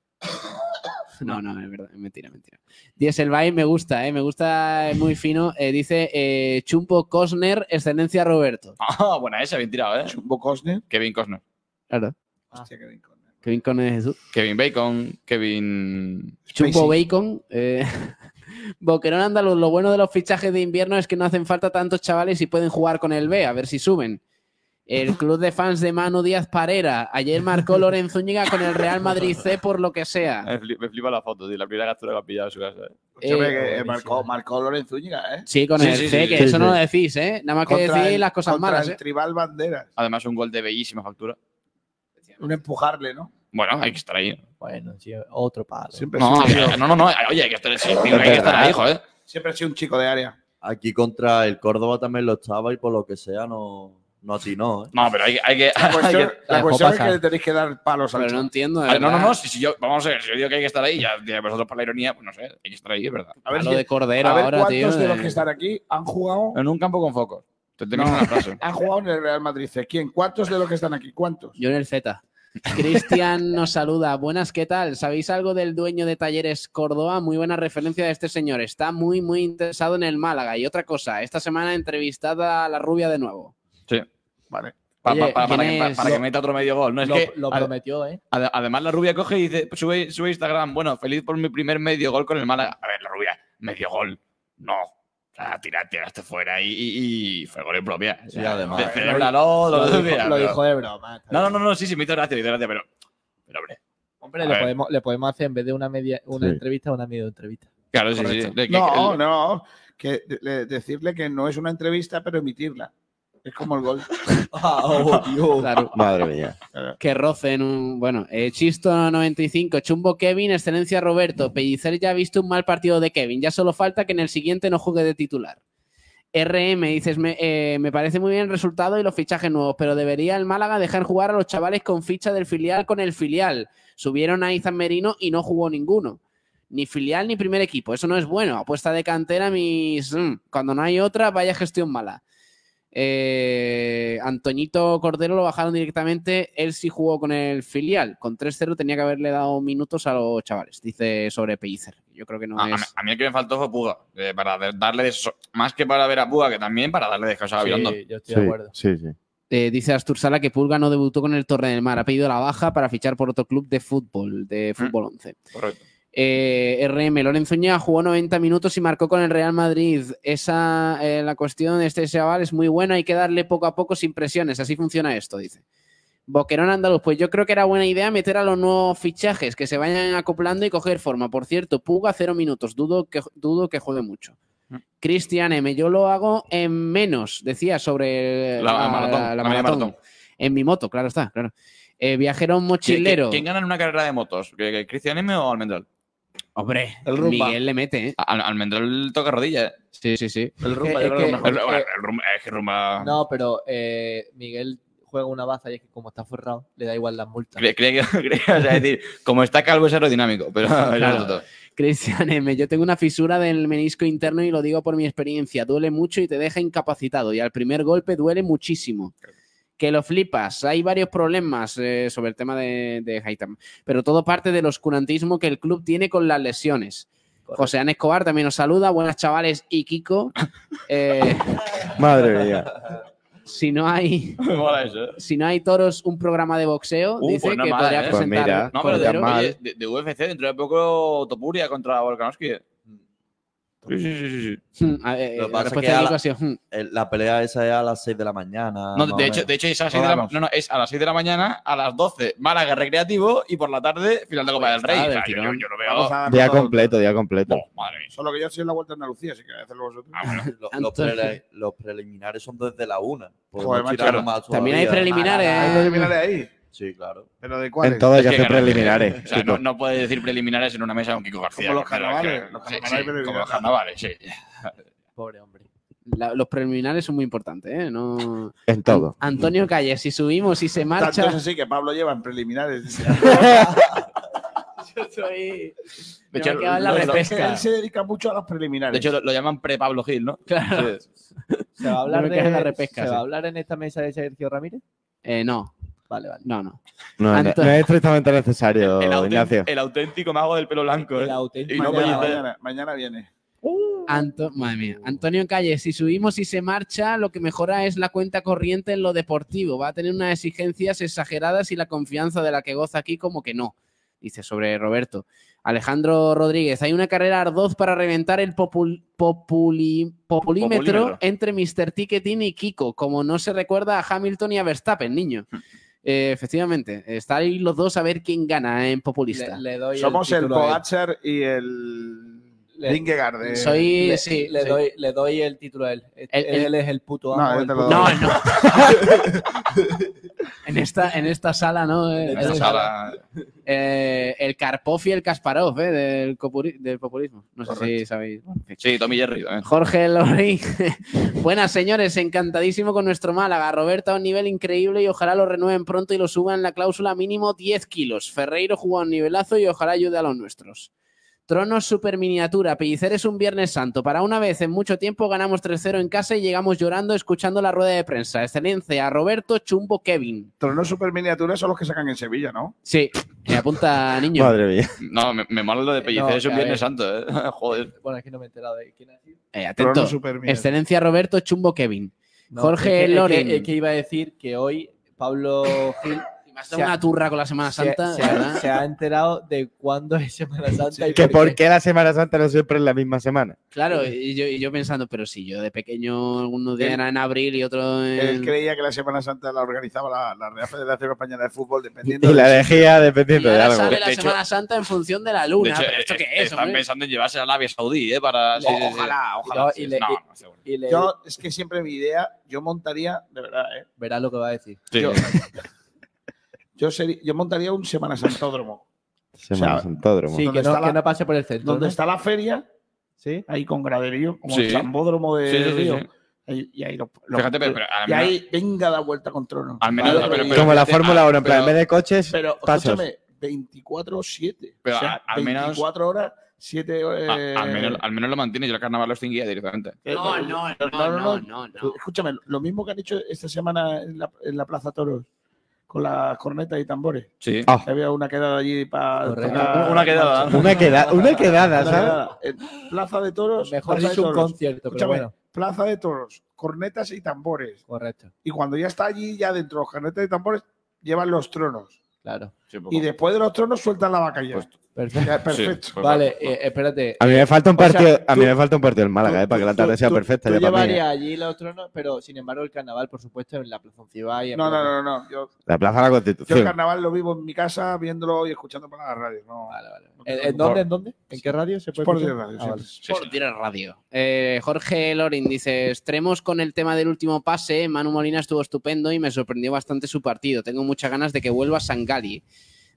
Speaker 11: No, no, es verdad, es mentira, mentira. Diesel Bay me gusta, eh, me gusta, es muy fino. Eh, dice eh, Chumbo Cosner, Excelencia Roberto.
Speaker 13: Ah, buena esa, bien tirado, ¿eh?
Speaker 2: Chumbo Cosner.
Speaker 13: Kevin Cosner.
Speaker 11: Claro.
Speaker 6: Ah.
Speaker 2: Hostia, qué bien.
Speaker 11: Kevin Cosner Jesús.
Speaker 13: Kevin Bacon, Kevin.
Speaker 11: Chumbo Bacon. eh, Boquerón Andaluz, lo bueno de los fichajes de invierno es que no hacen falta tantos chavales y pueden jugar con el B, a ver si suben. El club de fans de Manu Díaz Parera. Ayer marcó Lorenzo Úñiga con el Real Madrid C por lo que sea.
Speaker 13: Me fli- me flipa la foto, tío. La primera captura que ha pillado en su casa. ¿eh?
Speaker 2: Hostia, ve que marcó, marcó Lorenzo Úñiga, ¿eh?
Speaker 11: Sí, con
Speaker 13: Sí,
Speaker 11: el
Speaker 13: sí,
Speaker 11: C,
Speaker 13: sí,
Speaker 11: que
Speaker 13: sí,
Speaker 11: eso
Speaker 13: sí.
Speaker 11: no lo decís, ¿eh? Nada más que
Speaker 2: Contra
Speaker 11: decir
Speaker 2: el-
Speaker 11: las cosas
Speaker 2: contra
Speaker 11: malas.
Speaker 2: el
Speaker 11: ¿eh?
Speaker 2: Tribal Banderas.
Speaker 13: Además, un gol de bellísima factura.
Speaker 2: Un empujarle, ¿no?
Speaker 13: Bueno, hay que estar ahí.
Speaker 6: Bueno, sí, otro palo.
Speaker 13: No, hay- no, no, no, Oye, hay que estar, sí, tío, hay que estar ahí, joder.
Speaker 2: Siempre ha sido un chico de área.
Speaker 14: Aquí contra el Córdoba también lo estaba y por lo que sea no, no atinó. ¿eh?
Speaker 13: No, pero hay, hay que.
Speaker 2: La
Speaker 13: hay
Speaker 2: cuestión,
Speaker 13: que-
Speaker 2: la cuestión es que le tenéis que dar palos al
Speaker 11: Pero no
Speaker 2: chaval.
Speaker 11: entiendo.
Speaker 13: Ah, No, no, no. Si, si yo, vamos a ver, si yo digo que hay que estar ahí, ya ya vosotros por la ironía, pues no sé, hay que estar ahí, es verdad.
Speaker 2: A ver si- a ver cuántos de los que están aquí han jugado,
Speaker 13: En un campo con focos. Te tenéis una frase.
Speaker 2: han jugado en el Real Madrid. C? ¿Quién? ¿Cuántos de los que están aquí? ¿Cuántos?
Speaker 11: Yo en el Z. Cristian nos saluda. Buenas, ¿qué tal? ¿Sabéis algo del dueño de Talleres Córdoba? Muy buena referencia de este señor. Está muy, muy interesado en el Málaga. Y otra cosa, esta semana entrevistada a la rubia de nuevo.
Speaker 13: Sí.
Speaker 2: Vale.
Speaker 13: Pa- pa-
Speaker 11: Oye,
Speaker 13: pa- para,
Speaker 11: ¿quién
Speaker 13: que, pa-
Speaker 11: es?
Speaker 13: para que
Speaker 11: Lo-
Speaker 13: meta otro medio gol. No, es
Speaker 6: lo,
Speaker 13: que,
Speaker 6: lo
Speaker 13: ade-
Speaker 6: prometió, ¿eh?
Speaker 13: ade- además, la rubia coge y dice: "Pues sube, sube Instagram. Bueno, feliz por mi primer medio gol con el Málaga. A ver, la rubia, medio gol. No. O sea, tira- tiraste fuera y, y, y fue gol en propia. O sea,
Speaker 14: Sí, además.
Speaker 13: ce- celébralo, lo,
Speaker 6: Lo
Speaker 13: que sea,
Speaker 6: dijo, lo
Speaker 13: pero-
Speaker 6: dijo de broma.
Speaker 13: No, no, no, no, sí, sí, me hizo gracia, me hizo gracia, pero. Pero, hombre.
Speaker 6: Hombre,
Speaker 13: A
Speaker 6: le
Speaker 13: ver.
Speaker 6: podemos, le podemos hacer en vez de una media una
Speaker 13: Sí.
Speaker 6: entrevista, una medio entrevista.
Speaker 13: Claro, sí, sí.
Speaker 6: Correcto.
Speaker 13: Le- que-
Speaker 2: No,
Speaker 13: el-
Speaker 2: no. Que de- le- decirle que no es una entrevista, pero emitirla. Es como el gol.
Speaker 13: Oh,
Speaker 11: Claro.
Speaker 12: Madre mía.
Speaker 11: Que roce en un. Bueno, eh, Chisto 95, Chumbo Kevin, Excelencia Roberto. Pellicer ya ha visto un mal partido de Kevin. Ya solo falta que en el siguiente no juegue de titular. RM, dices, me, eh, me parece muy bien el resultado y los fichajes nuevos, pero debería el Málaga dejar jugar a los chavales con ficha del filial con el filial. Subieron a Izan Merino y no jugó ninguno. Ni filial ni primer equipo. Eso no es bueno. Apuesta de cantera, mis. mm, Cuando no hay otra, vaya gestión mala. Eh, Antoñito Cordero lo bajaron directamente. Él sí jugó con el filial. Con 3-0 tenía que haberle dado minutos a los chavales, dice sobre Pellicer. Yo creo que no
Speaker 13: A, a mí-
Speaker 11: es.
Speaker 13: a mí el que me faltó fue Puga. eh, para de- darle des- más que para ver a Puga, que también para darle descanso a Gabilondo.
Speaker 12: Sí, sí.
Speaker 11: Eh, dice Astur Sala que Pulga no debutó con el Torre del Mar. Ha pedido la baja para fichar por otro club de fútbol, de Fútbol 11.
Speaker 13: Correcto.
Speaker 11: Eh, RM, Lorenzo Ña jugó 90 minutos y marcó con el Real Madrid. Esa, eh, la cuestión de este chaval es muy buena, hay que darle poco a poco sin presiones, así funciona esto, dice. Boquerón Andaluz, pues yo creo que era buena idea meter a los nuevos fichajes, que se vayan acoplando y coger forma. Por cierto, Puga cero minutos, dudo que, dudo que juegue mucho.
Speaker 13: Mm.
Speaker 11: Cristian M. Yo lo hago en menos, decía, sobre
Speaker 13: La- la maratón, la media maratón.
Speaker 11: En mi moto, claro está, claro. Eh, viajero mochilero.
Speaker 13: ¿Quién, quién gana en una carrera de motos? ¿Que- que ¿Cristian M o Almendral?
Speaker 11: Hombre,
Speaker 13: el rumba.
Speaker 11: Miguel le mete, ¿eh?
Speaker 13: Al- Almendral toca rodillas.
Speaker 11: Sí, sí, sí.
Speaker 13: El
Speaker 6: rumba, yo creo que es mejor.
Speaker 13: El, bueno, el rumba, es que rumba.
Speaker 6: No, pero eh, Miguel juega una baza y es que como está forrado, le da igual las multas.
Speaker 13: Creía, creía que creía- o sea, es decir, como está calvo es aerodinámico, pero eso es
Speaker 11: Claro.
Speaker 13: otro.
Speaker 11: Cristian M, yo tengo una fisura del menisco interno y lo digo por mi experiencia. Duele mucho y te deja incapacitado. Y al primer golpe duele muchísimo. Que lo flipas. Hay varios problemas eh, sobre el tema de, de Haitham. Pero todo parte del oscurantismo que el club tiene con las lesiones. José Ana Escobar también nos saluda. Buenas chavales y Kiko. Eh,
Speaker 12: Madre mía.
Speaker 11: si no hay.
Speaker 13: Me mola eso. eh.
Speaker 11: Si no hay toros, un programa de boxeo.
Speaker 13: Uh,
Speaker 11: dice
Speaker 13: pues no
Speaker 11: que
Speaker 13: mal,
Speaker 11: podría
Speaker 13: ¿eh?
Speaker 11: presentar.
Speaker 13: no, pero de,
Speaker 11: Cordero.
Speaker 13: oye, de- de UFC dentro de poco Topuria contra Volkanovski. ¿eh? Sí, sí, sí, sí, sí.
Speaker 11: A ver,
Speaker 13: Lo que
Speaker 11: eh, la
Speaker 13: pasa es
Speaker 11: respuesta
Speaker 13: que
Speaker 11: de
Speaker 13: a
Speaker 11: Kiko
Speaker 13: la-
Speaker 11: ha sido, "Hmm".
Speaker 14: El- La pelea esa es a las 6 de la mañana.
Speaker 13: No,
Speaker 14: más
Speaker 13: de,
Speaker 14: o
Speaker 13: hecho,
Speaker 14: menos.
Speaker 13: de hecho es a las 6 de la ma-
Speaker 14: Vamos.
Speaker 13: no, no, es a las 6 de la mañana, a las 12, Málaga Recreativo y por la tarde, final Pues de Copa del Rey. O sea, yo, yo- yo lo veo. Oh,
Speaker 2: Vamos a-
Speaker 12: Día completo, día completo.
Speaker 2: Solo que yo estoy en la vuelta a Andalucía, si queréis hacerlo vosotros.
Speaker 14: Los, los prele- los preliminares son desde la 1.
Speaker 2: Joder, macho, también hay
Speaker 11: preliminares. eh.
Speaker 2: Hay preliminares ahí.
Speaker 14: Sí, claro.
Speaker 2: Pero de
Speaker 12: En todas ya
Speaker 13: Es que
Speaker 12: hace
Speaker 13: claro,
Speaker 12: preliminares.
Speaker 13: O sea, no, no puedes decir preliminares en una mesa con Kiko García.
Speaker 2: Como los
Speaker 13: Claro, es que-
Speaker 2: carnavales, los
Speaker 13: sí, sí,
Speaker 2: carnavales preliminares.
Speaker 13: como los carnavales, sí.
Speaker 6: Pobre hombre.
Speaker 11: La- los preliminares son muy importantes, ¿eh? No...
Speaker 12: En todo.
Speaker 11: Antonio Calle, si subimos y se marcha.
Speaker 2: Tanto es así que Pablo lleva en preliminares.
Speaker 11: Yo soy.
Speaker 13: De hecho,
Speaker 2: Me
Speaker 11: quedado en la
Speaker 13: lo- lo-
Speaker 11: repesca.
Speaker 2: Él se dedica mucho a los preliminares.
Speaker 13: de hecho, lo, lo llaman pre-Pablo Gil, ¿no?
Speaker 11: Claro.
Speaker 6: ¿Se va a hablar,
Speaker 11: No me
Speaker 6: de-
Speaker 11: queda la repesca,
Speaker 6: ¿se va
Speaker 11: sí.
Speaker 6: a hablar en esta mesa de Sergio Ramírez?
Speaker 11: Eh, no.
Speaker 6: Vale, vale.
Speaker 11: No, no.
Speaker 12: No, no-
Speaker 11: Anto-
Speaker 12: no es estrictamente necesario,
Speaker 13: El, auténtico-
Speaker 12: Ignacio.
Speaker 13: el auténtico mago del pelo blanco. El auténtico. Y no
Speaker 2: mañana,
Speaker 13: coñice.
Speaker 2: mañana, mañana viene.
Speaker 11: Anto- Madre mía. Antonio Calle, si subimos y se marcha, lo que mejora es la cuenta corriente en lo deportivo. Va a tener unas exigencias exageradas y la confianza de la que goza aquí, como que no. Dice sobre Roberto. Alejandro Rodríguez, hay una carrera ardoz para reventar el popul- populi- populímetro
Speaker 13: Populímetro.
Speaker 11: entre Mr. Ticketing y Kiko, como no se recuerda a Hamilton y a Verstappen, niño.
Speaker 2: Hmm.
Speaker 11: Eh, efectivamente, está ahí los dos a ver quién gana en populista.
Speaker 6: Le- le doy el
Speaker 2: Somos el,
Speaker 6: título a él.
Speaker 2: Pogacar y el Vingegaard. de-
Speaker 6: le, le doy, le doy el título a él. Este,
Speaker 11: El- el-
Speaker 6: él es el puto
Speaker 2: No,
Speaker 6: amo.
Speaker 2: yo
Speaker 6: el
Speaker 2: te lo
Speaker 6: puto-
Speaker 2: doy.
Speaker 11: No, no. en, esta, en esta sala, ¿no? Eh,
Speaker 13: esta
Speaker 11: eh,
Speaker 13: sala.
Speaker 11: eh, el Karpov y el Kasparov, ¿eh? Del, copuri- del populismo. No sé si sabéis.
Speaker 13: Sí, Tommy Jerry también.
Speaker 11: Jorge Lorín. Buenas, señores. Encantadísimo con nuestro Málaga. Roberta a un nivel increíble y ojalá lo renueven pronto y lo suban la cláusula mínimo 10 kilos. Ferreiro juega un nivelazo y ojalá ayude a los nuestros. Tronos super miniatura. Pellicer es un Viernes Santo. Para una vez en mucho tiempo ganamos 3-0 en casa y llegamos llorando escuchando la rueda de prensa. Excelencia. Roberto Chumbo Kevin.
Speaker 2: Tronos super miniaturas son los que sacan en Sevilla, ¿no?
Speaker 11: Sí. Me apunta, niño.
Speaker 12: Madre mía.
Speaker 13: No, me, me mola lo de Pellicer,
Speaker 6: No,
Speaker 13: es un
Speaker 6: a
Speaker 13: viernes
Speaker 6: ver.
Speaker 13: santo, ¿eh? Joder.
Speaker 6: Bueno, es que no me he enterado de quién ha sido.
Speaker 11: Eh, atento.
Speaker 13: Trono super miniatura.
Speaker 11: Excelencia Roberto Chumbo Kevin.
Speaker 6: No,
Speaker 11: Jorge
Speaker 6: es que, es
Speaker 11: Loren.
Speaker 6: que- es que iba a decir que hoy Pablo Gil.
Speaker 11: has dado una turra con la Semana
Speaker 6: se ha-
Speaker 11: Santa,
Speaker 6: Se, ha-
Speaker 11: ¿verdad?
Speaker 6: se ha enterado de cuándo es Semana Santa. y
Speaker 12: Que por
Speaker 6: qué.
Speaker 12: qué la Semana Santa no siempre es la misma semana.
Speaker 11: Claro, y yo, y yo pensando, pero si yo de pequeño algunos días
Speaker 2: Él-
Speaker 11: era en abril y otro
Speaker 2: Él
Speaker 11: en...
Speaker 2: creía que la Semana Santa la organizaba la, la Real Federación Española de Fútbol,
Speaker 12: Y
Speaker 2: dependiendo
Speaker 12: la elegía
Speaker 11: Y
Speaker 12: dependiendo de
Speaker 11: ahora
Speaker 12: algo.
Speaker 11: sale la
Speaker 13: De hecho-
Speaker 11: Semana Santa en función de la luna.
Speaker 13: de hecho,
Speaker 11: ¿Pero esto
Speaker 13: eh,
Speaker 11: qué
Speaker 13: eh,
Speaker 11: es,
Speaker 13: están
Speaker 11: hombre?
Speaker 13: pensando en llevarse a Arabia Saudí, ¿eh? Para, sí, sí, sí.
Speaker 2: ojalá, ojalá.
Speaker 13: No, y le- No, no, seguro.
Speaker 6: y le-
Speaker 2: Yo, es que siempre mi idea, yo montaría, de verdad, ¿eh?
Speaker 6: Verás lo que va a decir.
Speaker 2: Yo, yo, seri- yo montaría un Semana Santódromo.
Speaker 12: Semana
Speaker 2: o sea,
Speaker 12: Santódromo.
Speaker 6: Sí,
Speaker 2: ¿Dónde
Speaker 6: que no,
Speaker 2: está la-
Speaker 6: que no pase por el centro.
Speaker 2: Donde
Speaker 6: ¿no?
Speaker 2: está la feria,
Speaker 12: ¿Sí?
Speaker 2: ahí con graderío, como
Speaker 6: Sí.
Speaker 2: el zambódromo de
Speaker 13: Sí, sí, sí,
Speaker 2: Río.
Speaker 13: sí.
Speaker 2: Pues, Ahí- Y ahí, los- los-
Speaker 13: Fíjate, pero, pero al
Speaker 2: y
Speaker 13: menos-
Speaker 2: ahí venga la vuelta con trono.
Speaker 13: Al menos-
Speaker 2: Vale,
Speaker 13: pero-
Speaker 2: y-
Speaker 13: pero-
Speaker 12: Como la
Speaker 13: fíjate,
Speaker 12: Fórmula
Speaker 13: ah,
Speaker 12: 1, en plan, en
Speaker 13: pero-
Speaker 12: vez de coches,
Speaker 2: Pero
Speaker 12: pasos.
Speaker 2: escúchame, 24-7.
Speaker 13: Pero
Speaker 2: o sea,
Speaker 13: a- al menos-
Speaker 2: 24 horas, eh, 7.
Speaker 13: a- al, menos, al menos lo mantiene y el carnaval lo extinguía directamente.
Speaker 2: eh,
Speaker 11: No, no, no, no, no, no.
Speaker 2: Pues, Escúchame, lo mismo que han hecho esta semana en la, en la Plaza Toros, con las cornetas y tambores.
Speaker 13: Sí.
Speaker 12: Ah.
Speaker 2: Había una quedada allí para.
Speaker 13: Una- una quedada.
Speaker 12: Una queda- una quedada,
Speaker 2: Una
Speaker 12: ¿sabes?
Speaker 2: quedada. En Plaza de Toros.
Speaker 6: Mejor
Speaker 2: Plaza de
Speaker 6: dicho un
Speaker 2: Toros.
Speaker 6: concierto, pero
Speaker 2: Escúchame,
Speaker 6: bueno.
Speaker 2: Plaza de Toros, cornetas y tambores.
Speaker 6: Correcto.
Speaker 2: Y cuando ya está allí, ya dentro, los cornetas y tambores, llevan los tronos.
Speaker 6: Claro.
Speaker 2: y después de los tronos sueltan la vaca ya.
Speaker 6: Perfecto.
Speaker 2: Ya, perfecto.
Speaker 13: pues
Speaker 6: vale, eh, espérate.
Speaker 12: A mí me falta un
Speaker 6: O sea,
Speaker 12: partido, a mí
Speaker 6: tú-
Speaker 12: me falta un partido en Málaga, eh, para que la tarde sea perfecta.
Speaker 6: Tú
Speaker 12: ya para mí,
Speaker 6: llevarías
Speaker 12: eh.
Speaker 6: allí los tronos, pero sin embargo el carnaval, por supuesto, en la plazoncibá y en
Speaker 2: No, no, no, no. no. Yo,
Speaker 12: La Plaza de la
Speaker 2: yo el
Speaker 12: Constitución.
Speaker 2: carnaval lo vivo en mi casa viéndolo y escuchando por la radio. No, vale, vale.
Speaker 6: ¿En, en dónde? ¿En dónde? ¿En qué radio se puede
Speaker 2: Sport
Speaker 6: escuchar?
Speaker 2: Radio,
Speaker 6: Ah,
Speaker 2: sí.
Speaker 6: vale.
Speaker 11: Por Tira Radio. Eh, Jorge Lorin dice: Extremos con el tema del último pase. Manu Molina estuvo estupendo y me sorprendió bastante su partido. Tengo muchas ganas de que vuelva Sangali.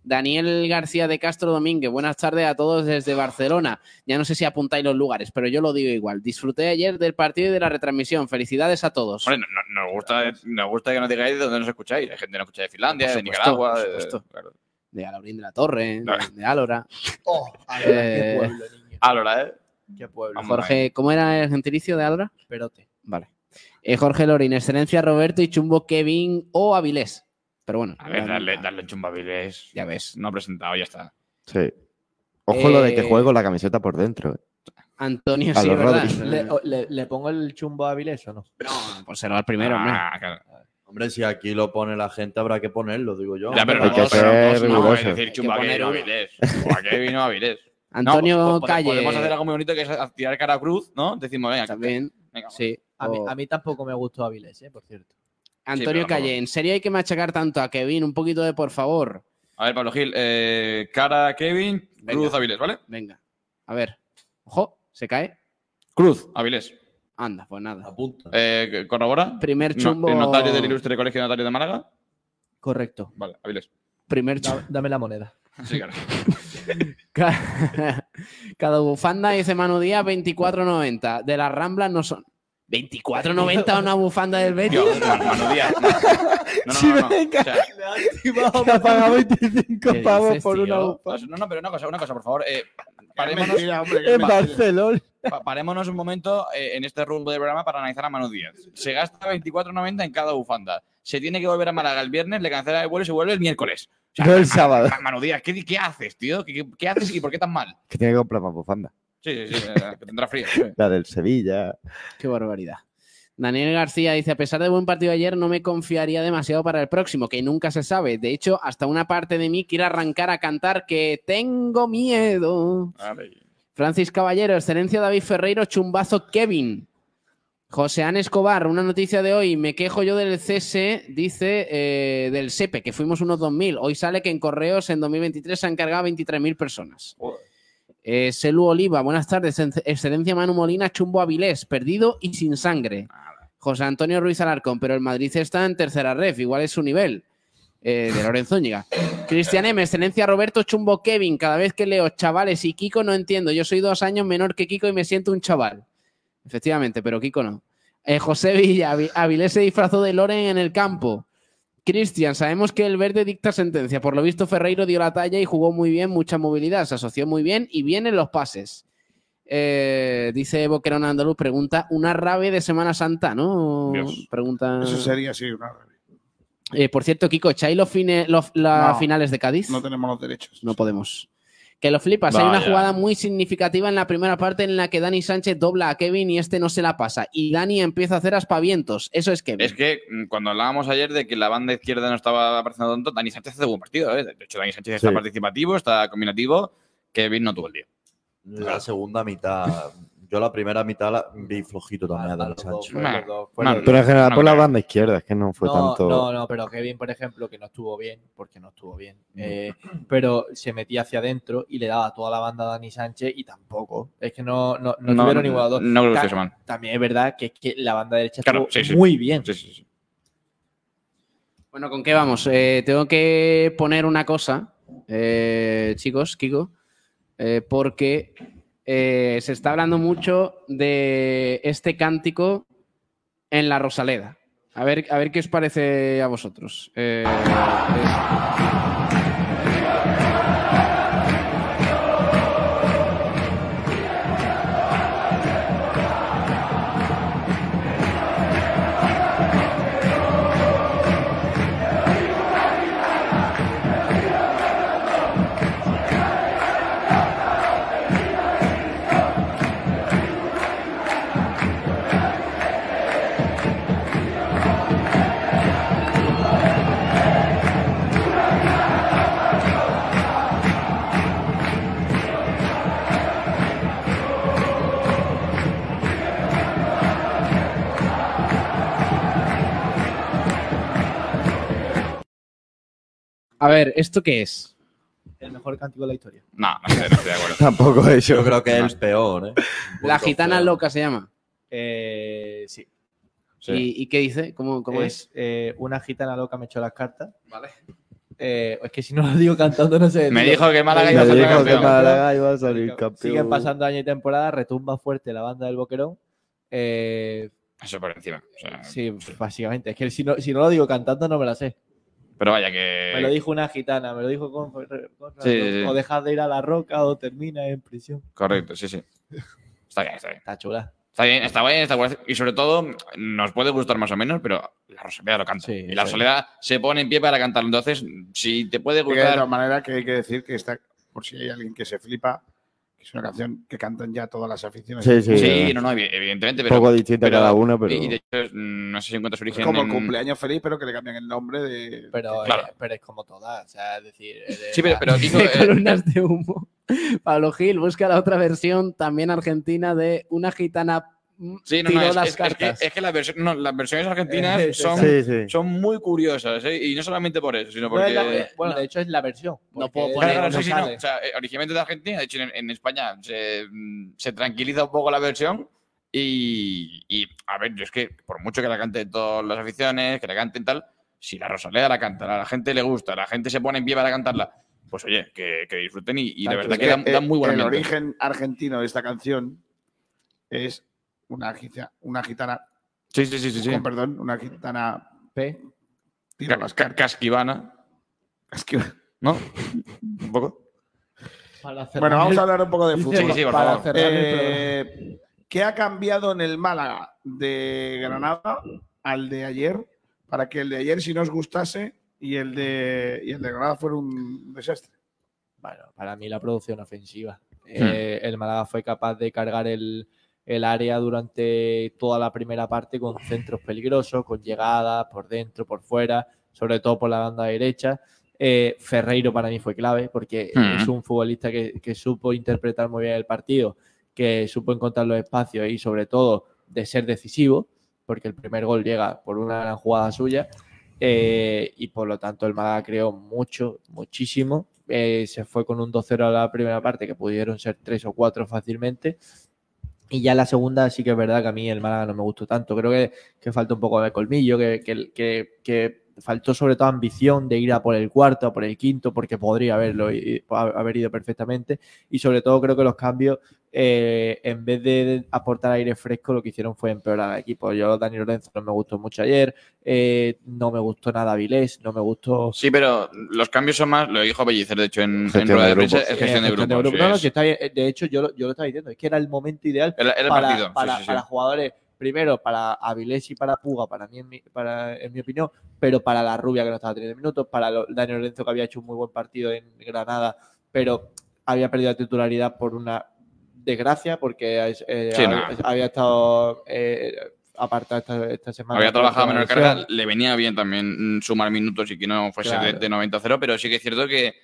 Speaker 11: Daniel García de Castro Domínguez, buenas tardes a todos desde Barcelona. Ya no sé si apuntáis los lugares, pero yo lo digo igual. Disfruté ayer del partido y de la retransmisión. Felicidades a todos.
Speaker 13: Hombre, no- no- nos, gusta, nos gusta que nos digáis de dónde nos escucháis. Hay gente que nos escucha de Finlandia,
Speaker 11: Por
Speaker 13: de
Speaker 11: supuesto,
Speaker 13: Nicaragua.
Speaker 11: por
Speaker 13: de-
Speaker 11: supuesto.
Speaker 13: claro.
Speaker 11: De Alaurín de la Torre, de, de Álora. Eh,
Speaker 13: Álora, ¿eh?
Speaker 6: Qué pueblo.
Speaker 11: Jorge, ¿cómo era el gentilicio de Álora?
Speaker 6: Perote.
Speaker 11: Vale. Eh, Jorge Lorin, excelencia Roberto y chumbo Kevin o Avilés. Pero bueno.
Speaker 13: A ver,
Speaker 11: vale.
Speaker 13: darle, darle chumbabiles.
Speaker 11: Ya ves.
Speaker 13: No ha presentado, ya está.
Speaker 12: Sí. Ojo lo de que
Speaker 6: Eh,
Speaker 12: juego la camiseta por dentro. eh.
Speaker 11: Antonio,
Speaker 12: A
Speaker 11: sí,
Speaker 12: los
Speaker 11: ¿verdad?
Speaker 12: Rodri.
Speaker 6: ¿Le, o- le- le pongo el chumbo a Avilés o no?
Speaker 11: No, pues será el primero, hombre.
Speaker 13: Ah,
Speaker 14: Hombre, si aquí lo pone la gente, habrá que ponerlo, digo yo.
Speaker 13: Ya, pero
Speaker 14: Hay
Speaker 13: no,
Speaker 14: que
Speaker 13: pero
Speaker 14: ser
Speaker 13: no, no, es
Speaker 14: riguroso.
Speaker 13: decir, chumba
Speaker 11: poner
Speaker 13: Kevin o
Speaker 11: uno.
Speaker 13: Avilés. O a Kevin o Avilés. No,
Speaker 11: Antonio
Speaker 13: pues, pues,
Speaker 11: Calle.
Speaker 13: Podemos hacer algo muy bonito que es a- tirar cara a cruz, ¿no? Decimos, venga.
Speaker 11: También. Sí.
Speaker 6: A mí,
Speaker 11: o-
Speaker 6: a mí tampoco me gustó Avilés, eh, por cierto.
Speaker 11: Antonio
Speaker 13: pero vamos.
Speaker 11: Calle, ¿en serio hay que machacar tanto a Kevin? Un poquito de por favor.
Speaker 13: A ver, Pablo Gil, eh, cara a Kevin, cruz Avilés, ¿vale?
Speaker 11: Venga. A ver. Ojo, se cae.
Speaker 13: Cruz. Avilés.
Speaker 11: Anda, pues nada.
Speaker 14: Apunta.
Speaker 13: Eh, ¿Corrobora?
Speaker 11: Primer
Speaker 13: No-
Speaker 11: chumbo-
Speaker 13: el notario del ilustre colegio de notario de Málaga.
Speaker 6: Correcto.
Speaker 13: Vale, Avilés.
Speaker 11: Primer
Speaker 6: Da- Dame la moneda.
Speaker 13: Sí, claro.
Speaker 11: Ca- Cada bufanda dice Manu Díaz 24.90. De las Ramblas no son. 24.90 una bufanda del Betis.
Speaker 13: Dios, Manu Díaz. No, no, no. no, no. O sea,
Speaker 6: ha pagado 25
Speaker 13: ¿Qué
Speaker 6: pavos
Speaker 13: dices,
Speaker 6: por una
Speaker 13: tío?
Speaker 6: upa.
Speaker 13: Pues, No, no, pero una cosa, una cosa, por favor. eh, parémonos,
Speaker 6: mentira, hombre, qué En mentira. Barcelona.
Speaker 13: Pa- parémonos un momento eh, en este rumbo de programa para analizar a Manu Díaz. Se gasta 24.90 en cada bufanda. Se tiene que volver a Málaga el viernes, le cancela el vuelo y se vuelve el miércoles.
Speaker 12: No el sábado.
Speaker 13: Ma- Manu Díaz, ¿qué, qué haces, tío? ¿Qué, qué- qué haces y por qué tan mal?
Speaker 12: Que tiene que comprar más bufanda.
Speaker 13: Sí, sí, sí, eh, que tendrá frío. sí.
Speaker 12: La del Sevilla.
Speaker 11: Qué barbaridad. Daniel García dice, a pesar de buen partido ayer, no me confiaría demasiado para el próximo, que nunca se sabe. De hecho, hasta una parte de mí quiere arrancar a cantar que tengo miedo. Francis Caballero, excelencia David Ferreiro, chumbazo Kevin. José An Escobar, una noticia de hoy. Me quejo yo del cese, dice eh, del SEPE, que fuimos unos 2.000. Hoy sale que en correos en 2023 se han cargado 23.000 personas. Eh, Selu Oliva, buenas tardes. En- Excelencia Manu Molina, chumbo Avilés, perdido y sin sangre. José Antonio Ruiz Alarcón, pero el Madrid está en tercera ref, igual es su nivel. Eh, de Lorenzo Ñiga. Cristian M, excelencia Roberto Chumbo Kevin. Cada vez que leo chavales y Kiko no entiendo. Yo soy dos años menor que Kiko y me siento un chaval. Efectivamente, pero Kiko no. Eh, José Villa, Avi- Avilés se disfrazó de Loren en el campo. Cristian, sabemos que el verde dicta sentencia. Por lo visto, Ferreiro dio la talla y jugó muy bien, mucha movilidad, se asoció muy bien y bien en los pases. Eh, dice Boquerón Andaluz, pregunta, una rave de Semana Santa, ¿no?
Speaker 2: Dios.
Speaker 11: Pregunta.
Speaker 2: Eso sería, sí, una rabia.
Speaker 11: Eh, por cierto, Kiko, ¿echáis los, fines, los las
Speaker 2: No.
Speaker 11: finales de Cádiz?
Speaker 2: No tenemos los derechos.
Speaker 11: No podemos. Que lo flipas. Hay una
Speaker 2: Vaya.
Speaker 11: jugada muy significativa en la primera parte en la que Dani Sánchez dobla a Kevin y este no se la pasa. Y Dani empieza a hacer aspavientos. Eso es Kevin.
Speaker 13: Es que mm, cuando hablábamos ayer de que la banda izquierda no estaba apareciendo tanto, Dani Sánchez hace buen partido. ¿eh? De hecho, Dani Sánchez está
Speaker 14: Sí.
Speaker 13: participativo, está combinativo. Kevin no tuvo el día.
Speaker 14: La segunda mitad. Yo la primera mitad la vi flojito también a Dani Sánchez.
Speaker 13: fueron los
Speaker 6: dos,
Speaker 12: Pero en general por la banda izquierda, es que no fue
Speaker 6: no,
Speaker 12: tanto.
Speaker 6: no, no, pero Kevin, por ejemplo, que no estuvo bien, porque no estuvo bien, eh, pero se metía hacia adentro y le daba a toda la banda a Dani Sánchez y tampoco. Es que no, no, no,
Speaker 13: No,
Speaker 6: tuvieron igual a dos.
Speaker 13: no creo que
Speaker 6: Ta-
Speaker 13: estuviese mal.
Speaker 6: También es verdad que, es que la banda derecha
Speaker 13: Claro,
Speaker 6: estuvo
Speaker 13: sí, sí.
Speaker 6: muy bien.
Speaker 11: Bueno, ¿con qué vamos? Eh, tengo que poner una cosa, eh, chicos, Kiko, eh, porque eh, se está hablando mucho de este cántico en la Rosaleda. A ver, a ver qué os parece a vosotros. Eh, A ver, ¿esto qué es?
Speaker 6: El mejor cántico de la historia.
Speaker 13: No, no estoy, no estoy de acuerdo.
Speaker 12: Tampoco eso.
Speaker 14: Yo creo que
Speaker 13: No.
Speaker 14: es el peor, ¿eh?
Speaker 11: La gitana loca se llama.
Speaker 6: Eh, sí.
Speaker 11: Sí. ¿Y- y qué dice? ¿Cómo- cómo es?
Speaker 6: eh, una gitana loca me echó las cartas. Vale. es que si no lo digo cantando, no sé.
Speaker 13: Me
Speaker 6: digo-
Speaker 13: dijo que Málaga
Speaker 6: Me
Speaker 13: iba a
Speaker 6: dijo
Speaker 13: salir
Speaker 6: que
Speaker 13: campeón.
Speaker 14: Málaga iba a salir campeón.
Speaker 6: Siguen pasando año y temporada, retumba fuerte la banda del Boquerón. Eh,
Speaker 13: Eso por encima. o sea,
Speaker 6: sí, básicamente. Es que si no, si no lo digo cantando, no me la sé.
Speaker 13: Pero vaya que.
Speaker 6: Me lo dijo una gitana, me lo dijo con. con-
Speaker 13: Eh. Sí, sí, sí.
Speaker 6: O dejas de ir a la roca o terminas en prisión.
Speaker 13: Correcto, sí, sí. Está bien, está bien.
Speaker 6: Está chula.
Speaker 13: Está bien, está bien, está guay. Y sobre todo, nos puede gustar más o menos, pero la Rosaleda lo canta. y la
Speaker 2: sí.
Speaker 13: Soledad se pone en pie para cantarlo. Entonces, si te puede
Speaker 2: Porque de
Speaker 13: gustar.
Speaker 2: todas maneras que hay que decir que está, por si hay alguien que se flipa, que es una canción que cantan ya todas las aficiones.
Speaker 12: Sí, sí.
Speaker 13: Sí, no, no, evi- evidentemente. Pero,
Speaker 12: Poco distinta
Speaker 13: pero-
Speaker 12: cada una, pero-
Speaker 13: Y de hecho, es- no sé si encuentra su origen.
Speaker 2: Es como el
Speaker 13: en-
Speaker 2: cumpleaños feliz, pero que le cambian el nombre de.
Speaker 6: Pero,
Speaker 13: Claro.
Speaker 6: eh, pero es como todas. O sea, es decir. eh,
Speaker 13: Sí, pero, pero digo,
Speaker 11: de
Speaker 13: eh,
Speaker 11: columnas de humo. Pablo Gil busca la otra versión también argentina de una gitana mm,
Speaker 13: Sí, no,
Speaker 11: tiró
Speaker 13: no, es,
Speaker 11: las
Speaker 13: es- es que,
Speaker 11: cartas.
Speaker 13: es que las, versiones- no, las versiones argentinas son,
Speaker 11: Sí, sí.
Speaker 13: son muy curiosas, ¿eh? y no solamente por eso, sino
Speaker 6: no es
Speaker 13: porque...
Speaker 6: la- eh,
Speaker 11: eh,
Speaker 6: bueno, de hecho es la versión.
Speaker 11: No
Speaker 6: puedo
Speaker 13: Claro, claro, sí, sí, no. O sea, eh, originalmente de Argentina, de hecho en, en España se, mm, se tranquiliza un poco la versión y, y, a ver, yo es que por mucho que la canten todas las aficiones, que la canten tal, si la Rosaleda la canta, a la gente le gusta, la gente se pone en pie para cantarla, pues oye, que, que disfruten y, y de verdad que dan,
Speaker 2: Eh,
Speaker 13: dan muy buen
Speaker 2: El
Speaker 13: ambiente.
Speaker 2: origen argentino de esta canción es una, gita- una gitana.
Speaker 13: Sí, sí, sí, sí.
Speaker 2: Con perdón, una gitana.
Speaker 6: P.
Speaker 2: Tira las
Speaker 13: Ca- Casquivana.
Speaker 2: Casquivana.
Speaker 13: ¿No? ¿Un poco?
Speaker 2: Bueno, vamos a hablar un poco de
Speaker 13: Sí,
Speaker 2: fútbol.
Speaker 13: sí, por
Speaker 2: Para
Speaker 13: favor.
Speaker 2: cerrar el programa. ¿Qué ha cambiado en el Málaga de Granada al de ayer para que el de ayer, si nos gustase, y el de, y el de Granada fuera un desastre?
Speaker 6: Bueno, para mí la producción ofensiva. Eh, el Málaga fue capaz de cargar el, el área durante toda la primera parte con centros peligrosos, con llegadas por dentro, por fuera, sobre todo por la banda derecha. Eh, Ferreiro para mí fue clave porque
Speaker 17: Mm.
Speaker 6: es un futbolista que, que supo interpretar muy bien el partido, que supo encontrar los espacios y sobre todo de ser decisivo, porque el primer gol llega por una gran jugada suya. Eh, y por lo tanto el Málaga creó mucho, muchísimo. Eh, se fue con un 2-0 a la primera parte, que pudieron ser 3 o 4 fácilmente. Y ya la segunda sí que es verdad que a mí el Málaga no me gustó tanto. Creo que, que falta un poco de colmillo, que, que- que- que faltó sobre todo ambición de ir a por el cuarto, a por el quinto, porque podría haberlo i- ha- haber ido perfectamente. Y sobre todo creo que los cambios, eh, en vez de aportar aire fresco, lo que hicieron fue empeorar al equipo. Yo, Dani Lorenzo, no me gustó mucho ayer, eh, no me gustó nada Vilés, no me gustó...
Speaker 13: Sí, pero los cambios son más, lo dijo Bellicer, de hecho, en, en
Speaker 14: Gestión
Speaker 13: rueda
Speaker 14: de
Speaker 13: de prensa,
Speaker 14: grupos.
Speaker 13: es gestión de
Speaker 6: Eh,
Speaker 13: grupos. sí,
Speaker 6: No, no,
Speaker 13: es-
Speaker 6: sí, está bien. Eh, De hecho, yo, lo- yo lo estaba diciendo, es que era el momento ideal
Speaker 13: Era- era el
Speaker 6: para,
Speaker 13: partido, sí,
Speaker 6: para-
Speaker 13: sí, sí.
Speaker 6: para jugadores, primero para Avilés y para Puga, para mí, en mi, para, en mi opinión, pero para la Rubia, que no estaba teniendo minutos, para lo- Daniel Lorenzo, que había hecho un muy buen partido en Granada, pero había perdido la titularidad por una desgracia, porque eh,
Speaker 13: Sí,
Speaker 6: había,
Speaker 13: no.
Speaker 6: había estado eh, apartado esta, esta semana.
Speaker 13: Había
Speaker 6: por
Speaker 13: trabajado
Speaker 6: tema
Speaker 13: menor
Speaker 6: de lesión.
Speaker 13: carga, le venía bien también mm, sumar minutos y que no fuese de-
Speaker 6: Claro.
Speaker 13: de, 90 a 0, pero sí que es cierto que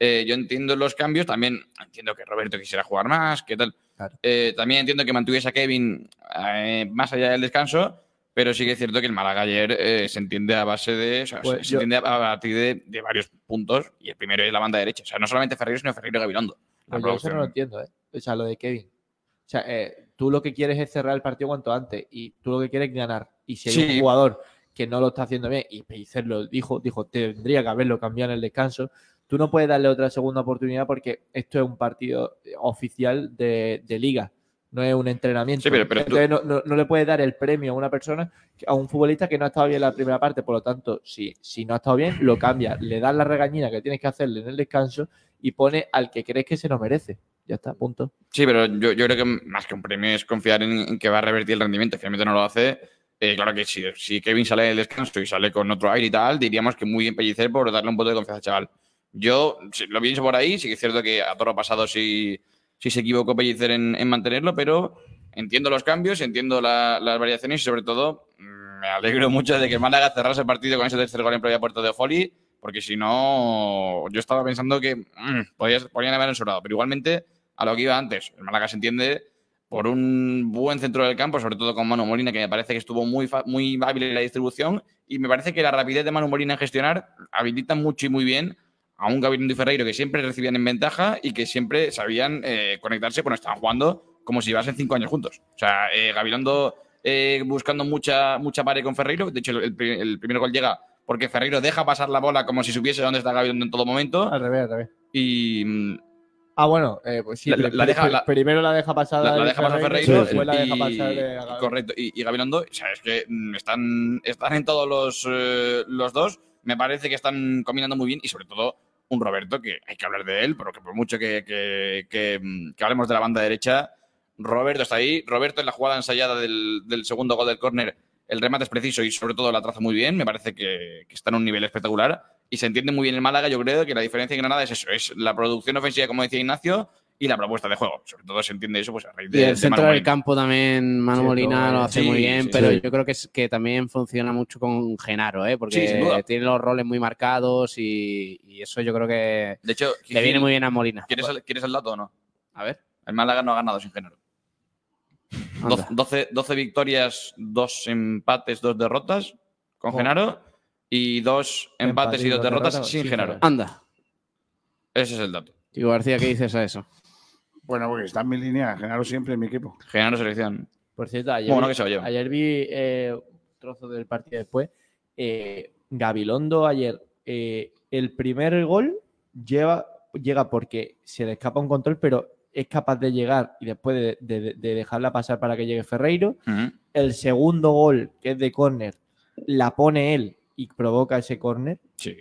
Speaker 13: eh, yo entiendo los cambios, también entiendo que Roberto quisiera jugar más, que tal. Eh, también entiendo que mantuviese a Kevin eh, más allá del descanso, pero sí que es cierto que el Málaga ayer eh, se entiende a base de, o sea,
Speaker 6: Pues
Speaker 13: se- se
Speaker 6: yo-
Speaker 13: entiende a partir de, de varios puntos y el primero es la banda derecha, o sea, no solamente Ferreiro, sino Ferreiro y Gabilondo. La
Speaker 6: Pues yo eso
Speaker 13: producción.
Speaker 6: no lo entiendo, ¿eh? O sea, lo de Kevin. O sea, eh, tú lo que quieres es cerrar el partido cuanto antes y tú lo que quieres es ganar. Y si hay un
Speaker 17: Sí.
Speaker 6: jugador que no lo está haciendo bien, y Pellicer lo dijo, dijo, tendría que haberlo cambiado en el descanso, tú no puedes darle otra segunda oportunidad porque esto es un partido oficial de, de liga, no es un entrenamiento.
Speaker 13: Sí, pero- pero tú-
Speaker 6: Entonces no, no- no le puedes dar el premio a una persona, a un futbolista que no ha estado bien en la primera parte, por lo tanto, si, si no ha estado bien, lo cambias, le das la regañina que tienes que hacerle en el descanso y pone al que crees que se lo merece. Ya está, punto.
Speaker 13: Sí, pero yo, yo creo que más que un premio es confiar en, en que va a revertir el rendimiento. Finalmente no lo hace. Eh, claro que si, si Kevin sale del descanso y sale con otro aire y tal, diríamos que muy bien Pellicer por darle un voto de confianza al chaval. Yo si lo pienso por ahí, sí que es cierto que a toro pasado sí, sí se equivocó Pellicer en, en mantenerlo, pero entiendo los cambios, entiendo la- las variaciones y sobre todo mm, me alegro mucho de que el Málaga cerrase el partido con ese tercer gol en propia puerta de Ofoli, porque si no, yo estaba pensando que mm, podías- podían haber ensurado, pero igualmente a lo que iba antes. El Málaga se entiende por un buen centro del campo, sobre todo con Manu Molina, que me parece que estuvo muy, fa- muy hábil en la distribución y me parece que la rapidez de Manu Molina en gestionar habilita mucho y muy bien a un Gabilondo y Ferreiro que siempre recibían en ventaja y que siempre sabían eh, conectarse cuando estaban jugando como si llevasen cinco años juntos. O sea, eh, Gabilondo eh, buscando mucha, mucha pared con Ferreiro. De hecho, el, pri- el primer gol llega porque Ferreiro deja pasar la bola como si supiese dónde está Gabilondo en todo momento.
Speaker 6: Al revés, al revés.
Speaker 13: Y. mm,
Speaker 6: Ah, bueno, eh, pues sí.
Speaker 13: La- la-
Speaker 6: pri-
Speaker 13: la deja-
Speaker 6: pri-
Speaker 13: la-
Speaker 6: primero la deja pasar
Speaker 13: La, la
Speaker 6: de
Speaker 13: deja pasar
Speaker 6: Ferreiro,
Speaker 13: Ferreiro.
Speaker 6: después la
Speaker 13: y-
Speaker 6: deja pasar eh, de
Speaker 13: Correcto. Y, y Gabilondo, o sea, es que mm, están, están en todos los, eh, los dos. Me parece que están combinando muy bien y sobre todo un Roberto, que hay que hablar de él, pero que por mucho que, que- que, mm, que hablemos de la banda derecha, Roberto está ahí. Roberto en la jugada ensayada del, del segundo gol del córner, el remate es preciso y sobre todo la traza muy bien. Me parece que, que está en un nivel espectacular y se entiende muy bien el Málaga. Yo creo que la diferencia en Granada es eso, es la producción ofensiva, como decía Ignacio, y la propuesta de juego. Sobre todo se entiende eso pues, a raíz de,
Speaker 11: Y el
Speaker 13: de
Speaker 11: centro
Speaker 13: Manu
Speaker 11: del campo también, Manu
Speaker 13: Sí,
Speaker 11: Molina
Speaker 13: lo-
Speaker 11: lo hace
Speaker 13: sí,
Speaker 11: muy bien,
Speaker 13: sí.
Speaker 11: pero
Speaker 13: Sí.
Speaker 11: yo creo que, es, que también funciona mucho con Genaro, ¿eh?
Speaker 13: Sí, sin
Speaker 11: porque
Speaker 13: duda.
Speaker 11: tiene los roles muy marcados y, y eso yo creo que
Speaker 13: De hecho,
Speaker 11: le viene
Speaker 13: Gil,
Speaker 11: muy bien a Molina.
Speaker 13: ¿Quieres el, ¿Quieres el dato o no? A ver. El Málaga no ha ganado sin género. 12, 12 victorias, 2 empates, 2 derrotas con
Speaker 11: Oh.
Speaker 13: Genaro y 2 empates y 2 derrotas, sin Genaro.
Speaker 11: Anda.
Speaker 13: Ese es el dato.
Speaker 11: Digo, García, ¿qué dices a eso?
Speaker 2: Bueno, porque está en mi línea, Genaro siempre en mi equipo.
Speaker 13: Genaro selección.
Speaker 6: Por cierto, ayer,
Speaker 13: Bueno,
Speaker 6: vi-
Speaker 13: que se lo lleve.
Speaker 6: ayer vi eh, un trozo del partido después. eh, Gabilondo ayer, eh, el primer gol lleva, llega porque se le escapa un control, pero es capaz de llegar y después de, de- de dejarla pasar para que llegue Ferreiro. El segundo gol, que es de córner, la pone él y provoca ese córner.
Speaker 13: Sí.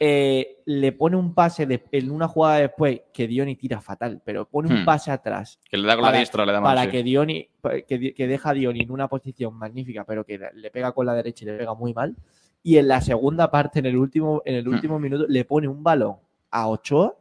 Speaker 6: Eh, le pone un pase de- en una jugada después que Dioni tira fatal, pero pone un
Speaker 13: Hmm.
Speaker 6: pase atrás.
Speaker 13: Que le da con la diestra, le da mal,
Speaker 6: Para
Speaker 13: sí.
Speaker 6: que Dioni, pa- que, Di- que deja a Dioni en una posición magnífica, pero que le pega con la derecha y le pega muy mal. Y en la segunda parte, en el último, en
Speaker 13: Mm.
Speaker 6: el último minuto, le pone un balón a Ochoa.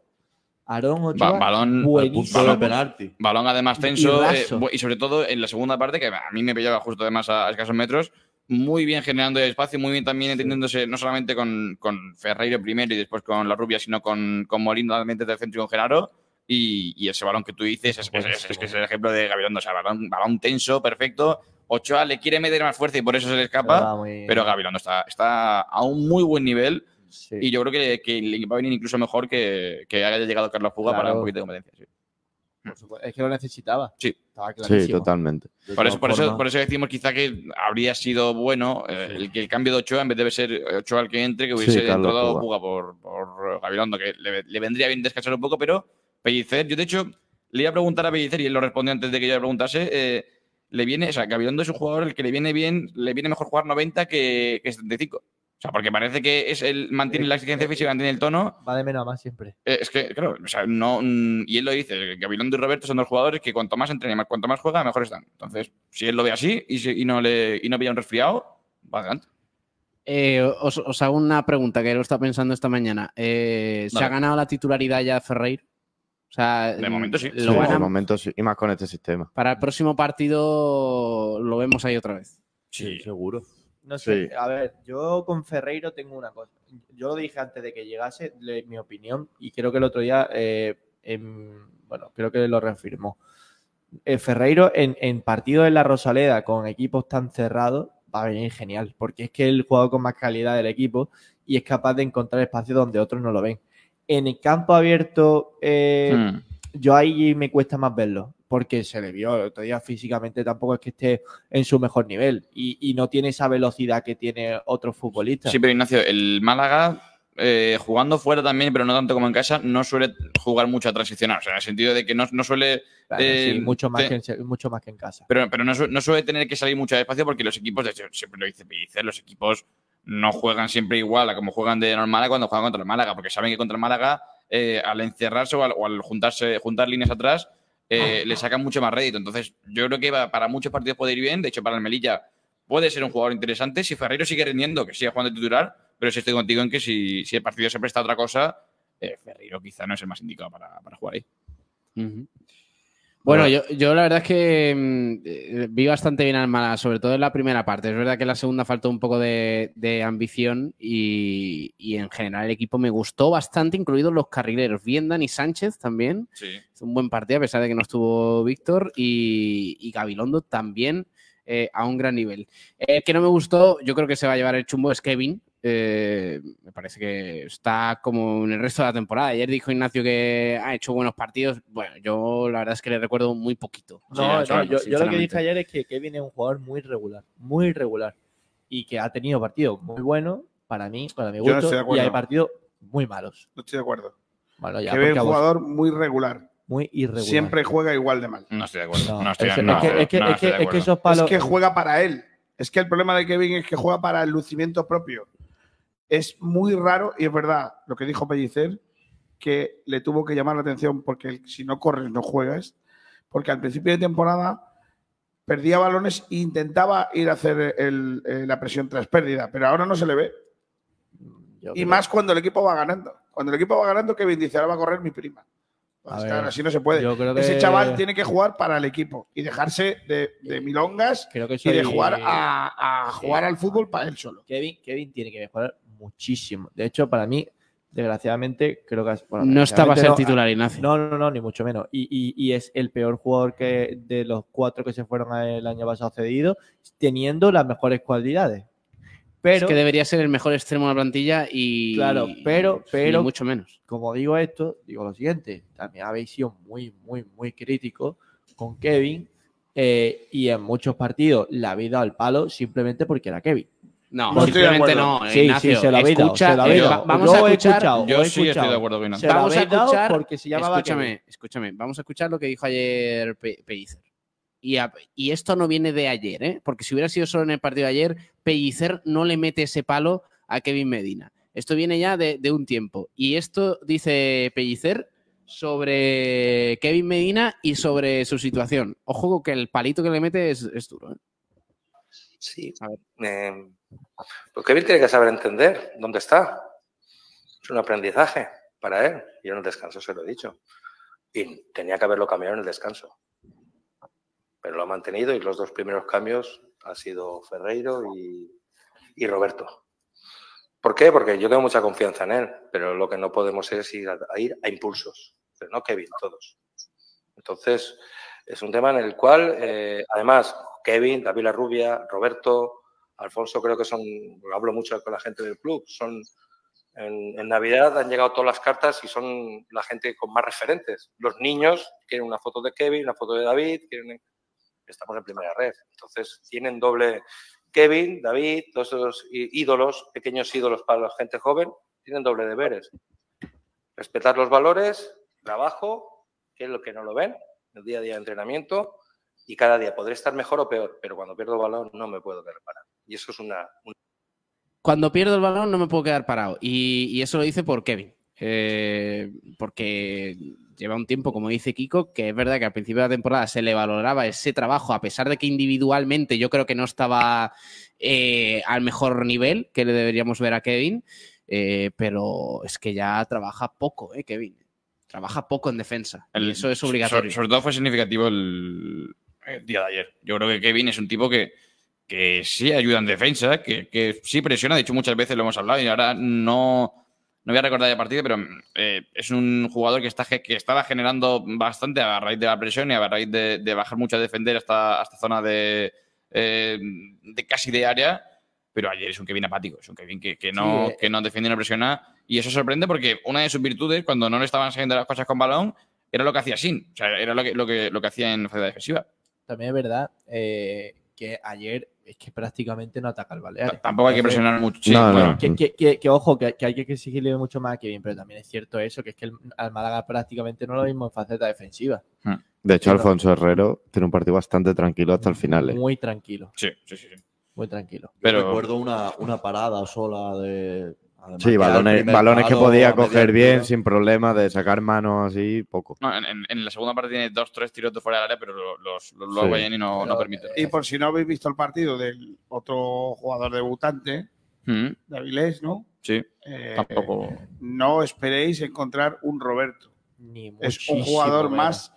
Speaker 6: Aarón Ochoa.
Speaker 13: Ba- balón, eh,
Speaker 6: buenísimo.
Speaker 13: balón, balón además
Speaker 6: Y-
Speaker 13: tenso
Speaker 6: y
Speaker 13: eh,
Speaker 6: raso.
Speaker 13: bu- y, sobre todo en la segunda parte que a mí me pillaba justo además a, a escasos metros muy bien generando el espacio muy bien también entendiéndose no solamente con, con Ferreiro primero y después con la rubia sino con, con Molina realmente del centro y con Genaro y, y ese balón que tú dices es, es- es- es que es el ejemplo de Gabilondo o sea balón, balón tenso perfecto Ochoa le quiere meter más fuerza y por eso se le
Speaker 6: Pero
Speaker 13: escapa
Speaker 6: va muy-
Speaker 13: pero Gabilondo está, está a un muy buen nivel y yo creo que, que le va a venir incluso mejor que, que haya llegado Carlos Fuga para
Speaker 6: Claro.
Speaker 13: un poquito de competencia sí.
Speaker 6: Por supuesto, Es que lo necesitaba.
Speaker 13: Sí.
Speaker 6: Estaba
Speaker 12: Sí,
Speaker 6: clarísimo.
Speaker 12: totalmente.
Speaker 13: Por eso, por, eso, por eso decimos quizá que habría sido bueno eh, el que el cambio de Ochoa, en vez de ser Ochoa el que entre, que hubiese
Speaker 12: Sí, Carlos
Speaker 13: entrado
Speaker 12: Puga.
Speaker 13: Puga por, por Gabilondo, que le, le vendría bien descansar un poco, pero Pellicer, yo de hecho le iba a preguntar a Pellicer y él lo respondió antes de que yo le preguntase, eh, le viene, o sea, Gabilondo es un jugador el que le viene bien, le viene mejor jugar 90 que, que 75. O sea, porque parece que es el, mantiene la exigencia física, mantiene el tono,
Speaker 6: Va de menos a más siempre.
Speaker 13: eh, Es que, claro, o sea, no, mm, y él lo dice, Gabilondo y Roberto son dos jugadores que cuanto más entrenan y más- cuanto más juegan, mejor están. Entonces, si él lo ve así y, si- y no, le, y no pilla un resfriado, va adelante.
Speaker 11: Eh, os, os hago una pregunta que lo está pensando esta mañana. Eh, ¿Se
Speaker 12: Vale.
Speaker 11: ha ganado la titularidad ya Ferreiro? O sea,
Speaker 12: Sí,
Speaker 11: Lo van
Speaker 12: de
Speaker 11: a-
Speaker 12: momento sí, y más con este sistema.
Speaker 11: Para el próximo partido lo vemos ahí otra vez.
Speaker 12: Sí, seguro.
Speaker 6: No sé, a ver, yo con Ferreiro tengo una cosa. Yo lo dije antes de que llegase, le- mi opinión, y creo que el otro día, eh, em, bueno, creo que lo reafirmó. Eh, Ferreiro en, en partidos en la Rosaleda con equipos tan cerrados va a venir genial, porque es que es el jugador con más calidad del equipo y es capaz de encontrar espacios donde otros no lo ven. En el campo abierto, eh,
Speaker 13: Hmm.
Speaker 6: yo ahí me cuesta más verlo, porque se le vio el otro día físicamente, tampoco es que esté en su mejor nivel y, y no tiene esa velocidad que tiene otros futbolistas.
Speaker 13: Sí, pero Ignacio, el Málaga, eh, jugando fuera también, pero no tanto como en casa, no suele jugar mucho a transicionar. O sea, en el sentido de que no, no suele.
Speaker 6: Claro,
Speaker 13: eh,
Speaker 6: sí, mucho, más
Speaker 13: te-
Speaker 6: que en, se- mucho más que en casa.
Speaker 13: Pero, pero no, su- no suele tener que salir mucho espacio porque los equipos, de hecho, siempre lo dice Pellicer, los equipos no juegan siempre igual a como juegan de normal a cuando juegan contra el Málaga, porque saben que contra el Málaga, eh, al encerrarse o al, o al juntarse, juntar líneas atrás, eh, le sacan mucho más rédito. Entonces, yo creo que va- para muchos partidos puede ir bien. De hecho, para el Melilla puede ser un jugador interesante. Si Ferreiro sigue rindiendo, que siga jugando de titular, pero si estoy contigo en que si, si el partido se presta a otra cosa, eh, Ferreiro quizá no es el más indicado para, para jugar ahí.
Speaker 11: Ujú. Bueno, yo, yo la verdad es que mm, eh, vi bastante bien al Málaga, sobre todo en la primera parte. Es verdad que en la segunda faltó un poco de, de ambición y, y en general el equipo me gustó bastante, incluidos los carrileros, Viendan y Sánchez también.
Speaker 13: Sí.
Speaker 11: Hizo un buen partido a pesar de que no estuvo Víctor y, y Gabilondo también eh, a un gran nivel. El que no me gustó, yo creo que se va a llevar el chumbo, es Kevin. eh, me parece que está como en el resto de la temporada. Ayer dijo Ignacio que ha hecho buenos partidos. Bueno, yo la verdad es que le recuerdo muy poquito. Sí,
Speaker 6: No,
Speaker 11: o sea,
Speaker 6: no, yo, yo lo que
Speaker 11: sinceramente.
Speaker 6: dije ayer es que Kevin es un jugador muy regular, muy regular. Y que ha tenido partidos muy buenos para mí, para mi
Speaker 2: Yo no
Speaker 6: gusto.
Speaker 2: estoy de
Speaker 6: y
Speaker 2: acuerdo.
Speaker 6: hay partidos muy malos.
Speaker 2: No estoy de acuerdo.
Speaker 6: Bueno, ya,
Speaker 2: que ve
Speaker 6: porque
Speaker 2: un
Speaker 6: a vos-
Speaker 2: jugador muy regular.
Speaker 6: Muy irregular.
Speaker 2: Siempre juega igual de mal.
Speaker 13: No estoy de acuerdo.
Speaker 6: No, no estoy- es- no, es que- no, es que- no es que- estoy de es que acuerdo. esos palos-
Speaker 2: Es que juega para él. Es que el problema de Kevin es que juega para el lucimiento propio. Es muy raro y es verdad lo que dijo Pellicer, que le tuvo que llamar la atención porque si no corres no juegas. Porque al principio de temporada perdía balones e intentaba ir a hacer el- eh, la presión tras pérdida, pero ahora no se le ve.
Speaker 6: Mm,
Speaker 2: Y más cuando el equipo va ganando. Cuando el equipo va ganando, Kevin dice, ahora va a correr mi prima.
Speaker 6: A
Speaker 2: Pues
Speaker 6: ver,
Speaker 2: claro, así no se puede.
Speaker 6: yo creo
Speaker 2: Ese
Speaker 6: que-
Speaker 2: chaval tiene que jugar para el equipo y dejarse de, de milongas
Speaker 6: Creo que
Speaker 2: y de
Speaker 6: soy-
Speaker 2: jugar a, a jugar al fútbol para él solo.
Speaker 6: Kevin, Kevin tiene que mejorar muchísimo. De hecho, para mí, desgraciadamente, creo que has- bueno,
Speaker 11: No está para ser
Speaker 6: desgraciadamente
Speaker 11: titular,
Speaker 6: No, no, no, ni mucho menos. Y, y- y es el peor jugador que de los cuatro que se fueron el año pasado cedido, teniendo las mejores cualidades.
Speaker 11: Es
Speaker 6: Pero,
Speaker 11: que debería ser el mejor extremo de la plantilla y.
Speaker 6: claro, pero,
Speaker 11: y
Speaker 6: pero,
Speaker 11: mucho menos.
Speaker 6: Como digo esto, digo lo siguiente: también habéis sido muy, muy, muy críticos con Kevin eh, y en muchos partidos la habéis dado al palo simplemente porque era Kevin.
Speaker 11: No, No estoy de simplemente acuerdo. no,
Speaker 6: Sí,
Speaker 11: Ignacio,
Speaker 6: sí, se lo habéis dado,
Speaker 11: escucha,
Speaker 6: se lo habéis
Speaker 11: eh,
Speaker 6: dado.
Speaker 11: va- vamos
Speaker 6: Yo
Speaker 11: a
Speaker 6: he
Speaker 11: escuchar-
Speaker 6: escuchado,
Speaker 13: yo
Speaker 6: he
Speaker 13: sí estoy de
Speaker 6: escuchado.
Speaker 13: acuerdo con Ignacio.
Speaker 6: Se lo
Speaker 11: Vamos a
Speaker 6: habéis dado
Speaker 11: escuchar.
Speaker 6: porque se llamaba
Speaker 11: escúchame,
Speaker 6: Kevin.
Speaker 11: escúchame. Vamos a escuchar lo que dijo ayer Pe- Pellicer. Y, a- y esto no viene de ayer, ¿eh? porque si hubiera sido solo en el partido de ayer, Pellicer no le mete ese palo a Kevin Medina. Esto viene ya de, de un tiempo. Y esto dice Pellicer sobre Kevin Medina y sobre su situación. Ojo con que el palito que le mete es, es duro. ¿eh?
Speaker 9: Sí. Eh, pues Kevin tiene que saber entender dónde está. Es un aprendizaje para él. Yo en el descanso se lo he dicho. Y tenía que haberlo cambiado en el descanso. Pero lo ha mantenido y los dos primeros cambios han sido Ferreiro y, y Roberto. ¿Por qué? Porque yo tengo mucha confianza en él, pero lo que no podemos es ir a, a ir a impulsos. Pero no Kevin, todos. Entonces, es un tema en el cual, eh, además, Kevin, David La Rubia, Roberto, Alfonso, creo que son, hablo mucho con la gente del club, son en, en Navidad han llegado todas las cartas y son la gente con más referentes. Los niños quieren una foto de Kevin, una foto de David, quieren- estamos en primera red. Entonces, tienen doble Kevin, David, todos esos í- ídolos, pequeños ídolos para la gente joven, tienen doble deberes. Respetar los valores, trabajo, que es lo que no lo ven, el día a día de entrenamiento y cada día podré estar mejor o peor, pero cuando pierdo balón no me puedo quedar parado. Y eso es una, una-
Speaker 11: Cuando pierdo el balón no me puedo quedar parado. Y, y eso lo dice por Kevin. Eh, porque lleva un tiempo, como dice Kiko, que es verdad que al principio de la temporada se le valoraba ese trabajo, a pesar de que individualmente yo creo que no estaba eh, al mejor nivel que le deberíamos ver a Kevin. eh, pero es que ya trabaja poco, eh, Kevin. Trabaja poco en defensa. y
Speaker 13: El-
Speaker 11: eso es
Speaker 13: so-
Speaker 11: obligatorio.
Speaker 13: Sobre, todo fue significativo el, el día de ayer. Yo creo que Kevin es un tipo que, que sí ayuda en defensa, que, que sí presiona. De hecho, muchas veces lo hemos hablado y ahora no, no voy a recordar el partido, pero eh, es un jugador que, está, ge- que estaba generando bastante a raíz de la presión y a raíz de, de bajar mucho a defender hasta, hasta zona de, eh, de casi de área. Pero ayer es un Kevin apático, es un Kevin que, que no,
Speaker 6: Sí, eh.
Speaker 13: que no defiende y no presiona. Y eso sorprende porque una de sus virtudes, cuando no le estaban saliendo las cosas con balón, era lo que hacía sin. O sea, era lo que, lo que, lo que hacía en faceta defensiva.
Speaker 6: También es verdad eh, que ayer es que prácticamente no ataca el Baleares.
Speaker 13: Tampoco hay que
Speaker 6: Entonces,
Speaker 13: presionar mucho. Sí,
Speaker 6: que-
Speaker 12: No, no.
Speaker 13: bueno.
Speaker 6: Que, que- que- que ojo, que, que hay que exigirle mucho más a Kevin, pero también es cierto eso, que es que el, al Málaga prácticamente no lo mismo en faceta defensiva.
Speaker 13: Hmm.
Speaker 12: De hecho, Alfonso Herrero tiene un partido bastante tranquilo hasta el final. ¿eh?
Speaker 6: Muy tranquilo.
Speaker 13: Sí, sí, sí.
Speaker 6: Muy tranquilo.
Speaker 12: Pero- recuerdo una, una parada sola de.
Speaker 13: además
Speaker 12: Sí,
Speaker 13: que era el
Speaker 12: balones,
Speaker 13: primer
Speaker 12: balones que
Speaker 13: palo a
Speaker 12: podía
Speaker 13: media
Speaker 12: coger bien,
Speaker 13: altura.
Speaker 12: sin problema, de sacar mano así, poco.
Speaker 13: No, en, en- en la segunda parte tiene dos, tres tiros de fuera del área, pero lo- los, los, luego
Speaker 12: Sí.
Speaker 13: Bayern y no, no permite.
Speaker 2: eh, Y por si no habéis visto el partido del otro jugador debutante,
Speaker 13: Mm,
Speaker 2: de Avilés, ¿no?
Speaker 13: Sí.
Speaker 2: Eh,
Speaker 13: Tampoco.
Speaker 2: No esperéis encontrar un Roberto. es un
Speaker 6: muchísimo
Speaker 2: jugador
Speaker 6: menos.
Speaker 2: más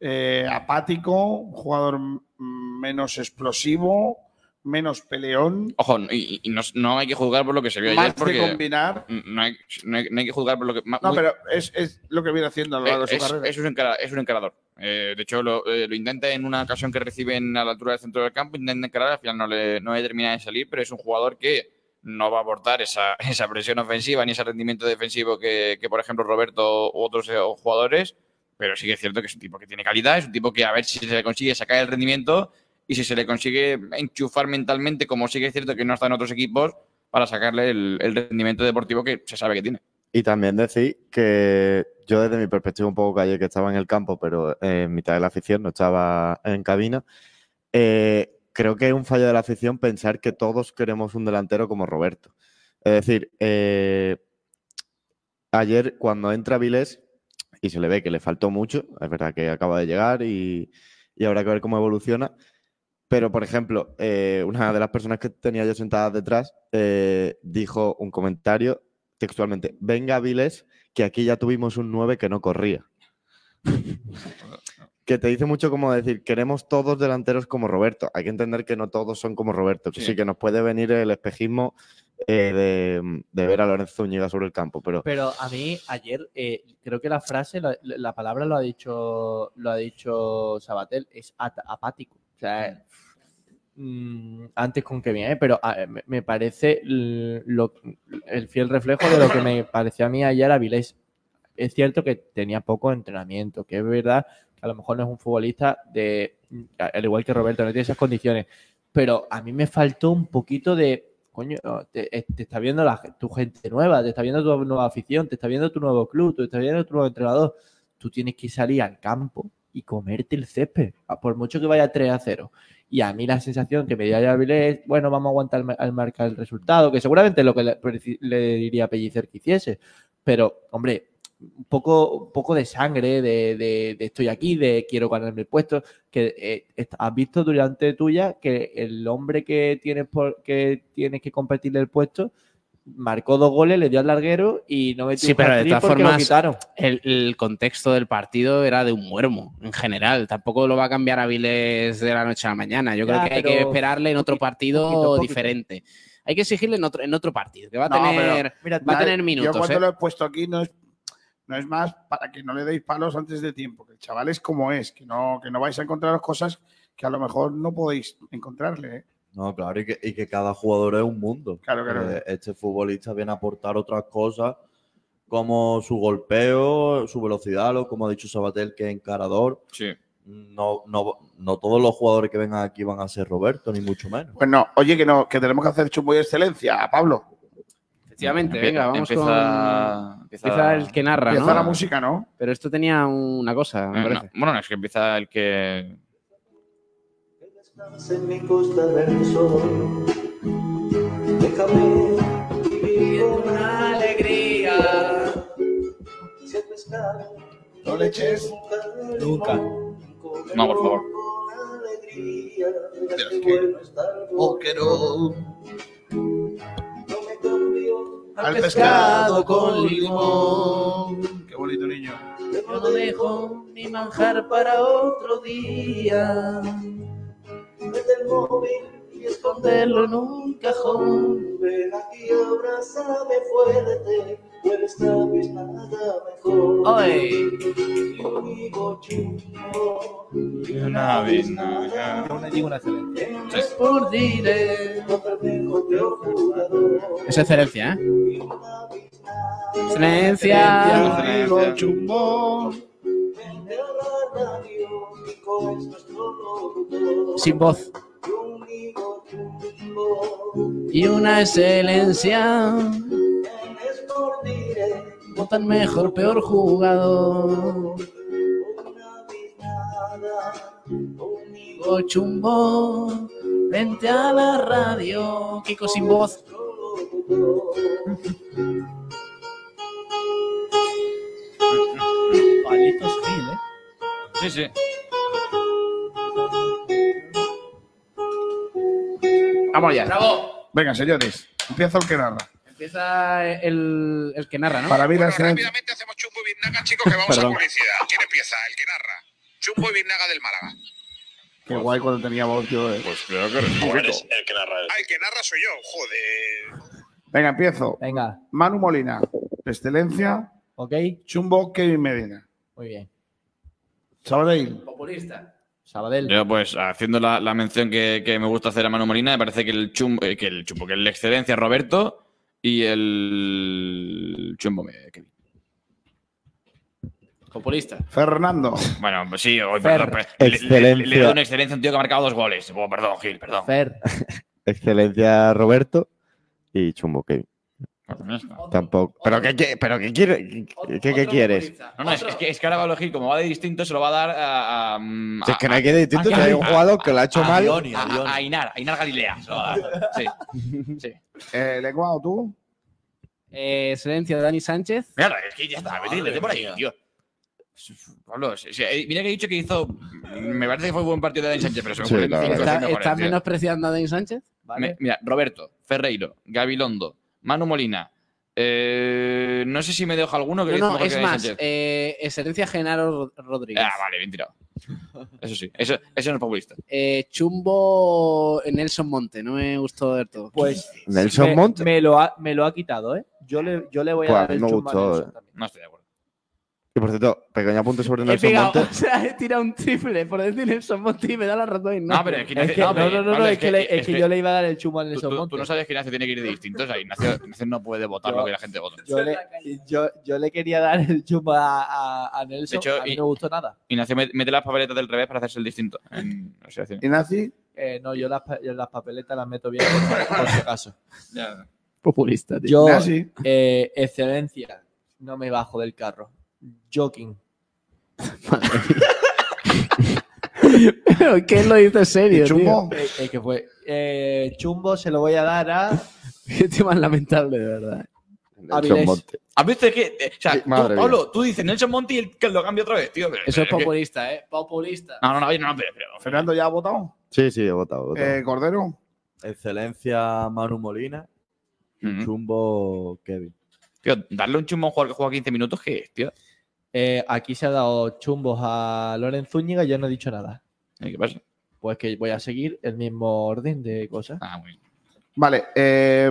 Speaker 2: eh, apático, un jugador mm, menos explosivo, menos peleón,
Speaker 13: Ojo, y, y no, no hay que juzgar por lo que se vio ayer.
Speaker 2: más de
Speaker 13: porque
Speaker 2: combinar.
Speaker 13: no, hay, no hay- no hay que juzgar por lo que. ma-
Speaker 2: No,
Speaker 13: muy-
Speaker 2: pero es, es lo que viene haciendo a lo largo de su
Speaker 13: Eh, es,
Speaker 2: carrera.
Speaker 13: es un encara- es un encarador. Eh, de hecho, lo, eh, lo intenta en una ocasión que reciben a la altura del centro del campo, intenta encarar, al final no le, no le termina de salir, pero es un jugador que no va a aportar esa, esa presión ofensiva ni ese rendimiento defensivo que, que, por ejemplo, Roberto u otros eh, jugadores, pero sí que es cierto que es un tipo que tiene calidad, es un tipo que a ver si se le consigue sacar el rendimiento y si se le consigue enchufar mentalmente, como sí que es cierto que no está en otros equipos, para sacarle el, el rendimiento deportivo que se sabe que tiene.
Speaker 12: Y también decir que yo desde mi perspectiva un poco que ayer que estaba en el campo, pero en mitad de la afición, no estaba en cabina, eh, creo que es un fallo de la afición pensar que todos queremos un delantero como Roberto. Es decir, eh, ayer cuando entra Vilés y se le ve que le faltó mucho, es verdad que acaba de llegar y, y habrá que ver cómo evoluciona, pero, por ejemplo, eh, una de las personas que tenía yo sentada detrás eh, dijo un comentario textualmente, venga Viles, que aquí ya tuvimos un 9 que no corría. que te dice mucho como decir, queremos todos delanteros como Roberto. Hay que entender que no todos son como Roberto, que sí, sí que nos puede venir el espejismo eh, de, de, ver a Lorenzo Zúñiga sobre el campo. Pero,
Speaker 6: pero a mí ayer eh, creo que la frase, la, la, palabra lo ha dicho, lo ha dicho Sabatel, es at apático. O sea, Mm, antes con que viene, pero eh, me parece lo, el fiel reflejo de lo que me pareció a mí ayer a Vilés. Es cierto que tenía poco entrenamiento, que es verdad que a lo mejor no es un futbolista de, al igual que Roberto, no tiene esas condiciones, pero a mí me faltó un poquito de, coño, te, eh, te está viendo la, tu gente nueva, te está viendo tu nueva afición, te está viendo tu nuevo club, te está viendo tu nuevo entrenador, tú tienes que salir al campo y comerte el césped, por mucho que vaya 3 a 0. Y a mí la sensación que me dio Yabil es, bueno, vamos a aguantar al marcar el resultado, que seguramente es lo que le, le, diría Pellicer que hiciese. Pero, hombre, un poco, un poco de sangre, de, de, de, estoy aquí, de quiero ganarme el puesto, que eh, has visto durante tuya que el hombre que tienes, por, que, tienes que competirle el puesto marcó dos goles, le dio al larguero y no metió
Speaker 11: Sí, pero de todas
Speaker 6: porque
Speaker 11: formas,
Speaker 6: lo quitaron.
Speaker 11: El, el, contexto del partido era de un muermo en general. Tampoco lo va a cambiar Avilés de la noche a la mañana. Yo
Speaker 6: Ya,
Speaker 11: creo que hay
Speaker 6: pero
Speaker 11: que esperarle en otro
Speaker 6: poquito,
Speaker 11: partido
Speaker 6: poquito, poquito.
Speaker 11: diferente. Hay que exigirle en otro, en otro partido, que va a
Speaker 2: No,
Speaker 11: tener,
Speaker 2: pero, mira,
Speaker 11: va a
Speaker 2: nadie-
Speaker 11: tener
Speaker 2: Yo
Speaker 11: minutos.
Speaker 2: cuando
Speaker 11: ¿eh?
Speaker 2: lo he puesto aquí no es, no es más para que no le deis palos antes de tiempo, que el chaval es como es, que no, que no vais a encontraros cosas que a lo mejor no podéis encontrarle. ¿eh?
Speaker 14: No, claro, y que, y que cada jugador es un mundo.
Speaker 2: Claro, claro.
Speaker 14: Eh, este futbolista viene a aportar otras cosas como su golpeo, su velocidad, o como ha dicho Sabatel, que es encarador.
Speaker 2: Mm.
Speaker 14: No, no, no todos los jugadores que vengan aquí van a ser Roberto, ni mucho menos.
Speaker 2: Pues no, oye, que no, que tenemos que hacer chumbo y excelencia, Pablo.
Speaker 11: Efectivamente,
Speaker 2: Empie-
Speaker 11: venga, vamos
Speaker 13: empieza-
Speaker 11: con.
Speaker 13: empieza-
Speaker 11: Empieza, el que narra.
Speaker 13: empieza
Speaker 11: ¿no?
Speaker 13: la música,
Speaker 2: ¿no?
Speaker 11: Pero esto tenía una cosa, me
Speaker 13: Eh, no,
Speaker 11: parece.
Speaker 13: bueno, es que empieza el que.
Speaker 18: en mi costa del sol. Déjame vivir con alegría. Si el pescado
Speaker 2: no le eches
Speaker 18: nunca.
Speaker 13: No, por favor.
Speaker 2: Oh,
Speaker 18: Boquerón.
Speaker 2: Al
Speaker 18: pescado con limón.
Speaker 2: Qué bonito niño.
Speaker 18: Yo no dejo mi manjar para otro día. Mete el móvil y esconderlo en un cajón. Ven aquí, abrázame fuerte. Puede estar vez nada mejor.
Speaker 11: Ay.
Speaker 18: Y Conmigo chumbo.
Speaker 13: Una biznaga.
Speaker 18: No es por dinero. No pertenezco a otro jugador.
Speaker 11: Es excelencia, ¿eh? Excelencia.
Speaker 2: Trigo chumbo.
Speaker 11: Sin voz.
Speaker 18: Y una excelencia.
Speaker 11: No tan mejor, peor jugador.
Speaker 18: Digo chumbo. Vente a la radio.
Speaker 11: Kiko sin voz.
Speaker 6: Palitos Gil, ¿eh?
Speaker 13: Sí, sí.
Speaker 2: Vamos ya.
Speaker 11: Bravo.
Speaker 2: Venga, señores, empieza el que narra.
Speaker 11: Empieza el, el que narra, ¿no?
Speaker 2: Para mí la excelencia. Perdón.
Speaker 19: ¿Quién empieza? El que narra. Chumbo y Vinaga del Málaga.
Speaker 2: Qué guay cuando tenía voz yo. eh.
Speaker 13: Pues
Speaker 19: el que narra. Ah, el que narra soy yo, joder.
Speaker 2: Venga, empiezo.
Speaker 6: Venga.
Speaker 2: Manu Molina, excelencia.
Speaker 6: Ok.
Speaker 2: Chumbo Kevin Medina.
Speaker 6: Muy bien.
Speaker 2: Sabadell,
Speaker 11: Populista.
Speaker 6: Sabadell.
Speaker 13: Yo, pues, haciendo la, la mención que, que me gusta hacer a Manu Molina, me parece que el chumbo, que el chumbo, que el excelencia Roberto y el chumbo me- Kevin.
Speaker 11: Populista.
Speaker 2: Fernando.
Speaker 13: Bueno, pues sí, hoy,
Speaker 2: Fer.
Speaker 13: perdón, pues, le- le, le- le
Speaker 12: Excelencia.
Speaker 13: doy una excelencia a un tío que ha marcado dos goles. Oh, perdón, Gil, perdón.
Speaker 12: Excelencia Roberto y Chumbo Kevin.
Speaker 13: Bueno, pues ya está.
Speaker 12: Tampoco. ¿Pero qué, qué- pero qué, quiere- qué- qué- qué quieres?
Speaker 13: No, no, es, es que, es que ahora va a elegir, como va de distinto, se lo va a dar a. a-
Speaker 12: Si es que no hay
Speaker 13: a-
Speaker 12: que distinto,
Speaker 13: a-
Speaker 12: si hay un
Speaker 13: a-
Speaker 12: jugador que lo ha hecho
Speaker 13: a-
Speaker 12: mal.
Speaker 13: A, a- a Inar, a Inar Galilea. se lo va a dar. Sí.
Speaker 2: Eh, Lenguado, tú.
Speaker 11: Eh, excelencia, Dani Sánchez.
Speaker 13: Mierda, eh. es que ya está, vete, vete por ahí, tío. Pablo, sí, sí, eh, mira que he dicho que hizo. Me parece que fue un buen partido de Dani Sánchez, pero se me
Speaker 12: Sí,
Speaker 13: ocurren
Speaker 12: la
Speaker 13: cinco
Speaker 12: verdad.
Speaker 13: cosas
Speaker 11: ¿Estás
Speaker 13: mejores, tío.
Speaker 11: menospreciando a Dani Sánchez?
Speaker 13: Me- Mira, Roberto, Ferreiro, Gabilondo, Manu Molina. eh, no sé si me dejo alguno que
Speaker 11: No,
Speaker 13: lo hizo
Speaker 11: no,
Speaker 13: mejor
Speaker 11: es
Speaker 13: que Dani
Speaker 11: más,
Speaker 13: Sánchez.
Speaker 11: eh, excelencia Genaro Rod- Rodríguez.
Speaker 13: Ah, vale, bien tirado. Eso sí, eso, eso no es populista.
Speaker 11: Eh, chumbo Nelson Monte, no me gustó del todo.
Speaker 6: Pues
Speaker 12: Nelson
Speaker 6: me,
Speaker 12: Monte.
Speaker 6: me lo ha, me lo ha quitado, ¿eh? Yo le, yo le voy a
Speaker 12: Pues a
Speaker 6: dar
Speaker 12: mí
Speaker 6: el
Speaker 12: me
Speaker 6: chumbo a
Speaker 12: gustó.
Speaker 6: Nelson.
Speaker 12: eh.
Speaker 13: No estoy de acuerdo.
Speaker 12: Y por cierto, pequeño apunte sobre
Speaker 11: he
Speaker 12: Nelson
Speaker 11: pegado,
Speaker 12: Monte.
Speaker 11: o sea, he tirado un triple por decir Nelson Monte y me da la razón.
Speaker 13: No, pero es que no
Speaker 6: Es
Speaker 13: hace-
Speaker 6: que- no,
Speaker 13: pero-
Speaker 6: no, no,
Speaker 13: Pablo,
Speaker 6: no, es que le- es que yo le iba a dar el chumbo a
Speaker 13: Tú,
Speaker 6: Nelson
Speaker 13: tú-
Speaker 6: Monte.
Speaker 13: tú no sabes que Ignacio tiene que ir de distintos. O sea, Ignacio, Ignacio no puede votar
Speaker 6: Yo-
Speaker 13: lo que la gente vota.
Speaker 6: Yo le, yo, yo le quería dar el chumbo a, a, a Nelson.
Speaker 13: De hecho,
Speaker 6: a mí
Speaker 13: y-
Speaker 6: no me gustó nada.
Speaker 13: Ignacio met- mete las papeletas del revés para hacerse el distinto. En- o sea, sí.
Speaker 6: Eh, no, yo las, pa- yo las papeletas las meto bien por, por si acaso.
Speaker 11: Populista, tío.
Speaker 6: Yo,
Speaker 11: Nazi.
Speaker 6: eh, excelencia, no me bajo del carro. Joking.
Speaker 11: pero ¿qué lo dice en serio, tío?
Speaker 6: Eh, eh, que fue. Eh, chumbo se lo voy a dar a
Speaker 11: Qué tío más lamentable, de verdad.
Speaker 6: Avilés.
Speaker 13: ¿Has visto que.? eh, o sea, tú,
Speaker 11: madre mía.
Speaker 13: Pablo, tú dices Nelson Monti y el que lo cambia otra vez, tío. pero-
Speaker 11: Eso es
Speaker 13: pero que-
Speaker 11: populista, ¿eh? Populista.
Speaker 13: No, no, no, oye, no, pero. pero-
Speaker 2: Fernando ya ha votado. Eh,
Speaker 12: Sí, sí, he votado. he votado.
Speaker 14: Eh,
Speaker 2: Cordero.
Speaker 14: Excelencia Manu Molina y Chumbo Kevin.
Speaker 13: Tío, darle un chumbo a un jugador que juega 15 minutos, ¿qué es, tío?
Speaker 6: Eh, aquí se ha dado chumbos a Lorenz Zúñiga y yo no he dicho nada.
Speaker 13: Eh, ¿Qué pasa?
Speaker 6: Pues que voy a seguir el mismo orden de cosas.
Speaker 13: Ah, muy bien.
Speaker 2: Vale. eh,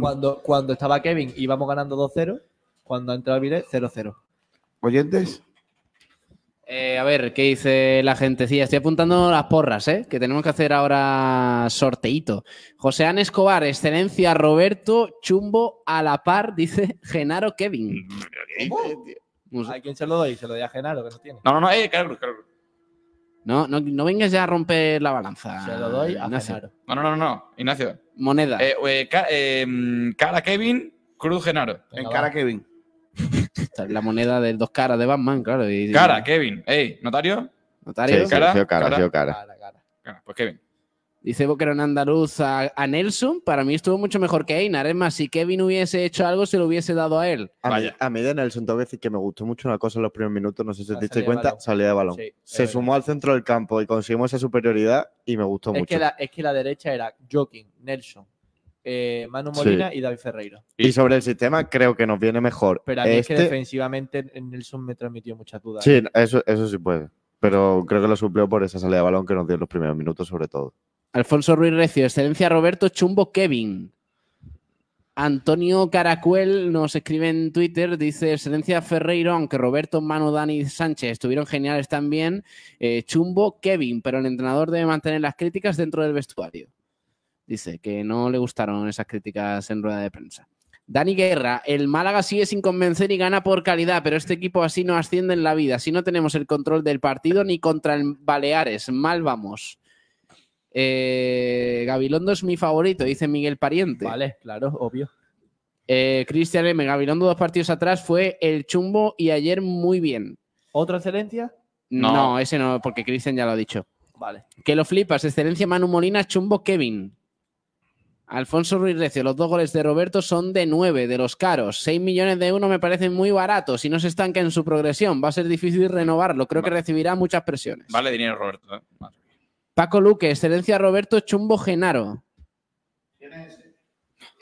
Speaker 6: Cuando, cuando estaba Kevin íbamos ganando 2-0. Cuando ha entrado Avilés, 0-0.
Speaker 2: ¿Oyentes?
Speaker 11: Eh, a ver, ¿qué dice la gentecilla? Estoy apuntando las porras, ¿eh? Que tenemos que hacer ahora sorteíto. José An Escobar, excelencia Roberto, chumbo a la par, dice Genaro Kevin.
Speaker 12: Oh.
Speaker 6: ¿A quién se lo doy? Se lo doy a Genaro, que no tiene.
Speaker 13: Pues, No, no, no, eh, Carlos, Carlos.
Speaker 11: No, no, no vengas ya a romper la balanza.
Speaker 6: Se lo doy a
Speaker 11: Ignacio.
Speaker 6: Genaro.
Speaker 13: No, no, no, no, Ignacio.
Speaker 11: Moneda.
Speaker 13: Eh, eh, ca- eh, cara Kevin, Cruz Genaro.
Speaker 2: En cara Kevin.
Speaker 11: La moneda de dos caras de Batman, claro. y-
Speaker 13: Cara, Kevin. Ey, notario.
Speaker 11: Notario.
Speaker 12: Sí, sí, ha sido cara, ha sido cara.
Speaker 13: Cara, Pues Kevin.
Speaker 11: Dice Boquerón Andaluz a, a Nelson. Para mí estuvo mucho mejor que Einar. Es más, si Kevin hubiese hecho algo, se lo hubiese dado a él.
Speaker 12: A mí, a mí de Nelson tengo que decir que me gustó mucho una cosa en los primeros minutos, no sé si os disteis
Speaker 11: salida de
Speaker 12: cuenta,
Speaker 11: balón.
Speaker 12: salida de balón.
Speaker 11: Sí, es
Speaker 12: Se
Speaker 11: verdad.
Speaker 12: sumó al centro del campo y conseguimos esa superioridad y me gustó
Speaker 6: Es
Speaker 12: mucho.
Speaker 6: que, la, es que la derecha era Joking, Nelson, eh, Manu Molina
Speaker 12: Sí.
Speaker 6: y David Ferreiro.
Speaker 12: Y sobre el sistema creo que nos viene mejor.
Speaker 6: Pero a mí es que ¿eh?
Speaker 12: este-
Speaker 6: defensivamente Nelson me transmitió muchas dudas.
Speaker 12: Sí, eso, eso sí puede. Pero creo que lo suplió por esa salida de balón que nos dio en los primeros minutos, sobre todo.
Speaker 11: Alfonso Ruiz Recio, excelencia Roberto, chumbo Kevin. Antonio Caracuel nos escribe en Twitter, dice excelencia Ferreiro, aunque Roberto, Manu, Dani y Sánchez estuvieron geniales también, eh, chumbo Kevin, pero el entrenador debe mantener las críticas dentro del vestuario. Dice que no le gustaron esas críticas en rueda de prensa. Dani Guerra, el Málaga sigue sin convencer y gana por calidad, pero este equipo así no asciende en la vida. Si no tenemos el control del partido ni contra el Baleares, mal vamos. Eh, Gabilondo es mi favorito, dice Miguel Pariente.
Speaker 6: Vale, claro, obvio.
Speaker 11: Eh, Cristian M. Gabilondo dos partidos atrás fue el chumbo y ayer muy bien.
Speaker 6: ¿Otra excelencia?
Speaker 11: No,
Speaker 6: No.
Speaker 11: ese no, porque Cristian ya lo ha dicho.
Speaker 6: Vale.
Speaker 11: Que lo flipas, excelencia Manu Molina, chumbo Kevin. Alfonso Ruiz Recio, los dos goles de Roberto son de nueve, de los caros. 6 millones de euros me parecen muy baratos y no se estanca en su progresión. Va a ser difícil renovarlo. Creo que recibirá muchas presiones.
Speaker 13: Vale dinero, Roberto. ¿eh? Vale.
Speaker 11: Paco Luque, excelencia Roberto, chumbo Genaro.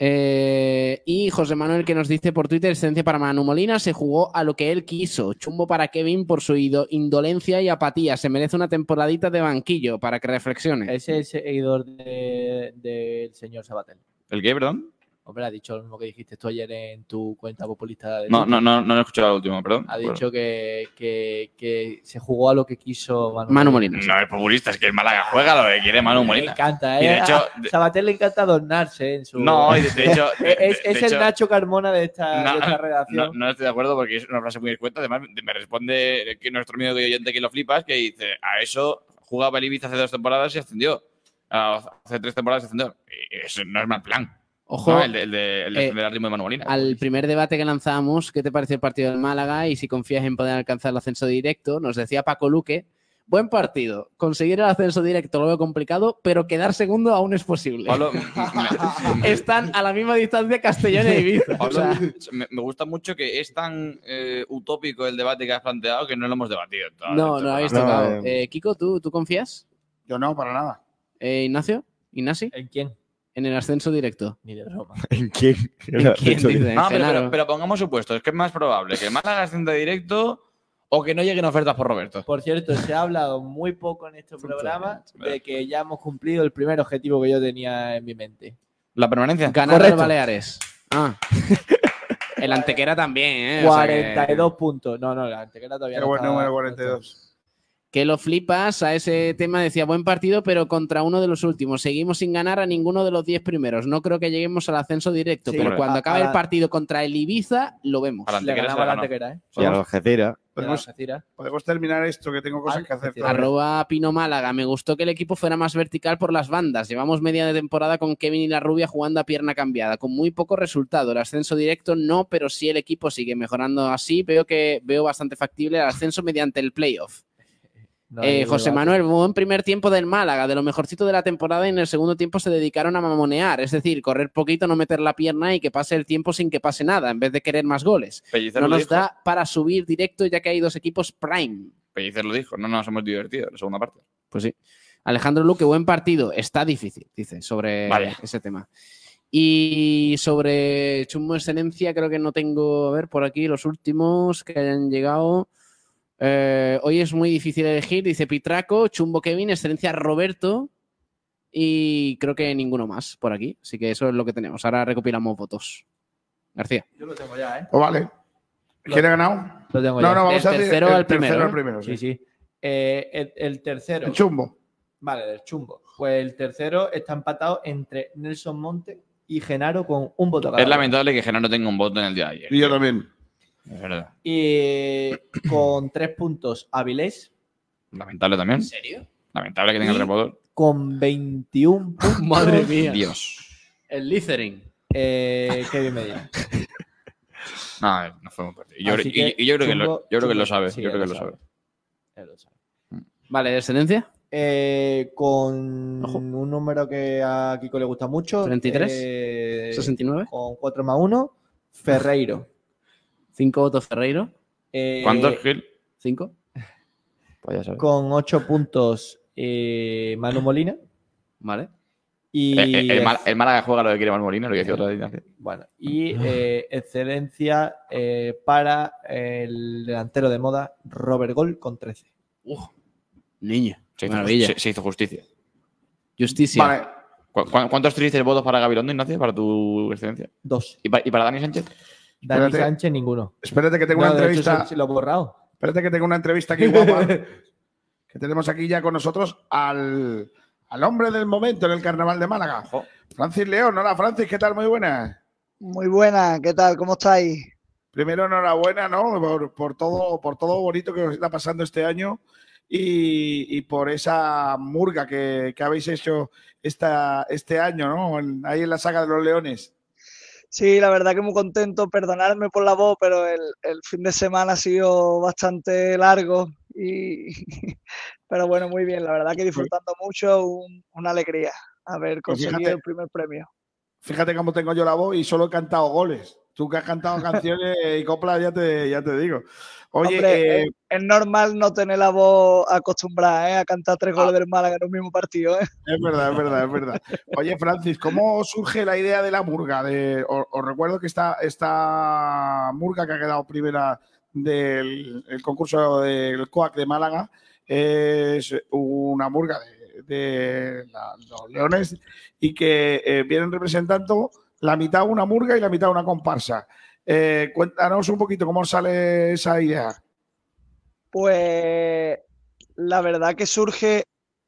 Speaker 11: Eh, y José Manuel que nos dice por Twitter, excelencia para Manu Molina, se jugó a lo que él quiso. Chumbo para Kevin por su ido- indolencia y apatía. Se merece una temporadita de banquillo para que reflexione.
Speaker 6: Ese es el seguidor de- del señor Sabatel.
Speaker 13: ¿El qué, perdón?
Speaker 6: Hombre, ha dicho lo mismo que dijiste tú ayer en tu cuenta populista. de
Speaker 13: No,
Speaker 6: Twitter.
Speaker 13: no, no, no lo he escuchado el último, perdón.
Speaker 6: Ha dicho que, que- que se jugó a lo que quiso Manu,
Speaker 13: No es populista, es que el Málaga juega lo que quiere Manu
Speaker 6: Le
Speaker 13: Molina.
Speaker 6: encanta,
Speaker 13: Y
Speaker 6: ¿eh?
Speaker 13: de hecho,
Speaker 6: A Sabater le encanta adornarse en su.
Speaker 13: No, y de- de hecho- de-
Speaker 6: es
Speaker 13: de
Speaker 6: es el
Speaker 13: hecho-
Speaker 6: Nacho Carmona de esta, de
Speaker 13: No,
Speaker 6: esta redacción.
Speaker 13: no, no estoy de acuerdo porque es una frase muy escueta. Además, me responde que nuestro amigo que oyente que lo flipas, que dice, a eso jugaba el Ibiza hace dos temporadas y ascendió. Ah, Hace tres temporadas y ascendió. Y Eso no es mal plan.
Speaker 11: Ojo.
Speaker 13: ¿no? El, de- el de- el de
Speaker 11: Eh,
Speaker 13: defender al ritmo de Manu Molina.
Speaker 11: Al primer debate que lanzamos, ¿qué te parece el partido del Málaga y si confías en poder alcanzar el ascenso directo? Nos decía Paco Luque, buen partido, conseguir el ascenso directo lo veo complicado, pero quedar segundo aún es posible.
Speaker 13: Pablo,
Speaker 11: Están a la misma distancia Castellón e Ibiza. O
Speaker 13: Pablo,
Speaker 11: sea,
Speaker 13: me, me gusta mucho que es tan eh, utópico el debate que has planteado que no lo hemos debatido. en toda la
Speaker 11: no, no lo
Speaker 13: temporada.
Speaker 11: habéis tocado. Eh, Kiko, ¿tú, ¿tú confías?
Speaker 2: Yo no, para nada.
Speaker 11: Eh, ¿Ignacio? ¿Ignasi?
Speaker 6: ¿En quién?
Speaker 11: En el ascenso directo.
Speaker 6: Ni de broma.
Speaker 12: ¿En quién?
Speaker 11: ¿En Eh, quién dice?
Speaker 13: Ah, pero,
Speaker 11: Genaro.
Speaker 13: pero- pero pongamos supuestos, es que es más probable que el Málaga ascienda directo o que no lleguen ofertas por Roberto.
Speaker 6: Por cierto, se ha hablado muy poco en este programa
Speaker 13: ¿eh?
Speaker 6: de que ya hemos cumplido el primer objetivo que yo tenía en mi mente.
Speaker 13: La permanencia.
Speaker 11: Ganar
Speaker 6: Correcto.
Speaker 11: al Baleares. Ah. El Antequera también, ¿eh? O sea que-
Speaker 6: 42 puntos. No, no, la Antequera todavía
Speaker 2: Pero
Speaker 6: no
Speaker 2: bueno,
Speaker 6: estaba-
Speaker 2: número 42.
Speaker 11: que lo flipas a ese tema. Decía, buen partido, pero contra uno de los últimos. Seguimos sin ganar a ninguno de los 10 primeros. No creo que lleguemos al ascenso directo,
Speaker 6: Sí,
Speaker 11: pero
Speaker 6: correcto.
Speaker 11: cuando
Speaker 6: A-
Speaker 11: acabe
Speaker 6: a
Speaker 11: el
Speaker 6: la-
Speaker 11: partido contra el Ibiza, lo vemos.
Speaker 13: Al
Speaker 6: Le ganaba la Antequera, ¿eh?
Speaker 12: Y al Algeciras.
Speaker 2: Podemos, podemos terminar esto, que tengo cosas que hacer. todavía.
Speaker 11: Arroba Pino Málaga. Me gustó que el equipo fuera más vertical por las bandas. Llevamos media de temporada con Kevin y la rubia jugando a pierna cambiada, con muy poco resultado. El ascenso directo no, pero si el equipo sigue mejorando así, veo que veo bastante factible el ascenso mediante el playoff.
Speaker 6: No,
Speaker 11: Eh,
Speaker 6: yo
Speaker 11: José
Speaker 6: debate.
Speaker 11: Manuel, buen primer tiempo del Málaga, de lo mejorcito de la temporada y en el segundo tiempo se dedicaron a mamonear, es decir, correr poquito, no meter la pierna y que pase el tiempo sin que pase nada, en vez de querer más goles.
Speaker 13: Pellicer
Speaker 11: no
Speaker 13: lo
Speaker 11: nos
Speaker 13: dijo.
Speaker 11: da para subir directo ya que hay dos equipos prime.
Speaker 13: Pellicer lo dijo, no nos hemos divertido en la segunda parte.
Speaker 11: Pues sí. Alejandro Luque, buen partido. Está difícil, dice, sobre
Speaker 13: Vaya.
Speaker 11: ese tema. Y sobre Chumbo Excelencia, creo que no tengo, a ver, por aquí los últimos que hayan llegado. Eh, hoy es muy difícil elegir, dice Pitraco, Chumbo Kevin, Excelencia Roberto y creo que ninguno más por aquí. Así que eso es lo que tenemos. Ahora recopilamos votos. García.
Speaker 6: Yo lo tengo ya, ¿eh?
Speaker 2: O Oh, vale. ¿Quién ha ganado?
Speaker 6: Lo
Speaker 2: No,
Speaker 6: tengo ya. Este,
Speaker 2: no, vamos
Speaker 6: Del
Speaker 2: a hacer
Speaker 6: tercero
Speaker 2: el
Speaker 6: al primero,
Speaker 2: tercero
Speaker 6: ¿no?
Speaker 2: al primero,
Speaker 6: Sí,
Speaker 2: sí.
Speaker 6: sí. Eh, el, el tercero.
Speaker 2: El chumbo.
Speaker 6: Vale, del chumbo. Pues el tercero está empatado entre Nelson Monte y Genaro con un voto cada
Speaker 13: Es
Speaker 6: uno.
Speaker 13: lamentable que Genaro tenga un voto en el día de ayer.
Speaker 2: Y yo también.
Speaker 13: Es verdad.
Speaker 6: Y con tres puntos Avilés,
Speaker 13: Lamentable también. ¿En
Speaker 11: serio?
Speaker 13: Lamentable que tenga
Speaker 6: Y-
Speaker 13: tres votos.
Speaker 6: con 21 puntos.
Speaker 11: Madre mía.
Speaker 13: Dios.
Speaker 11: El Lithering.
Speaker 6: Eh, Kevin Medina.
Speaker 13: No, a ver, no fue un partido. Y yo,
Speaker 11: Así
Speaker 13: y-
Speaker 11: que
Speaker 13: y yo creo, que
Speaker 11: chungo,
Speaker 13: lo, yo creo que
Speaker 11: chungo.
Speaker 13: lo sabe.
Speaker 11: Sí,
Speaker 13: yo creo
Speaker 11: lo
Speaker 13: que lo
Speaker 11: sabe.
Speaker 13: sabe.
Speaker 11: Vale, Excelencia.
Speaker 6: Eh, con un número que a Kiko le gusta mucho.
Speaker 11: 33,
Speaker 6: eh,
Speaker 11: 69.
Speaker 6: Con 4 más 1, Ferreiro.
Speaker 11: 5 votos Ferreiro.
Speaker 6: Eh,
Speaker 13: Gil?
Speaker 11: 5.
Speaker 2: Pues
Speaker 6: Con 8 puntos eh, Manu Molina.
Speaker 11: Vale.
Speaker 6: Y,
Speaker 13: Eh, eh, el, Mal- el Málaga juega lo que quiere Manu Molina, lo que
Speaker 11: Eh,
Speaker 13: decía otra vez.
Speaker 6: Bueno, y eh, excelencia eh, para el delantero de moda, Robert Gol, con 13.
Speaker 11: Niño.
Speaker 13: Se hizo,
Speaker 6: maravilla.
Speaker 13: se- se hizo justicia.
Speaker 11: Justicia.
Speaker 6: Vale.
Speaker 13: ¿Cu- cu- ¿Cuántos tuviste votos para Gabilondo, Ignacio, para tu excelencia?
Speaker 6: Dos.
Speaker 13: ¿Y pa- y para, Dani Sánchez?
Speaker 6: Dani
Speaker 13: Espérate.
Speaker 6: Sánchez, ninguno.
Speaker 2: Espérate que tengo una
Speaker 6: No, de hecho,
Speaker 2: entrevista.
Speaker 6: se- se lo he borrado.
Speaker 2: Espérate que tengo una entrevista aquí guapa. que tenemos aquí ya con nosotros al, al hombre del momento en el carnaval de Málaga. Francis León, hola Francis, ¿qué tal? Muy buenas.
Speaker 20: Muy buena, ¿qué tal? ¿Cómo estáis?
Speaker 2: Primero, enhorabuena, ¿no? Por, por todo, por todo bonito que os está pasando este año y, y por esa murga que, que habéis hecho esta, este año, ¿no? En- ahí en la saga de los leones.
Speaker 20: Sí, la verdad que muy contento, perdonadme por la voz, pero el, el fin de semana ha sido bastante largo y pero bueno, muy bien, la verdad que disfrutando mucho, un- una alegría haber
Speaker 2: Pues
Speaker 20: conseguido
Speaker 2: fíjate.
Speaker 20: el primer premio.
Speaker 2: Fíjate cómo tengo yo la voz y solo he cantado goles. Tú que has cantado canciones y coplas, ya te, ya te digo. Eh, Oye,
Speaker 20: Hombre,
Speaker 2: eh,
Speaker 20: es, es normal no tener la voz acostumbrada, ¿eh? a cantar tres goles del Málaga en un mismo partido, ¿eh?
Speaker 2: Ah. Es verdad, es verdad, es verdad. Oye, Francis, ¿cómo surge la idea de la murga? De, o- os, recuerdo que esta, esta murga que ha quedado primera del el concurso del COAC de Málaga es una murga de, de la- los leones y que eh, vienen representando la mitad una murga y la mitad una comparsa. Eh, cuéntanos un poquito cómo sale esa idea.
Speaker 20: Pues la verdad que surge.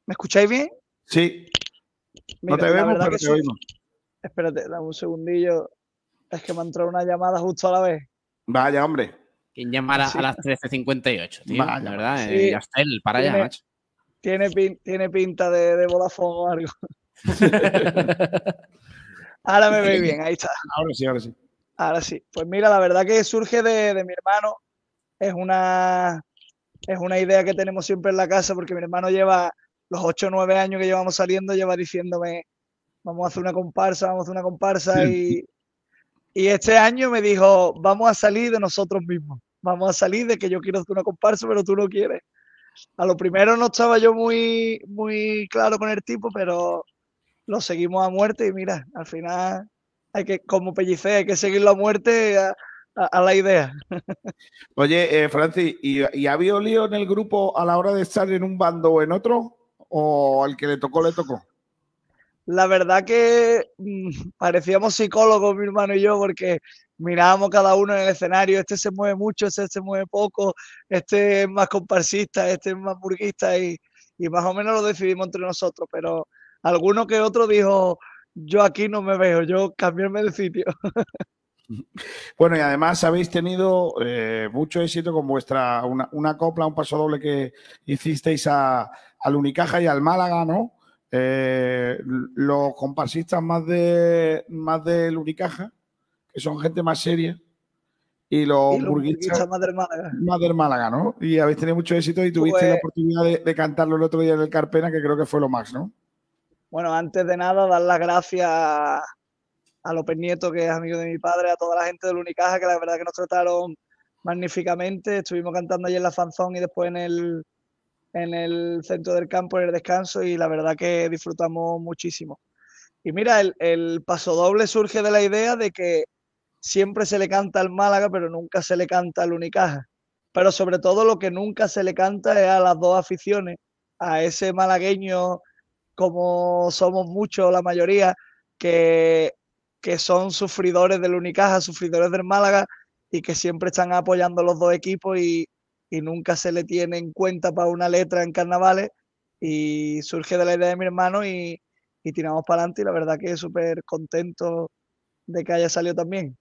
Speaker 20: ¿Me escucháis bien?
Speaker 2: Sí.
Speaker 20: Mira,
Speaker 2: no te
Speaker 20: la
Speaker 2: vemos,
Speaker 20: verdad
Speaker 2: pero
Speaker 20: que
Speaker 2: te
Speaker 20: sur-
Speaker 2: oímos.
Speaker 20: Espérate, dame un segundillo. Es que me ha entrado una llamada justo a la vez.
Speaker 2: Vaya, hombre.
Speaker 11: ¿Quién llamará
Speaker 20: Sí.
Speaker 11: a las 13.58, tío?
Speaker 20: Vaya,
Speaker 11: la verdad,
Speaker 20: sí.
Speaker 11: eh, Yastel, para allá,
Speaker 20: Tiene-
Speaker 11: macho.
Speaker 20: Tiene, pin- tiene pinta de, de Vodafone o algo. Ahora me veis bien, ahí está.
Speaker 2: Ahora sí, ahora sí.
Speaker 20: Ahora sí. Pues mira, la verdad que surge de, de mi hermano. Es una, es una idea que tenemos siempre en la casa porque mi hermano lleva los 8 o 9 años que llevamos saliendo, lleva diciéndome, vamos a hacer una comparsa, vamos a hacer una comparsa. Y, y este año me dijo, vamos a salir de nosotros mismos. Vamos a salir de que yo quiero hacer una comparsa, pero tú no quieres. A lo primero no estaba yo muy, muy claro con el tipo, pero lo seguimos a muerte y mira, al final hay que, como pellicea, hay que seguirlo a muerte a, a- a la idea.
Speaker 2: Oye, eh, Francis, ¿y, y ha habido lío en el grupo a la hora de estar en un bando o en otro? ¿O al que le tocó, le tocó?
Speaker 20: La verdad que mm, parecíamos psicólogos, mi hermano y yo, porque mirábamos cada uno en el escenario, este se mueve mucho, este se mueve poco, este es más comparsista, este es más burguista y, y más o menos lo decidimos entre nosotros, pero alguno que otro dijo, yo aquí no me veo, yo cambiarme de sitio.
Speaker 2: Bueno, y además habéis tenido eh, mucho éxito con vuestra, una, una copla, un paso doble que hicisteis a- al Unicaja y al Málaga, ¿no? Eh, los comparsistas más, de, más del Unicaja, que son gente más seria, y los,
Speaker 20: Y los
Speaker 2: burguistas
Speaker 20: burguistas más del Málaga.
Speaker 2: más del Málaga, ¿no? Y habéis tenido mucho éxito y tuviste la
Speaker 20: Pues-
Speaker 2: oportunidad de, de cantarlo el otro día en el Carpena, que creo que fue lo más, ¿no?
Speaker 20: Bueno, antes de nada, dar las gracias a a López Nieto, que es amigo de mi padre, a toda la gente del Unicaja, que la verdad que nos trataron magníficamente. Estuvimos cantando allí en la Fanzón y después en el, en el centro del campo, en el descanso, y la verdad que disfrutamos muchísimo. Y mira, el, el pasodoble surge de la idea de que siempre se le canta al Málaga, pero nunca se le canta al Unicaja. Pero sobre todo lo que nunca se le canta es a las dos aficiones, a ese malagueño, como somos muchos, la mayoría, que, que son sufridores del Unicaja, sufridores del Málaga, y que siempre están apoyando a los dos equipos y, y nunca se le tiene en cuenta para una letra en carnavales. Y surge de la idea de mi hermano y, y tiramos para adelante y la verdad que súper contento de que haya salido también.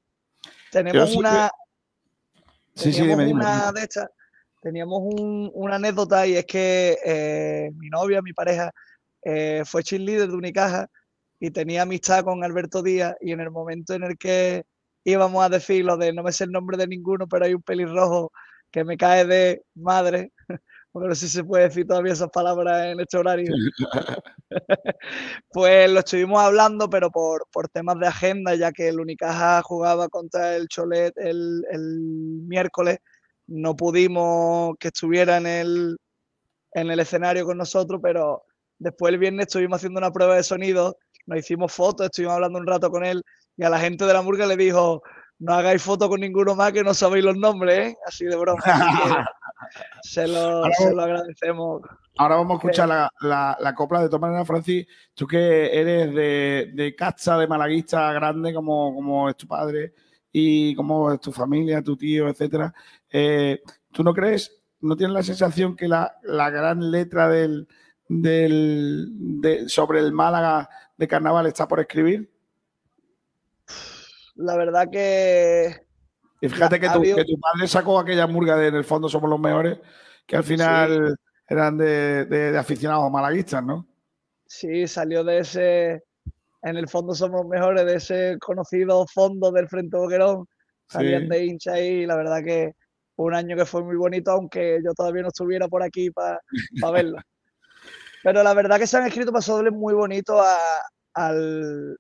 Speaker 20: Tenemos
Speaker 2: sí que-
Speaker 20: una,
Speaker 2: Sí, sí,
Speaker 20: teníamos
Speaker 2: dime, dime.
Speaker 20: una de estas, teníamos un- una anécdota y es que eh, mi novia, mi pareja, eh, fue cheerleader de Unicaja y tenía amistad con Alberto Díaz y en el momento en el que íbamos a decir lo de no me sé el nombre de ninguno, pero hay un pelirrojo que me cae de madre, porque no sé si se puede decir todavía esas palabras en este horario. Pues lo estuvimos hablando, pero por, por temas de agenda, ya que el Unicaja jugaba contra el Cholet el, el miércoles, no pudimos que estuviera en el, en el escenario con nosotros, pero después el viernes estuvimos haciendo una prueba de sonido, nos hicimos fotos, estuvimos hablando un rato con él y a la gente de la murga le dijo, no hagáis fotos con ninguno más que no sabéis los nombres, ¿eh?". así de broma. Así que se lo, se lo agradecemos.
Speaker 2: Ahora vamos a escuchar la, la- la copla. De todas maneras, Francis, tú que eres de, de casta, de malaguista grande, como, como es tu padre y como es tu familia, tu tío, etcétera, eh, ¿tú no crees, no tienes la sensación que la, la gran letra del, del- de- sobre el Málaga de carnaval está por escribir?
Speaker 20: La verdad que
Speaker 2: Y fíjate que
Speaker 20: Ha
Speaker 2: tu,
Speaker 20: habido-
Speaker 2: que tu padre sacó aquella murga de en el fondo somos los mejores, que al final eran de, de- de aficionados malaguistas, ¿no?
Speaker 20: Sí, salió de ese, en el fondo somos los mejores, de ese conocido fondo del Frente Boquerón. Salían
Speaker 2: Sí.
Speaker 20: de hincha y la verdad que fue un año que fue muy bonito, aunque yo todavía no estuviera por aquí para verlo. Pero la verdad que se han escrito pasodobles muy bonitos a- al,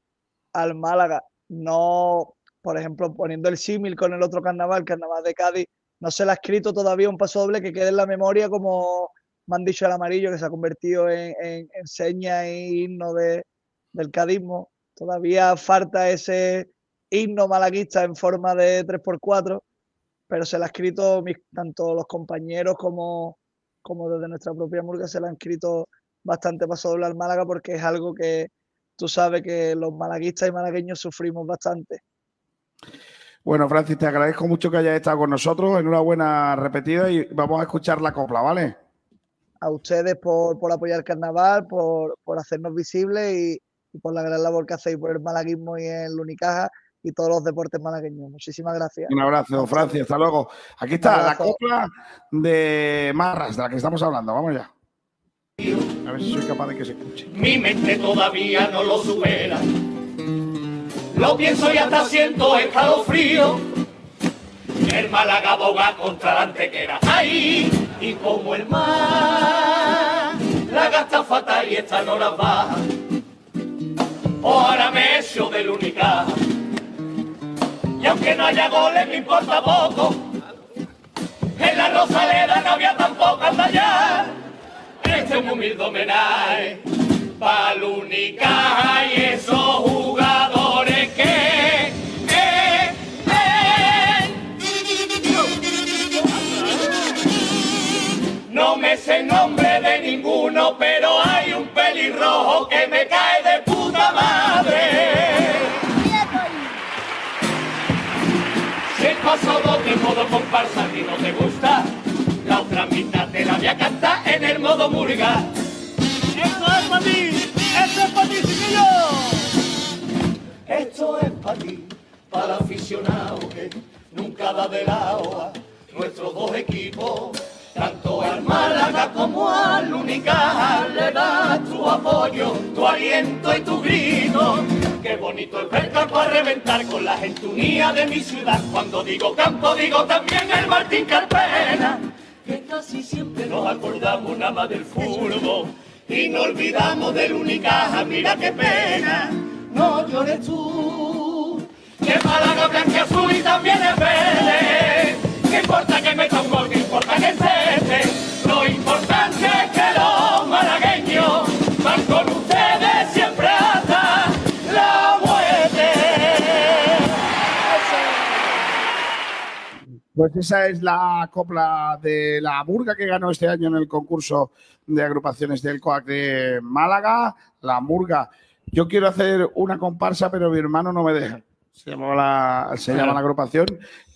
Speaker 20: al Málaga. No, por ejemplo, poniendo el símil con el otro carnaval, carnaval de Cádiz, no se le ha escrito todavía un pasodoble que quede en la memoria como me han dicho el amarillo, que se ha convertido en, en- en seña e himno de- del cadismo. Todavía falta ese himno malaguista en forma de 3x4, pero se le ha escrito mis- tanto los compañeros como, como desde nuestra propia murga se le han escrito bastante pasodoble al Málaga porque es algo que, tú sabes que los malaguistas y malagueños sufrimos bastante.
Speaker 2: Bueno, Francis, te agradezco mucho que hayas estado con nosotros. Enhorabuena repetida y vamos a escuchar la copla, ¿vale?
Speaker 20: A ustedes por, por apoyar el carnaval, por, por hacernos visibles y, y por la gran labor que hacéis por el malaguismo y el Unicaja y todos los deportes malagueños. Muchísimas gracias.
Speaker 2: Un abrazo, Francis. Hasta luego. Aquí
Speaker 20: Un
Speaker 2: está la
Speaker 20: abrazo.
Speaker 2: copla de Marras, de la que estamos hablando. Vamos ya. A ver si soy capaz de que se escuche.
Speaker 7: mi mente todavía no lo supera. Lo pienso y hasta siento escalofrío. El Málaga boga contra la antequera. ¡Ay! Y como el mar, la gasta fatal y esta no la baja. Ahora me echo del única. Y aunque no haya goles, me importa poco. En la Rosaleda no había tampoco, anda ya. Este es un humilde homenaje para Unicaja y esos jugadores que eh, eh. no me sé el nombre de ninguno, pero hay un pelirrojo que me cae de puta madre. Si el pasado de modo comparsa a ti no te gusta, la otra mitad te la voy a cantar en el modo murga. Esto es para ti, esto es para ti, chiquillo. Esto es para ti, para el aficionado que nunca da de lado a nuestros dos equipos. Tanto al Málaga como al Unicaja le das tu apoyo, tu aliento y tu grito. Qué bonito es ver campo a reventar con la gente unida de mi ciudad. Cuando digo campo, digo también el Martín Carpena. Que casi siempre nos acordamos nada más del furbo y no olvidamos del Unicaja. Mira qué pena, no llores tú. Que Málaga blanca azul y también es verde. No importa que meta un gol, no importa que cese. Lo importante es que los malagueños van con ustedes siempre hasta la muerte.
Speaker 2: Pues esa es la copla de la Murga que ganó este año en el concurso de agrupaciones del COAC de Málaga, la Murga. Yo quiero hacer una comparsa, pero mi hermano no me deja. Se, llamaba la, se llama la agrupación.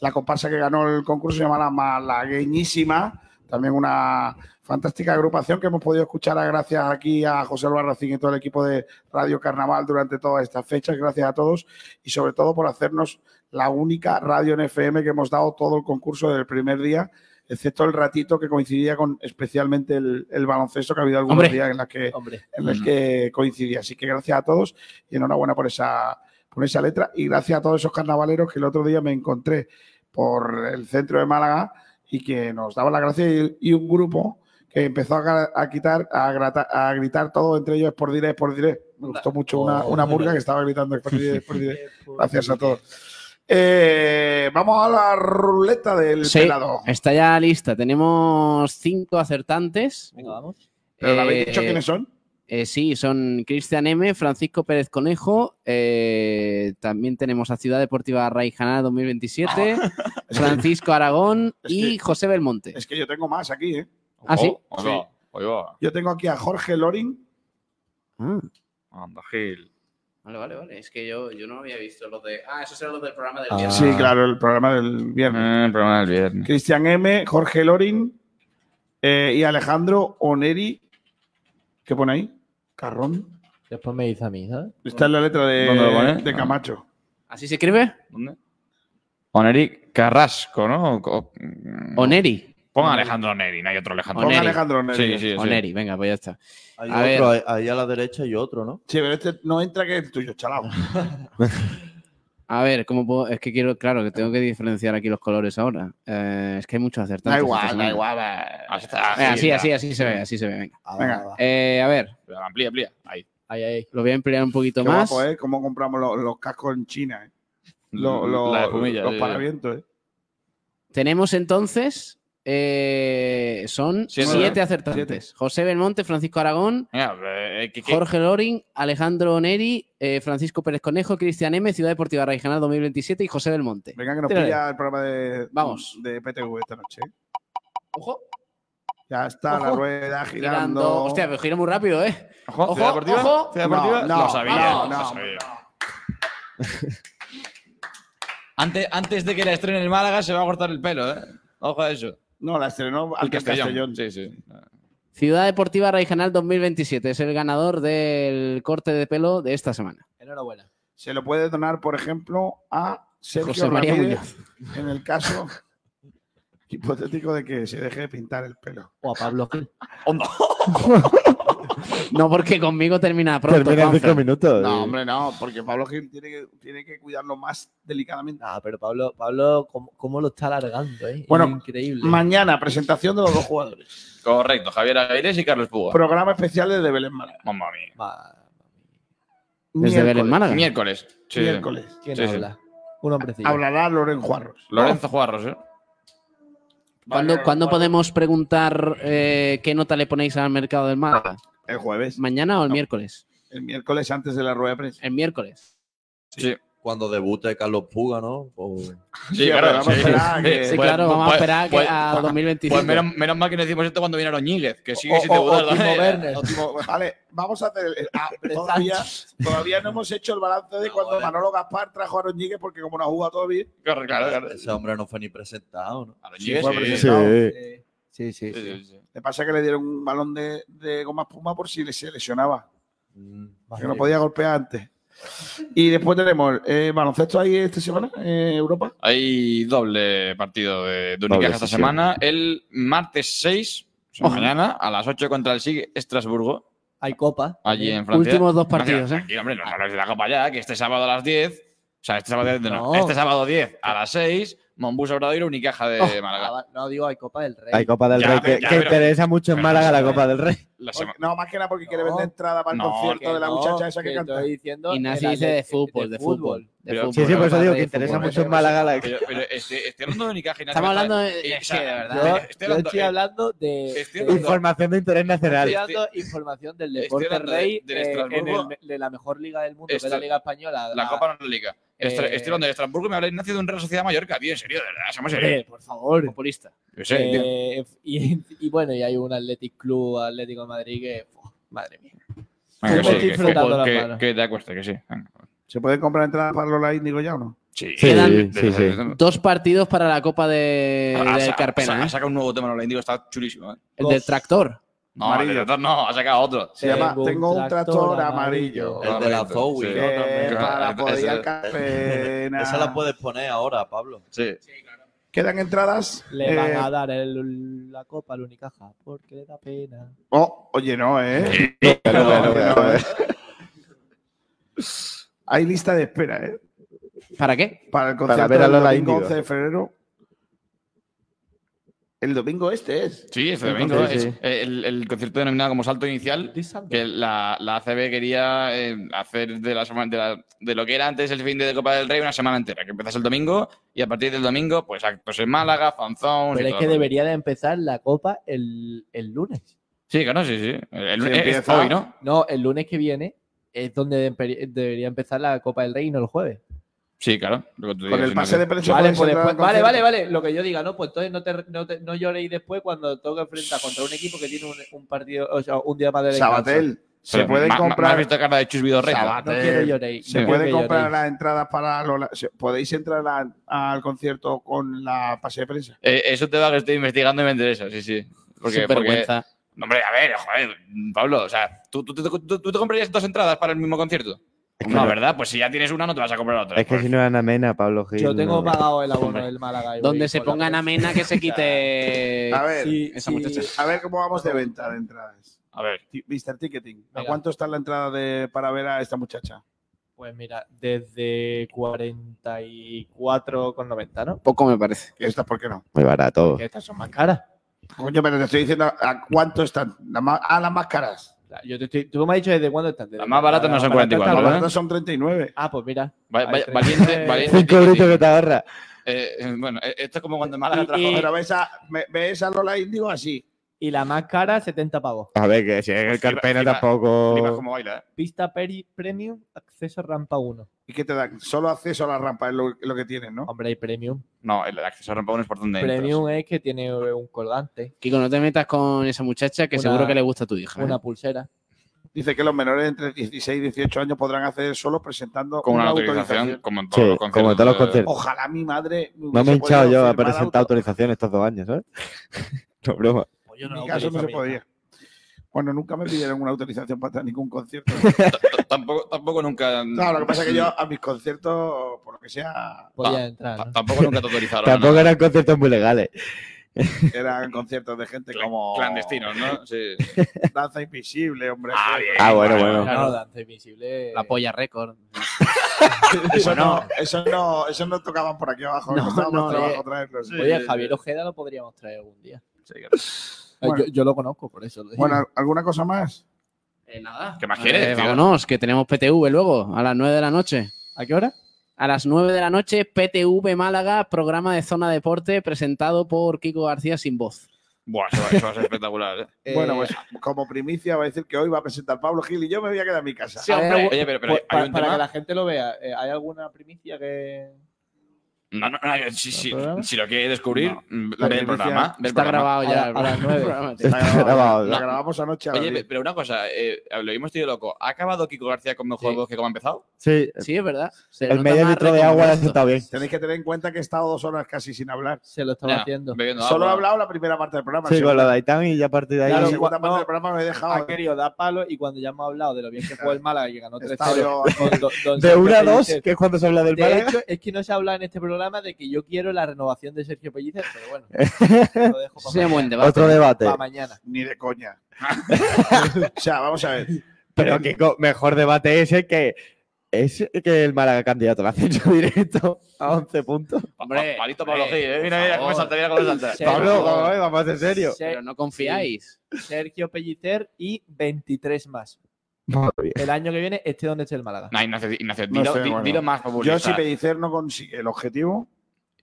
Speaker 2: La comparsa que ganó el concurso se llama La Malagueñísima. También una fantástica agrupación que hemos podido escuchar a- gracias aquí a José Albarracín y todo el equipo de Radio Carnaval durante todas estas fechas. Gracias a todos y sobre todo por hacernos la única radio en FM que hemos dado todo el concurso del primer día, excepto el ratito que coincidía con especialmente el, el baloncesto, que ha habido algunos
Speaker 11: Hombre.
Speaker 2: días en los
Speaker 13: Eh,
Speaker 2: que
Speaker 11: Hombre.
Speaker 2: en el que coincidía. Así que gracias a todos y enhorabuena por esa, por esa letra y gracias a todos esos carnavaleros que el otro día me encontré por el centro de Málaga y que nos daban las gracias y, y un grupo que empezó a, gra- a quitar, a, grata- a gritar todo entre ellos por diré, por diré. Me gustó mucho una, una murga que estaba gritando "Sport diré, Sport diré". Gracias a todos. Eh, vamos a la ruleta del
Speaker 11: Sí,
Speaker 2: pelado.
Speaker 11: está ya lista. Tenemos cinco acertantes.
Speaker 2: ¿Pero le habéis dicho quiénes son?
Speaker 11: eh, sí, son Cristian M, Francisco Pérez Conejo, eh, también tenemos a Ciudad Deportiva Raijana 2027, Francisco Aragón y José Belmonte.
Speaker 2: Es que yo tengo más aquí, ¿eh?
Speaker 11: Ah, sí.
Speaker 13: Oh, Ahí va, ahí va.
Speaker 2: Yo tengo aquí a Jorge Lorin.
Speaker 13: Anda, Gil.
Speaker 11: Vale, vale, vale. Es que yo, yo no había visto los de. Ah, esos eran los del programa del
Speaker 2: Sí, claro, el programa del viernes.
Speaker 13: Ah, el programa del viernes.
Speaker 2: Cristian M, Jorge Lorin eh, y Alejandro Oneri. ¿Qué pone ahí? Carrón.
Speaker 6: Después me dice a mí, ¿sabes?
Speaker 2: Está en la letra
Speaker 13: ¿Dónde lo pone?
Speaker 2: de, de Camacho.
Speaker 11: ¿Así se escribe?
Speaker 13: ¿Dónde? Oneri Carrasco, ¿no? O-
Speaker 11: Oneri.
Speaker 13: Ponga Alejandro Oneri, no hay otro Alejandro.
Speaker 11: Oneri.
Speaker 13: Sí, sí, sí.
Speaker 11: Oneri, venga, pues ya está.
Speaker 14: Hay
Speaker 11: A ver.
Speaker 14: otro ahí- ahí a la derecha y otro, ¿no?
Speaker 2: Sí, pero este no entra que el tuyo, chalao.
Speaker 11: A ver, ¿cómo puedo? Es que quiero, claro, que tengo que diferenciar aquí los colores ahora. Eh, es que hay muchos acertantes.
Speaker 13: Da
Speaker 11: esta
Speaker 13: igual, da
Speaker 11: semana.
Speaker 13: igual. va. Ah,
Speaker 11: Venga, así, así, así se ve, así se ve. Venga.
Speaker 2: Venga.
Speaker 11: Eh, a ver,
Speaker 13: Amplía, amplía. Ahí.
Speaker 11: lo voy a ampliar un poquito
Speaker 2: Qué
Speaker 11: más.
Speaker 2: guapo, ¿eh? Cómo compramos los, los cascos en China, ¿eh? Lo-
Speaker 13: Mm,
Speaker 2: lo-
Speaker 11: La espumilla,
Speaker 2: los
Speaker 11: sí, sí.
Speaker 2: paravientos, ¿eh?
Speaker 11: Tenemos entonces. eh, son
Speaker 13: Siete,
Speaker 11: siete,
Speaker 13: ¿eh?
Speaker 11: acertantes. José Belmonte, Francisco Aragón,
Speaker 13: Venga, eh, que- que-
Speaker 11: Jorge Lorin, Alejandro Oneri, eh, Francisco Pérez Conejo, Cristian M, Ciudad Deportiva Raijana 2027 y José Belmonte.
Speaker 2: Venga, que nos
Speaker 11: Tírale.
Speaker 2: pilla el programa de,
Speaker 11: Vamos.
Speaker 2: de PTV esta noche. ¿eh?
Speaker 11: Ojo.
Speaker 2: Ya está la
Speaker 11: Ojo.
Speaker 2: rueda girando.
Speaker 11: Hostia, pero gira muy rápido, ¿eh? Ojo, ojo,
Speaker 2: Ciudad Deportiva,
Speaker 11: ojo.
Speaker 2: Ciudad Deportiva. No,
Speaker 13: lo
Speaker 2: no,
Speaker 13: sabía,
Speaker 2: no,
Speaker 13: lo
Speaker 2: no.
Speaker 13: sabía. Antes, antes de que la estrene el Málaga se va a cortar el pelo, ¿eh? Ojo a eso.
Speaker 2: No, la estrenó
Speaker 13: al
Speaker 2: Castellón.
Speaker 13: Sí, sí.
Speaker 11: Ciudad Deportiva Raijanal 2027 es el ganador del corte de pelo de esta semana.
Speaker 2: Enhorabuena. Se lo puede donar, por ejemplo, a Sergio
Speaker 11: José María
Speaker 2: Ramírez, en el caso hipotético de que se deje de pintar el pelo.
Speaker 6: O a Pablo Gil.
Speaker 11: No, porque conmigo termina pronto.
Speaker 12: Termina en
Speaker 11: Juanfran.
Speaker 12: cinco minutos.
Speaker 2: No, hombre, no, porque Pablo Gil tiene que, tiene que cuidarlo más delicadamente.
Speaker 6: Ah, pero Pablo, Pablo ¿cómo, cómo lo está alargando? eh?
Speaker 2: Bueno,
Speaker 6: increíble.
Speaker 2: Mañana, presentación de los dos jugadores.
Speaker 13: Correcto, Javier Aires y Carlos Puga.
Speaker 2: Programa especial de Belén Málaga.
Speaker 13: Mamma mía.
Speaker 11: Desde Belén Málaga.
Speaker 13: Miércoles. Sí.
Speaker 2: Miércoles.
Speaker 13: ¿Quién Sí, sí. habla?
Speaker 6: Un hombrecillo.
Speaker 2: Hablará Loren Juarros.
Speaker 13: Lorenzo Juarros, ¿eh?
Speaker 11: ¿Cuándo, cuándo podemos preguntar eh, qué nota le ponéis al mercado del Málaga?
Speaker 2: El jueves.
Speaker 11: ¿Mañana o el miércoles?
Speaker 2: El miércoles antes de la rueda de prensa.
Speaker 11: El miércoles.
Speaker 13: Sí.
Speaker 14: Cuando debute Carlos Puga, ¿no? O-
Speaker 13: Sí, claro,
Speaker 14: vamos a
Speaker 13: sí.
Speaker 14: esperar
Speaker 13: Sí,
Speaker 14: que-
Speaker 13: pues- pues- pues- pues-
Speaker 11: 2025.
Speaker 13: Pues menos, menos mal que no decimos esto cuando viene Oñiguez, que sigue
Speaker 2: O-
Speaker 13: sin
Speaker 2: o-
Speaker 13: debutar.
Speaker 2: o Timo
Speaker 13: ¿eh?
Speaker 2: Werner. O Timo- vale, vamos a hacer. el- ah, todavía, todavía no hemos hecho el balance de cuando Manolo Gaspar trajo a Roñigue porque como no juega todavía.
Speaker 13: Claro, claro,
Speaker 14: Ese hombre no fue ni presentado, ¿no?
Speaker 2: Sí, fue presentado. Eh, Le pasa que le dieron un balón de, de goma espuma por si le- se lesionaba.
Speaker 6: Mm,
Speaker 2: que no
Speaker 14: bien.
Speaker 2: podía golpear antes. Y después tenemos eh, baloncesto ahí esta semana, eh, Europa.
Speaker 13: Hay doble partido de, de
Speaker 12: Doble
Speaker 13: Unicaja esta
Speaker 12: sesión.
Speaker 13: semana. El martes 6, o sea, mañana, a las 8 contra el SIG Estrasburgo.
Speaker 6: Hay copa.
Speaker 13: allí en Francia.
Speaker 11: Eh, Últimos dos
Speaker 13: No,
Speaker 11: partidos,
Speaker 13: que-
Speaker 11: ¿eh?
Speaker 13: aquí, hombre, no hables de la Copa ya, que este sábado a las 10, o sea, este sábado, no,
Speaker 6: No.
Speaker 13: este sábado 10 a las 6, Mombus Obradoiro, Unicaja de
Speaker 6: Oh.
Speaker 13: Málaga.
Speaker 6: Ah, No digo, hay copa del Rey.
Speaker 12: Hay Copa del
Speaker 13: Ya,
Speaker 12: Rey,
Speaker 13: pero-
Speaker 12: que,
Speaker 13: ya,
Speaker 12: que
Speaker 13: pero-
Speaker 12: interesa mucho en
Speaker 13: pero
Speaker 12: Málaga
Speaker 13: no
Speaker 12: la
Speaker 13: sé.
Speaker 12: Copa del Rey.
Speaker 13: La sema-
Speaker 2: No, más que nada porque quiere vender entrada para el
Speaker 13: No,
Speaker 2: concierto
Speaker 13: que
Speaker 2: de la
Speaker 13: no,
Speaker 2: muchacha esa que,
Speaker 6: que
Speaker 2: canta.
Speaker 6: estoy diciendo
Speaker 11: Y Nancy
Speaker 6: el
Speaker 11: dice de
Speaker 6: Atlético-
Speaker 11: fútbol, de fútbol. de
Speaker 13: Pero-
Speaker 11: fútbol.
Speaker 12: Sí, sí, por eso digo que
Speaker 11: de
Speaker 12: interesa
Speaker 11: fútbol.
Speaker 12: mucho en Málaga la
Speaker 13: Pero, pero este, estoy hablando de Unicaja y nadie
Speaker 11: Estamos
Speaker 13: me está-
Speaker 11: hablando de-
Speaker 13: eh,
Speaker 11: es
Speaker 13: o sea,
Speaker 11: que de verdad.
Speaker 13: yo-
Speaker 6: Yo,
Speaker 13: estoy
Speaker 6: yo
Speaker 13: hablando-
Speaker 6: estoy
Speaker 13: eh,
Speaker 6: hablando de.
Speaker 13: estoy
Speaker 12: este
Speaker 6: de-
Speaker 12: Información de interés nacional.
Speaker 6: Estoy dando información del deporte
Speaker 13: hablando de-
Speaker 6: rey
Speaker 13: del
Speaker 6: eh, en
Speaker 13: Estrasburgo.
Speaker 6: el- de la mejor liga del mundo, que es
Speaker 13: Esto-
Speaker 6: la Liga Española.
Speaker 13: La Copa no es liga. Estra-
Speaker 6: eh,
Speaker 13: estoy hablando de Estrasburgo y me habla Ignacio de un Real Sociedad Mallorca, tío, en serio, de verdad, somos
Speaker 6: Hombre,
Speaker 13: serios.
Speaker 6: por favor.
Speaker 11: Populista.
Speaker 13: Yo sé, tío.
Speaker 6: Eh, y, y bueno, y hay un Athletic Club, Atlético de Madrid, que. fu, madre mía.
Speaker 13: Venga, que
Speaker 6: me estoy
Speaker 13: sí, que- que-
Speaker 6: frotando las
Speaker 13: que-
Speaker 6: manos.
Speaker 13: que te acuestes, que sí. Venga.
Speaker 2: ¿Se puede comprar entrada para Lola Índigo ya o no?
Speaker 13: Sí,
Speaker 11: Quedan
Speaker 13: sí, sí.
Speaker 11: dos partidos para la Copa de,
Speaker 13: Ha- ha
Speaker 11: del
Speaker 13: Ah, sa-
Speaker 11: Carpena.
Speaker 13: sa-
Speaker 11: ¿eh?
Speaker 13: Ha sacado un nuevo tema, lo indigo, está chulísimo. ¿eh?
Speaker 11: El del tractor.
Speaker 13: No, el
Speaker 11: Amarillo.
Speaker 13: tractor no, ha sacado otro.
Speaker 2: Se llama Tengo un tractor amarillo.
Speaker 14: El de la Zoe.
Speaker 13: Sí.
Speaker 14: ¿no? También.
Speaker 2: Eh, para poder ir al Carpena.
Speaker 14: Esa la puedes poner ahora, Pablo.
Speaker 13: Sí.
Speaker 2: ¿Quedan entradas?
Speaker 6: Le van
Speaker 2: Eh,
Speaker 6: a dar el- la copa al Unicaja, porque le da pena.
Speaker 2: Oh, oye, no, ¿eh?
Speaker 6: pero
Speaker 2: No,
Speaker 6: bueno,
Speaker 2: no,
Speaker 6: pero-
Speaker 2: ¿eh? Hay lista de espera, ¿eh?
Speaker 11: ¿Para qué?
Speaker 2: Para el
Speaker 12: Para
Speaker 2: concierto
Speaker 12: ver a
Speaker 2: del
Speaker 12: Lola
Speaker 2: domingo
Speaker 12: Índigo.
Speaker 2: 11 de febrero. El domingo este es.
Speaker 13: Sí, este
Speaker 2: El
Speaker 13: domingo.
Speaker 2: domingo,
Speaker 13: es
Speaker 2: sí.
Speaker 13: el, el concierto denominado como Salto Inicial, que la, la ACB quería eh, hacer de, la semana, de, la- de lo que era antes el fin de Copa del Rey una semana entera, que empezase el domingo y a partir del domingo, pues actos en Málaga, fanzones. y
Speaker 6: Pero es
Speaker 13: todo
Speaker 6: que
Speaker 13: el rollo.
Speaker 6: debería de empezar la copa el, el lunes.
Speaker 13: Sí, claro, sí, sí. El, el-
Speaker 6: Sí,
Speaker 13: es- es
Speaker 6: empieza-
Speaker 13: hoy, ¿no?
Speaker 6: el lunes que viene es donde empe- debería empezar la Copa del Rey y no el jueves.
Speaker 13: Sí, claro. lo que tú
Speaker 2: Con
Speaker 13: digas,
Speaker 2: el
Speaker 13: sí,
Speaker 2: pase
Speaker 13: no,
Speaker 2: de
Speaker 13: sí.
Speaker 2: prensa
Speaker 6: Vale,
Speaker 2: puedes
Speaker 6: pues
Speaker 2: entrar al
Speaker 6: después- vale,
Speaker 2: concierto.
Speaker 6: vale, vale. Lo que yo diga, ¿no? Pues entonces no, te, no, te- no lloréis después cuando tengo que enfrentar contra un equipo que tiene un, un partido, o sea, un día más de descanso.
Speaker 2: Sabatel. Se
Speaker 13: Pero
Speaker 2: pueden
Speaker 13: ma- ma-
Speaker 2: comprar.
Speaker 13: ¿me has visto cara de Chus Vidorreta?
Speaker 2: Sabatel.
Speaker 6: No quiero lloréis,
Speaker 2: Se
Speaker 6: no quiero
Speaker 2: pueden
Speaker 6: que
Speaker 2: comprar
Speaker 6: lloréis.
Speaker 2: las entradas para Lola. se- Podéis entrar a- al concierto con la pase de prensa.
Speaker 13: Eh, es un tema que estoy investigando y me interesa, sí, sí. Porque,
Speaker 2: Sin
Speaker 13: porque-
Speaker 2: vergüenza.
Speaker 13: No, hombre, a ver, joder, Pablo, o sea, ¿tú, tú, tú- tú- tú te comprarías dos entradas para el mismo concierto?
Speaker 12: que
Speaker 13: no,
Speaker 12: no.
Speaker 13: ¿verdad? Pues si ya tienes una, no te vas a comprar otra.
Speaker 12: Es que si no era Mena, Pablo Gil.
Speaker 6: Yo tengo
Speaker 12: no.
Speaker 6: pagado el abono del Málaga.
Speaker 11: Donde se pongan amena que se quite.
Speaker 2: A ver,
Speaker 11: esa muchacha.
Speaker 2: a ver cómo vamos de venta de entradas.
Speaker 13: A ver.
Speaker 2: Mr. Ticketing, ¿a
Speaker 6: Venga.
Speaker 2: cuánto está la entrada de, para ver a esta muchacha?
Speaker 6: Pues mira, desde 44,90, ¿no?
Speaker 11: Poco me parece.
Speaker 2: ¿Estas por qué no?
Speaker 12: Muy barato.
Speaker 6: Que estas son más caras.
Speaker 2: Coño, pero te estoy diciendo a cuánto están. La ma- ah, las más caras.
Speaker 6: Yo te estoy- tú me has dicho desde cuándo están.
Speaker 2: más baratas no son
Speaker 13: 44,
Speaker 2: Las
Speaker 13: ¿no?
Speaker 2: baratas son 39.
Speaker 6: Ah, pues mira.
Speaker 13: Va-
Speaker 6: Hay
Speaker 13: va-
Speaker 6: tres.
Speaker 13: valiente, valiente.
Speaker 12: Cinco
Speaker 13: Ticketing.
Speaker 12: gritos que te ahorra.
Speaker 13: Eh, eh, bueno, eh, esto es como cuando Málaga trajo.
Speaker 2: Pero ves a, me- ves a Lola Índigo así.
Speaker 6: Y la más cara, 70 pavos.
Speaker 12: A ver, que si es el Carpena tampoco.
Speaker 2: baila,
Speaker 6: Pista peri Premium, acceso rampa 1.
Speaker 2: ¿Y qué te dan? Solo acceso a la rampa es lo, lo que tienes, ¿no?
Speaker 6: Hombre, hay premium.
Speaker 13: No, el acceso a Rampagón es por donde entras.
Speaker 6: Premium es que tiene un colgante,
Speaker 11: Kiko, no te metas con esa muchacha que
Speaker 6: Una-
Speaker 11: seguro que le gusta a tu hija. ¿eh?
Speaker 6: una pulsera.
Speaker 2: Dice que los menores de entre 16 y 18 años podrán acceder solos presentando
Speaker 12: Con una autorización, como en todos Sí, los conciertos como en todos los de- conciertos.
Speaker 2: Ojalá mi madre. me
Speaker 12: No me he
Speaker 2: hubiese
Speaker 12: hinchado
Speaker 2: podido
Speaker 12: yo a
Speaker 2: firmar
Speaker 12: presentar autorización estos dos años, ¿sabes? no, broma.
Speaker 2: auto- En mi caso no se podía. Bueno, nunca me pidieron una autorización para estar en ningún concierto.
Speaker 13: Tampoco, tampoco nunca.
Speaker 2: Claro, lo que pasa es que yo a mis conciertos, por lo que sea.
Speaker 13: Podía
Speaker 6: entrar.
Speaker 13: Tampoco nunca te autorizaron.
Speaker 12: Tampoco
Speaker 13: ¿no?
Speaker 12: eran conciertos muy legales.
Speaker 2: Eran conciertos de gente como.
Speaker 13: Clandestinos, ¿no? Sí.
Speaker 2: Danza Invisible, hombre.
Speaker 12: Ah, bueno, bueno.
Speaker 6: Claro, Danza Invisible.
Speaker 11: La polla récord.
Speaker 2: Eso
Speaker 11: Bueno.
Speaker 2: no, eso no, eso no tocaban por aquí abajo. No, costaba más trabajo
Speaker 12: eh.
Speaker 2: traerlo.
Speaker 6: Oye, Javier Ojeda lo podríamos traer algún día. Eh,
Speaker 2: Bueno.
Speaker 6: yo, yo lo conozco, por eso. lo digo.
Speaker 2: Bueno, ¿alguna cosa más?
Speaker 11: ¿Qué más
Speaker 6: quieres, tío?
Speaker 11: vámonos, que tenemos PTV luego, a las 9 de la noche.
Speaker 6: ¿A qué hora?
Speaker 11: A las 9 de la noche, PTV Málaga, programa de Zona Deporte, presentado por Kiko García sin voz.
Speaker 13: Buah, eso, va- eso va a ser espectacular. ¿eh?
Speaker 2: Bueno, pues como primicia va a decir que hoy va a presentar Pablo Gil y yo me voy a quedar en mi casa.
Speaker 13: Sí, hombre. Oye, pero- pero
Speaker 6: Pues,
Speaker 13: hay
Speaker 6: para,
Speaker 13: un
Speaker 6: para
Speaker 13: tema-
Speaker 6: que la gente lo vea, eh, ¿hay alguna primicia que.?
Speaker 13: No, no, no, si, si-
Speaker 6: programa?
Speaker 13: si lo quieres descubrir, mm,
Speaker 6: La
Speaker 13: ve el
Speaker 6: primicia
Speaker 13: programa. ve el
Speaker 6: está
Speaker 13: programa.
Speaker 6: grabado ya, A la- a las nueve.
Speaker 13: Programa, tío.
Speaker 2: Está grabado,
Speaker 12: grabado.
Speaker 2: La grabamos anoche a las
Speaker 13: Oye,
Speaker 2: 10.
Speaker 13: pero una cosa, eh, lo hemos tenido loco. ¿Ha acabado Kiko García con mejor voz que como ha empezado?
Speaker 12: Sí.
Speaker 11: Sí, es verdad.
Speaker 12: el medio litro de agua está bien.
Speaker 2: Tenéis que tener en cuenta que he estado dos horas casi sin hablar.
Speaker 6: Se lo
Speaker 13: estaba Ya, haciendo. bebiendo
Speaker 2: Solo he
Speaker 13: agua.
Speaker 2: hablado la primera parte del programa.
Speaker 12: Sí,
Speaker 2: sí.
Speaker 12: con la de Aitán y ya a partir de ahí.
Speaker 2: Claro, la segunda parte del programa me he dejado.
Speaker 6: Ha querido dar palo y cuando ya hemos hablado de lo bien que jugó el Málaga y que ganó 3-0.
Speaker 2: Estaba yo-
Speaker 6: con do- don
Speaker 12: de
Speaker 6: Sergio
Speaker 12: 1 a 2,
Speaker 6: Pellicer.
Speaker 12: que es cuando se habla del
Speaker 6: De
Speaker 12: Málaga.
Speaker 6: hecho, es que no se ha hablado en este programa de que yo quiero la renovación de Sergio Pellicer, pero bueno.
Speaker 11: Sí, buen debate.
Speaker 12: Otro debate.
Speaker 6: Para mañana.
Speaker 2: Ni de coña. o sea, vamos a ver.
Speaker 12: Pero que mejor debate ese que es que el Málaga candidato al ascenso directo a 11 puntos.
Speaker 11: Hombre, palito
Speaker 13: Pablo Gil, ¿eh? Mira, mira cómo salta, mira cómo salta.
Speaker 12: Pablo, vamos, eh, vamos en serio.
Speaker 11: Pero no confiáis.
Speaker 6: Sergio Pellicer y 23 más.
Speaker 12: Madre mía.
Speaker 6: El año que viene esté donde esté el Málaga.
Speaker 13: No, Ignacio, Ignacio,
Speaker 2: No
Speaker 13: dilo,
Speaker 2: sé,
Speaker 13: di-
Speaker 2: bueno.
Speaker 13: dilo más
Speaker 2: Yo,
Speaker 13: populista.
Speaker 2: si Pellicer no consigue el objetivo,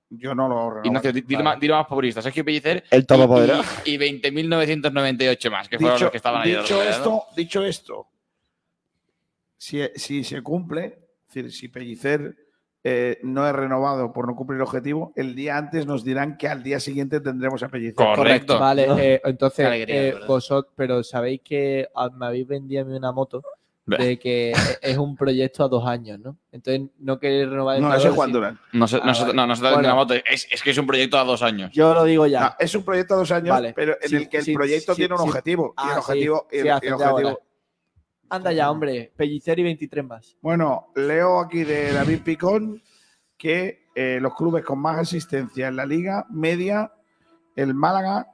Speaker 2: yo no lo renovo.
Speaker 13: Ignacio, di- dilo, más, dilo más populista. Sergio Pellicer.
Speaker 12: El
Speaker 2: todopoderoso.
Speaker 13: Y, y 20.998 más, que fueron los que estaban ahí. de
Speaker 2: dicho
Speaker 13: los
Speaker 2: esto,
Speaker 13: goleados.
Speaker 2: dicho esto, si, si se cumple, es decir, si Pellicer eh, no es renovado por no cumplir el objetivo, el día antes nos dirán que al día siguiente tendremos a Pellicer.
Speaker 6: Vale, eh, entonces,
Speaker 2: Qué alegría,
Speaker 6: eh,
Speaker 2: de verdad.
Speaker 6: vosotros, pero sabéis que ah, me habéis vendido a mí una moto de que es un proyecto a dos años, ¿no? Entonces, no queréis renovar el
Speaker 13: No,
Speaker 6: jugador,
Speaker 13: eso es Juan
Speaker 6: sí.
Speaker 13: Durán. No se,
Speaker 6: Ah,
Speaker 13: no, se-
Speaker 6: vale.
Speaker 13: no, no se está vendiendo
Speaker 6: Bueno,
Speaker 13: una moto. Es, es que es un proyecto a dos años.
Speaker 6: Yo lo digo ya.
Speaker 2: es un proyecto a dos años,
Speaker 6: Vale.
Speaker 2: pero en
Speaker 6: Sí,
Speaker 2: el que el
Speaker 6: sí,
Speaker 2: proyecto
Speaker 6: sí,
Speaker 2: tiene un
Speaker 6: sí.
Speaker 2: objetivo. y
Speaker 6: Ah,
Speaker 2: el
Speaker 6: sí,
Speaker 2: objetivo. y
Speaker 6: sí,
Speaker 2: el- y el
Speaker 6: hacete
Speaker 2: objetivo-
Speaker 6: ahora. Anda ya, hombre. Pellicer y 23 más.
Speaker 2: Bueno, leo aquí de David Picón que eh, los clubes con más asistencia en la liga media, el Málaga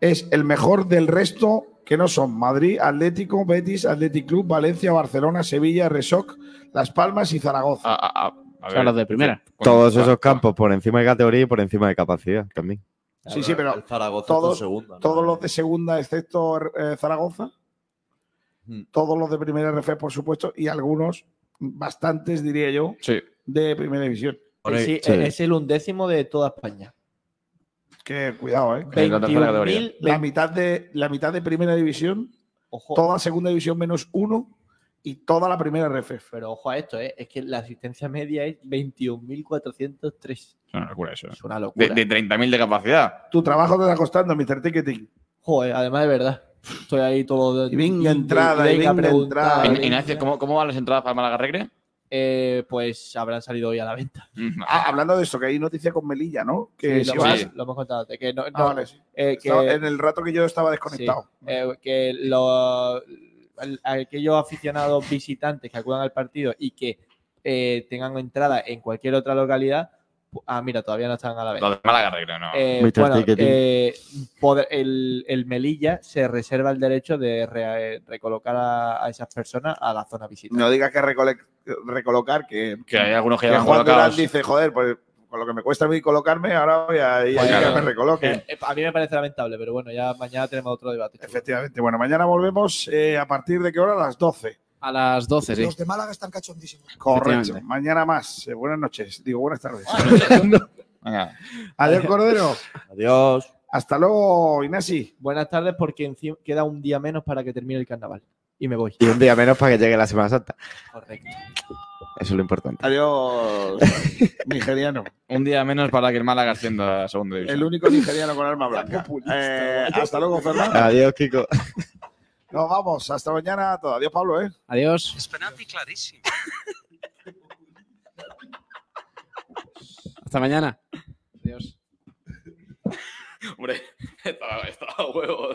Speaker 2: es el mejor del resto que no son Madrid, Atlético, Betis, Athletic Club, Valencia, Barcelona, Sevilla, Resoc, Las Palmas y Zaragoza.
Speaker 6: Ah,
Speaker 11: Son los de primera.
Speaker 12: Todos esos campos por encima de categoría y por encima de capacidad también.
Speaker 2: sí, sí, pero
Speaker 14: Zaragoza
Speaker 2: todos,
Speaker 14: está segunda, ¿no?
Speaker 2: todos los de segunda excepto eh, Zaragoza,
Speaker 14: Hmm.
Speaker 2: todos los de primera RF por supuesto y algunos, bastantes diría yo, de primera división.
Speaker 6: Eh, sí, eh, Es el undécimo de toda España.
Speaker 2: Que cuidado, ¿eh?
Speaker 6: En la tercera categoría. 21.000,
Speaker 2: La mitad de la mitad de primera división, toda segunda división menos uno y toda la primera RFF.
Speaker 6: Pero ojo a esto, ¿eh? es que la asistencia media es 21.403.
Speaker 13: Es una locura eso. Es
Speaker 6: una
Speaker 13: De, de 30.000 de capacidad.
Speaker 2: Tu trabajo te está costando, Mr. Ticketing.
Speaker 6: Joder, además de verdad. Estoy ahí todo.
Speaker 2: Y venga entrada, y venga entrada.
Speaker 13: En- Ignacio, ¿cómo, ¿cómo van las entradas para el Málaga Regre?
Speaker 6: Eh, pues habrán salido hoy a la venta.
Speaker 2: Ah, hablando de esto, que hay noticia con Melilla, ¿no? Que
Speaker 6: Sí,
Speaker 2: si
Speaker 6: lo,
Speaker 2: vas-
Speaker 6: hemos, lo hemos contado. antes, Que no,
Speaker 2: Ah,
Speaker 6: no,
Speaker 2: vale, sí.
Speaker 6: eh, que-
Speaker 2: Estaba- en el rato que yo estaba desconectado.
Speaker 6: Sí, eh, que los- al- aquellos aficionados visitantes que acudan al partido y que eh, tengan entrada en cualquier otra localidad, pu- ah, mira, todavía no están a la vez.
Speaker 13: Los de Málaga Regre, no.
Speaker 6: Eh,
Speaker 13: Mr.
Speaker 6: bueno,
Speaker 13: Ticketing.
Speaker 6: eh, pod- el, el Melilla se reserva el derecho de re- recolocar a, a esas personas a la zona visitante.
Speaker 2: No digas que recole- recolocar, que,
Speaker 13: Que hay algunos que
Speaker 2: que
Speaker 13: ya van
Speaker 2: Juan Durán
Speaker 13: colocados.
Speaker 2: dice, joder, pues con lo que me cuesta a mí colocarme, ahora voy a ir a
Speaker 6: Pues
Speaker 2: que
Speaker 6: claro.
Speaker 2: me recoloquen.
Speaker 6: Eh, eh, a mí me parece lamentable, pero bueno, ya mañana tenemos otro debate.
Speaker 2: Efectivamente. Bueno, mañana volvemos eh, a partir de qué hora? A las 12.
Speaker 11: A las 12, sí.
Speaker 2: Los de Málaga están cachondísimos. Correcto.
Speaker 11: Efectivamente.
Speaker 2: Mañana más. Ah, Eh, buenas noches. Digo, buenas tardes.
Speaker 13: Venga.
Speaker 2: Adiós, Cordero.
Speaker 14: Adiós.
Speaker 2: Hasta luego, Inasi.
Speaker 6: Buenas tardes, porque encima queda un día menos para que termine el carnaval. Y me voy.
Speaker 12: Y un día menos para que llegue la Semana Santa.
Speaker 6: Correcto.
Speaker 12: Eso es lo importante.
Speaker 2: Adiós, nigeriano.
Speaker 13: Un día menos para que el Málaga ascienda a segunda división.
Speaker 2: El único nigeriano con arma blanca. Eh, hasta luego, Fernando.
Speaker 12: Adiós, Kiko.
Speaker 2: Nos vamos. Hasta mañana. a todos. Adiós, Pablo. ¿eh?
Speaker 11: Adiós.
Speaker 21: Penalti clarísimo.
Speaker 11: Hasta mañana.
Speaker 13: Hombre, estaba, estaba a huevo.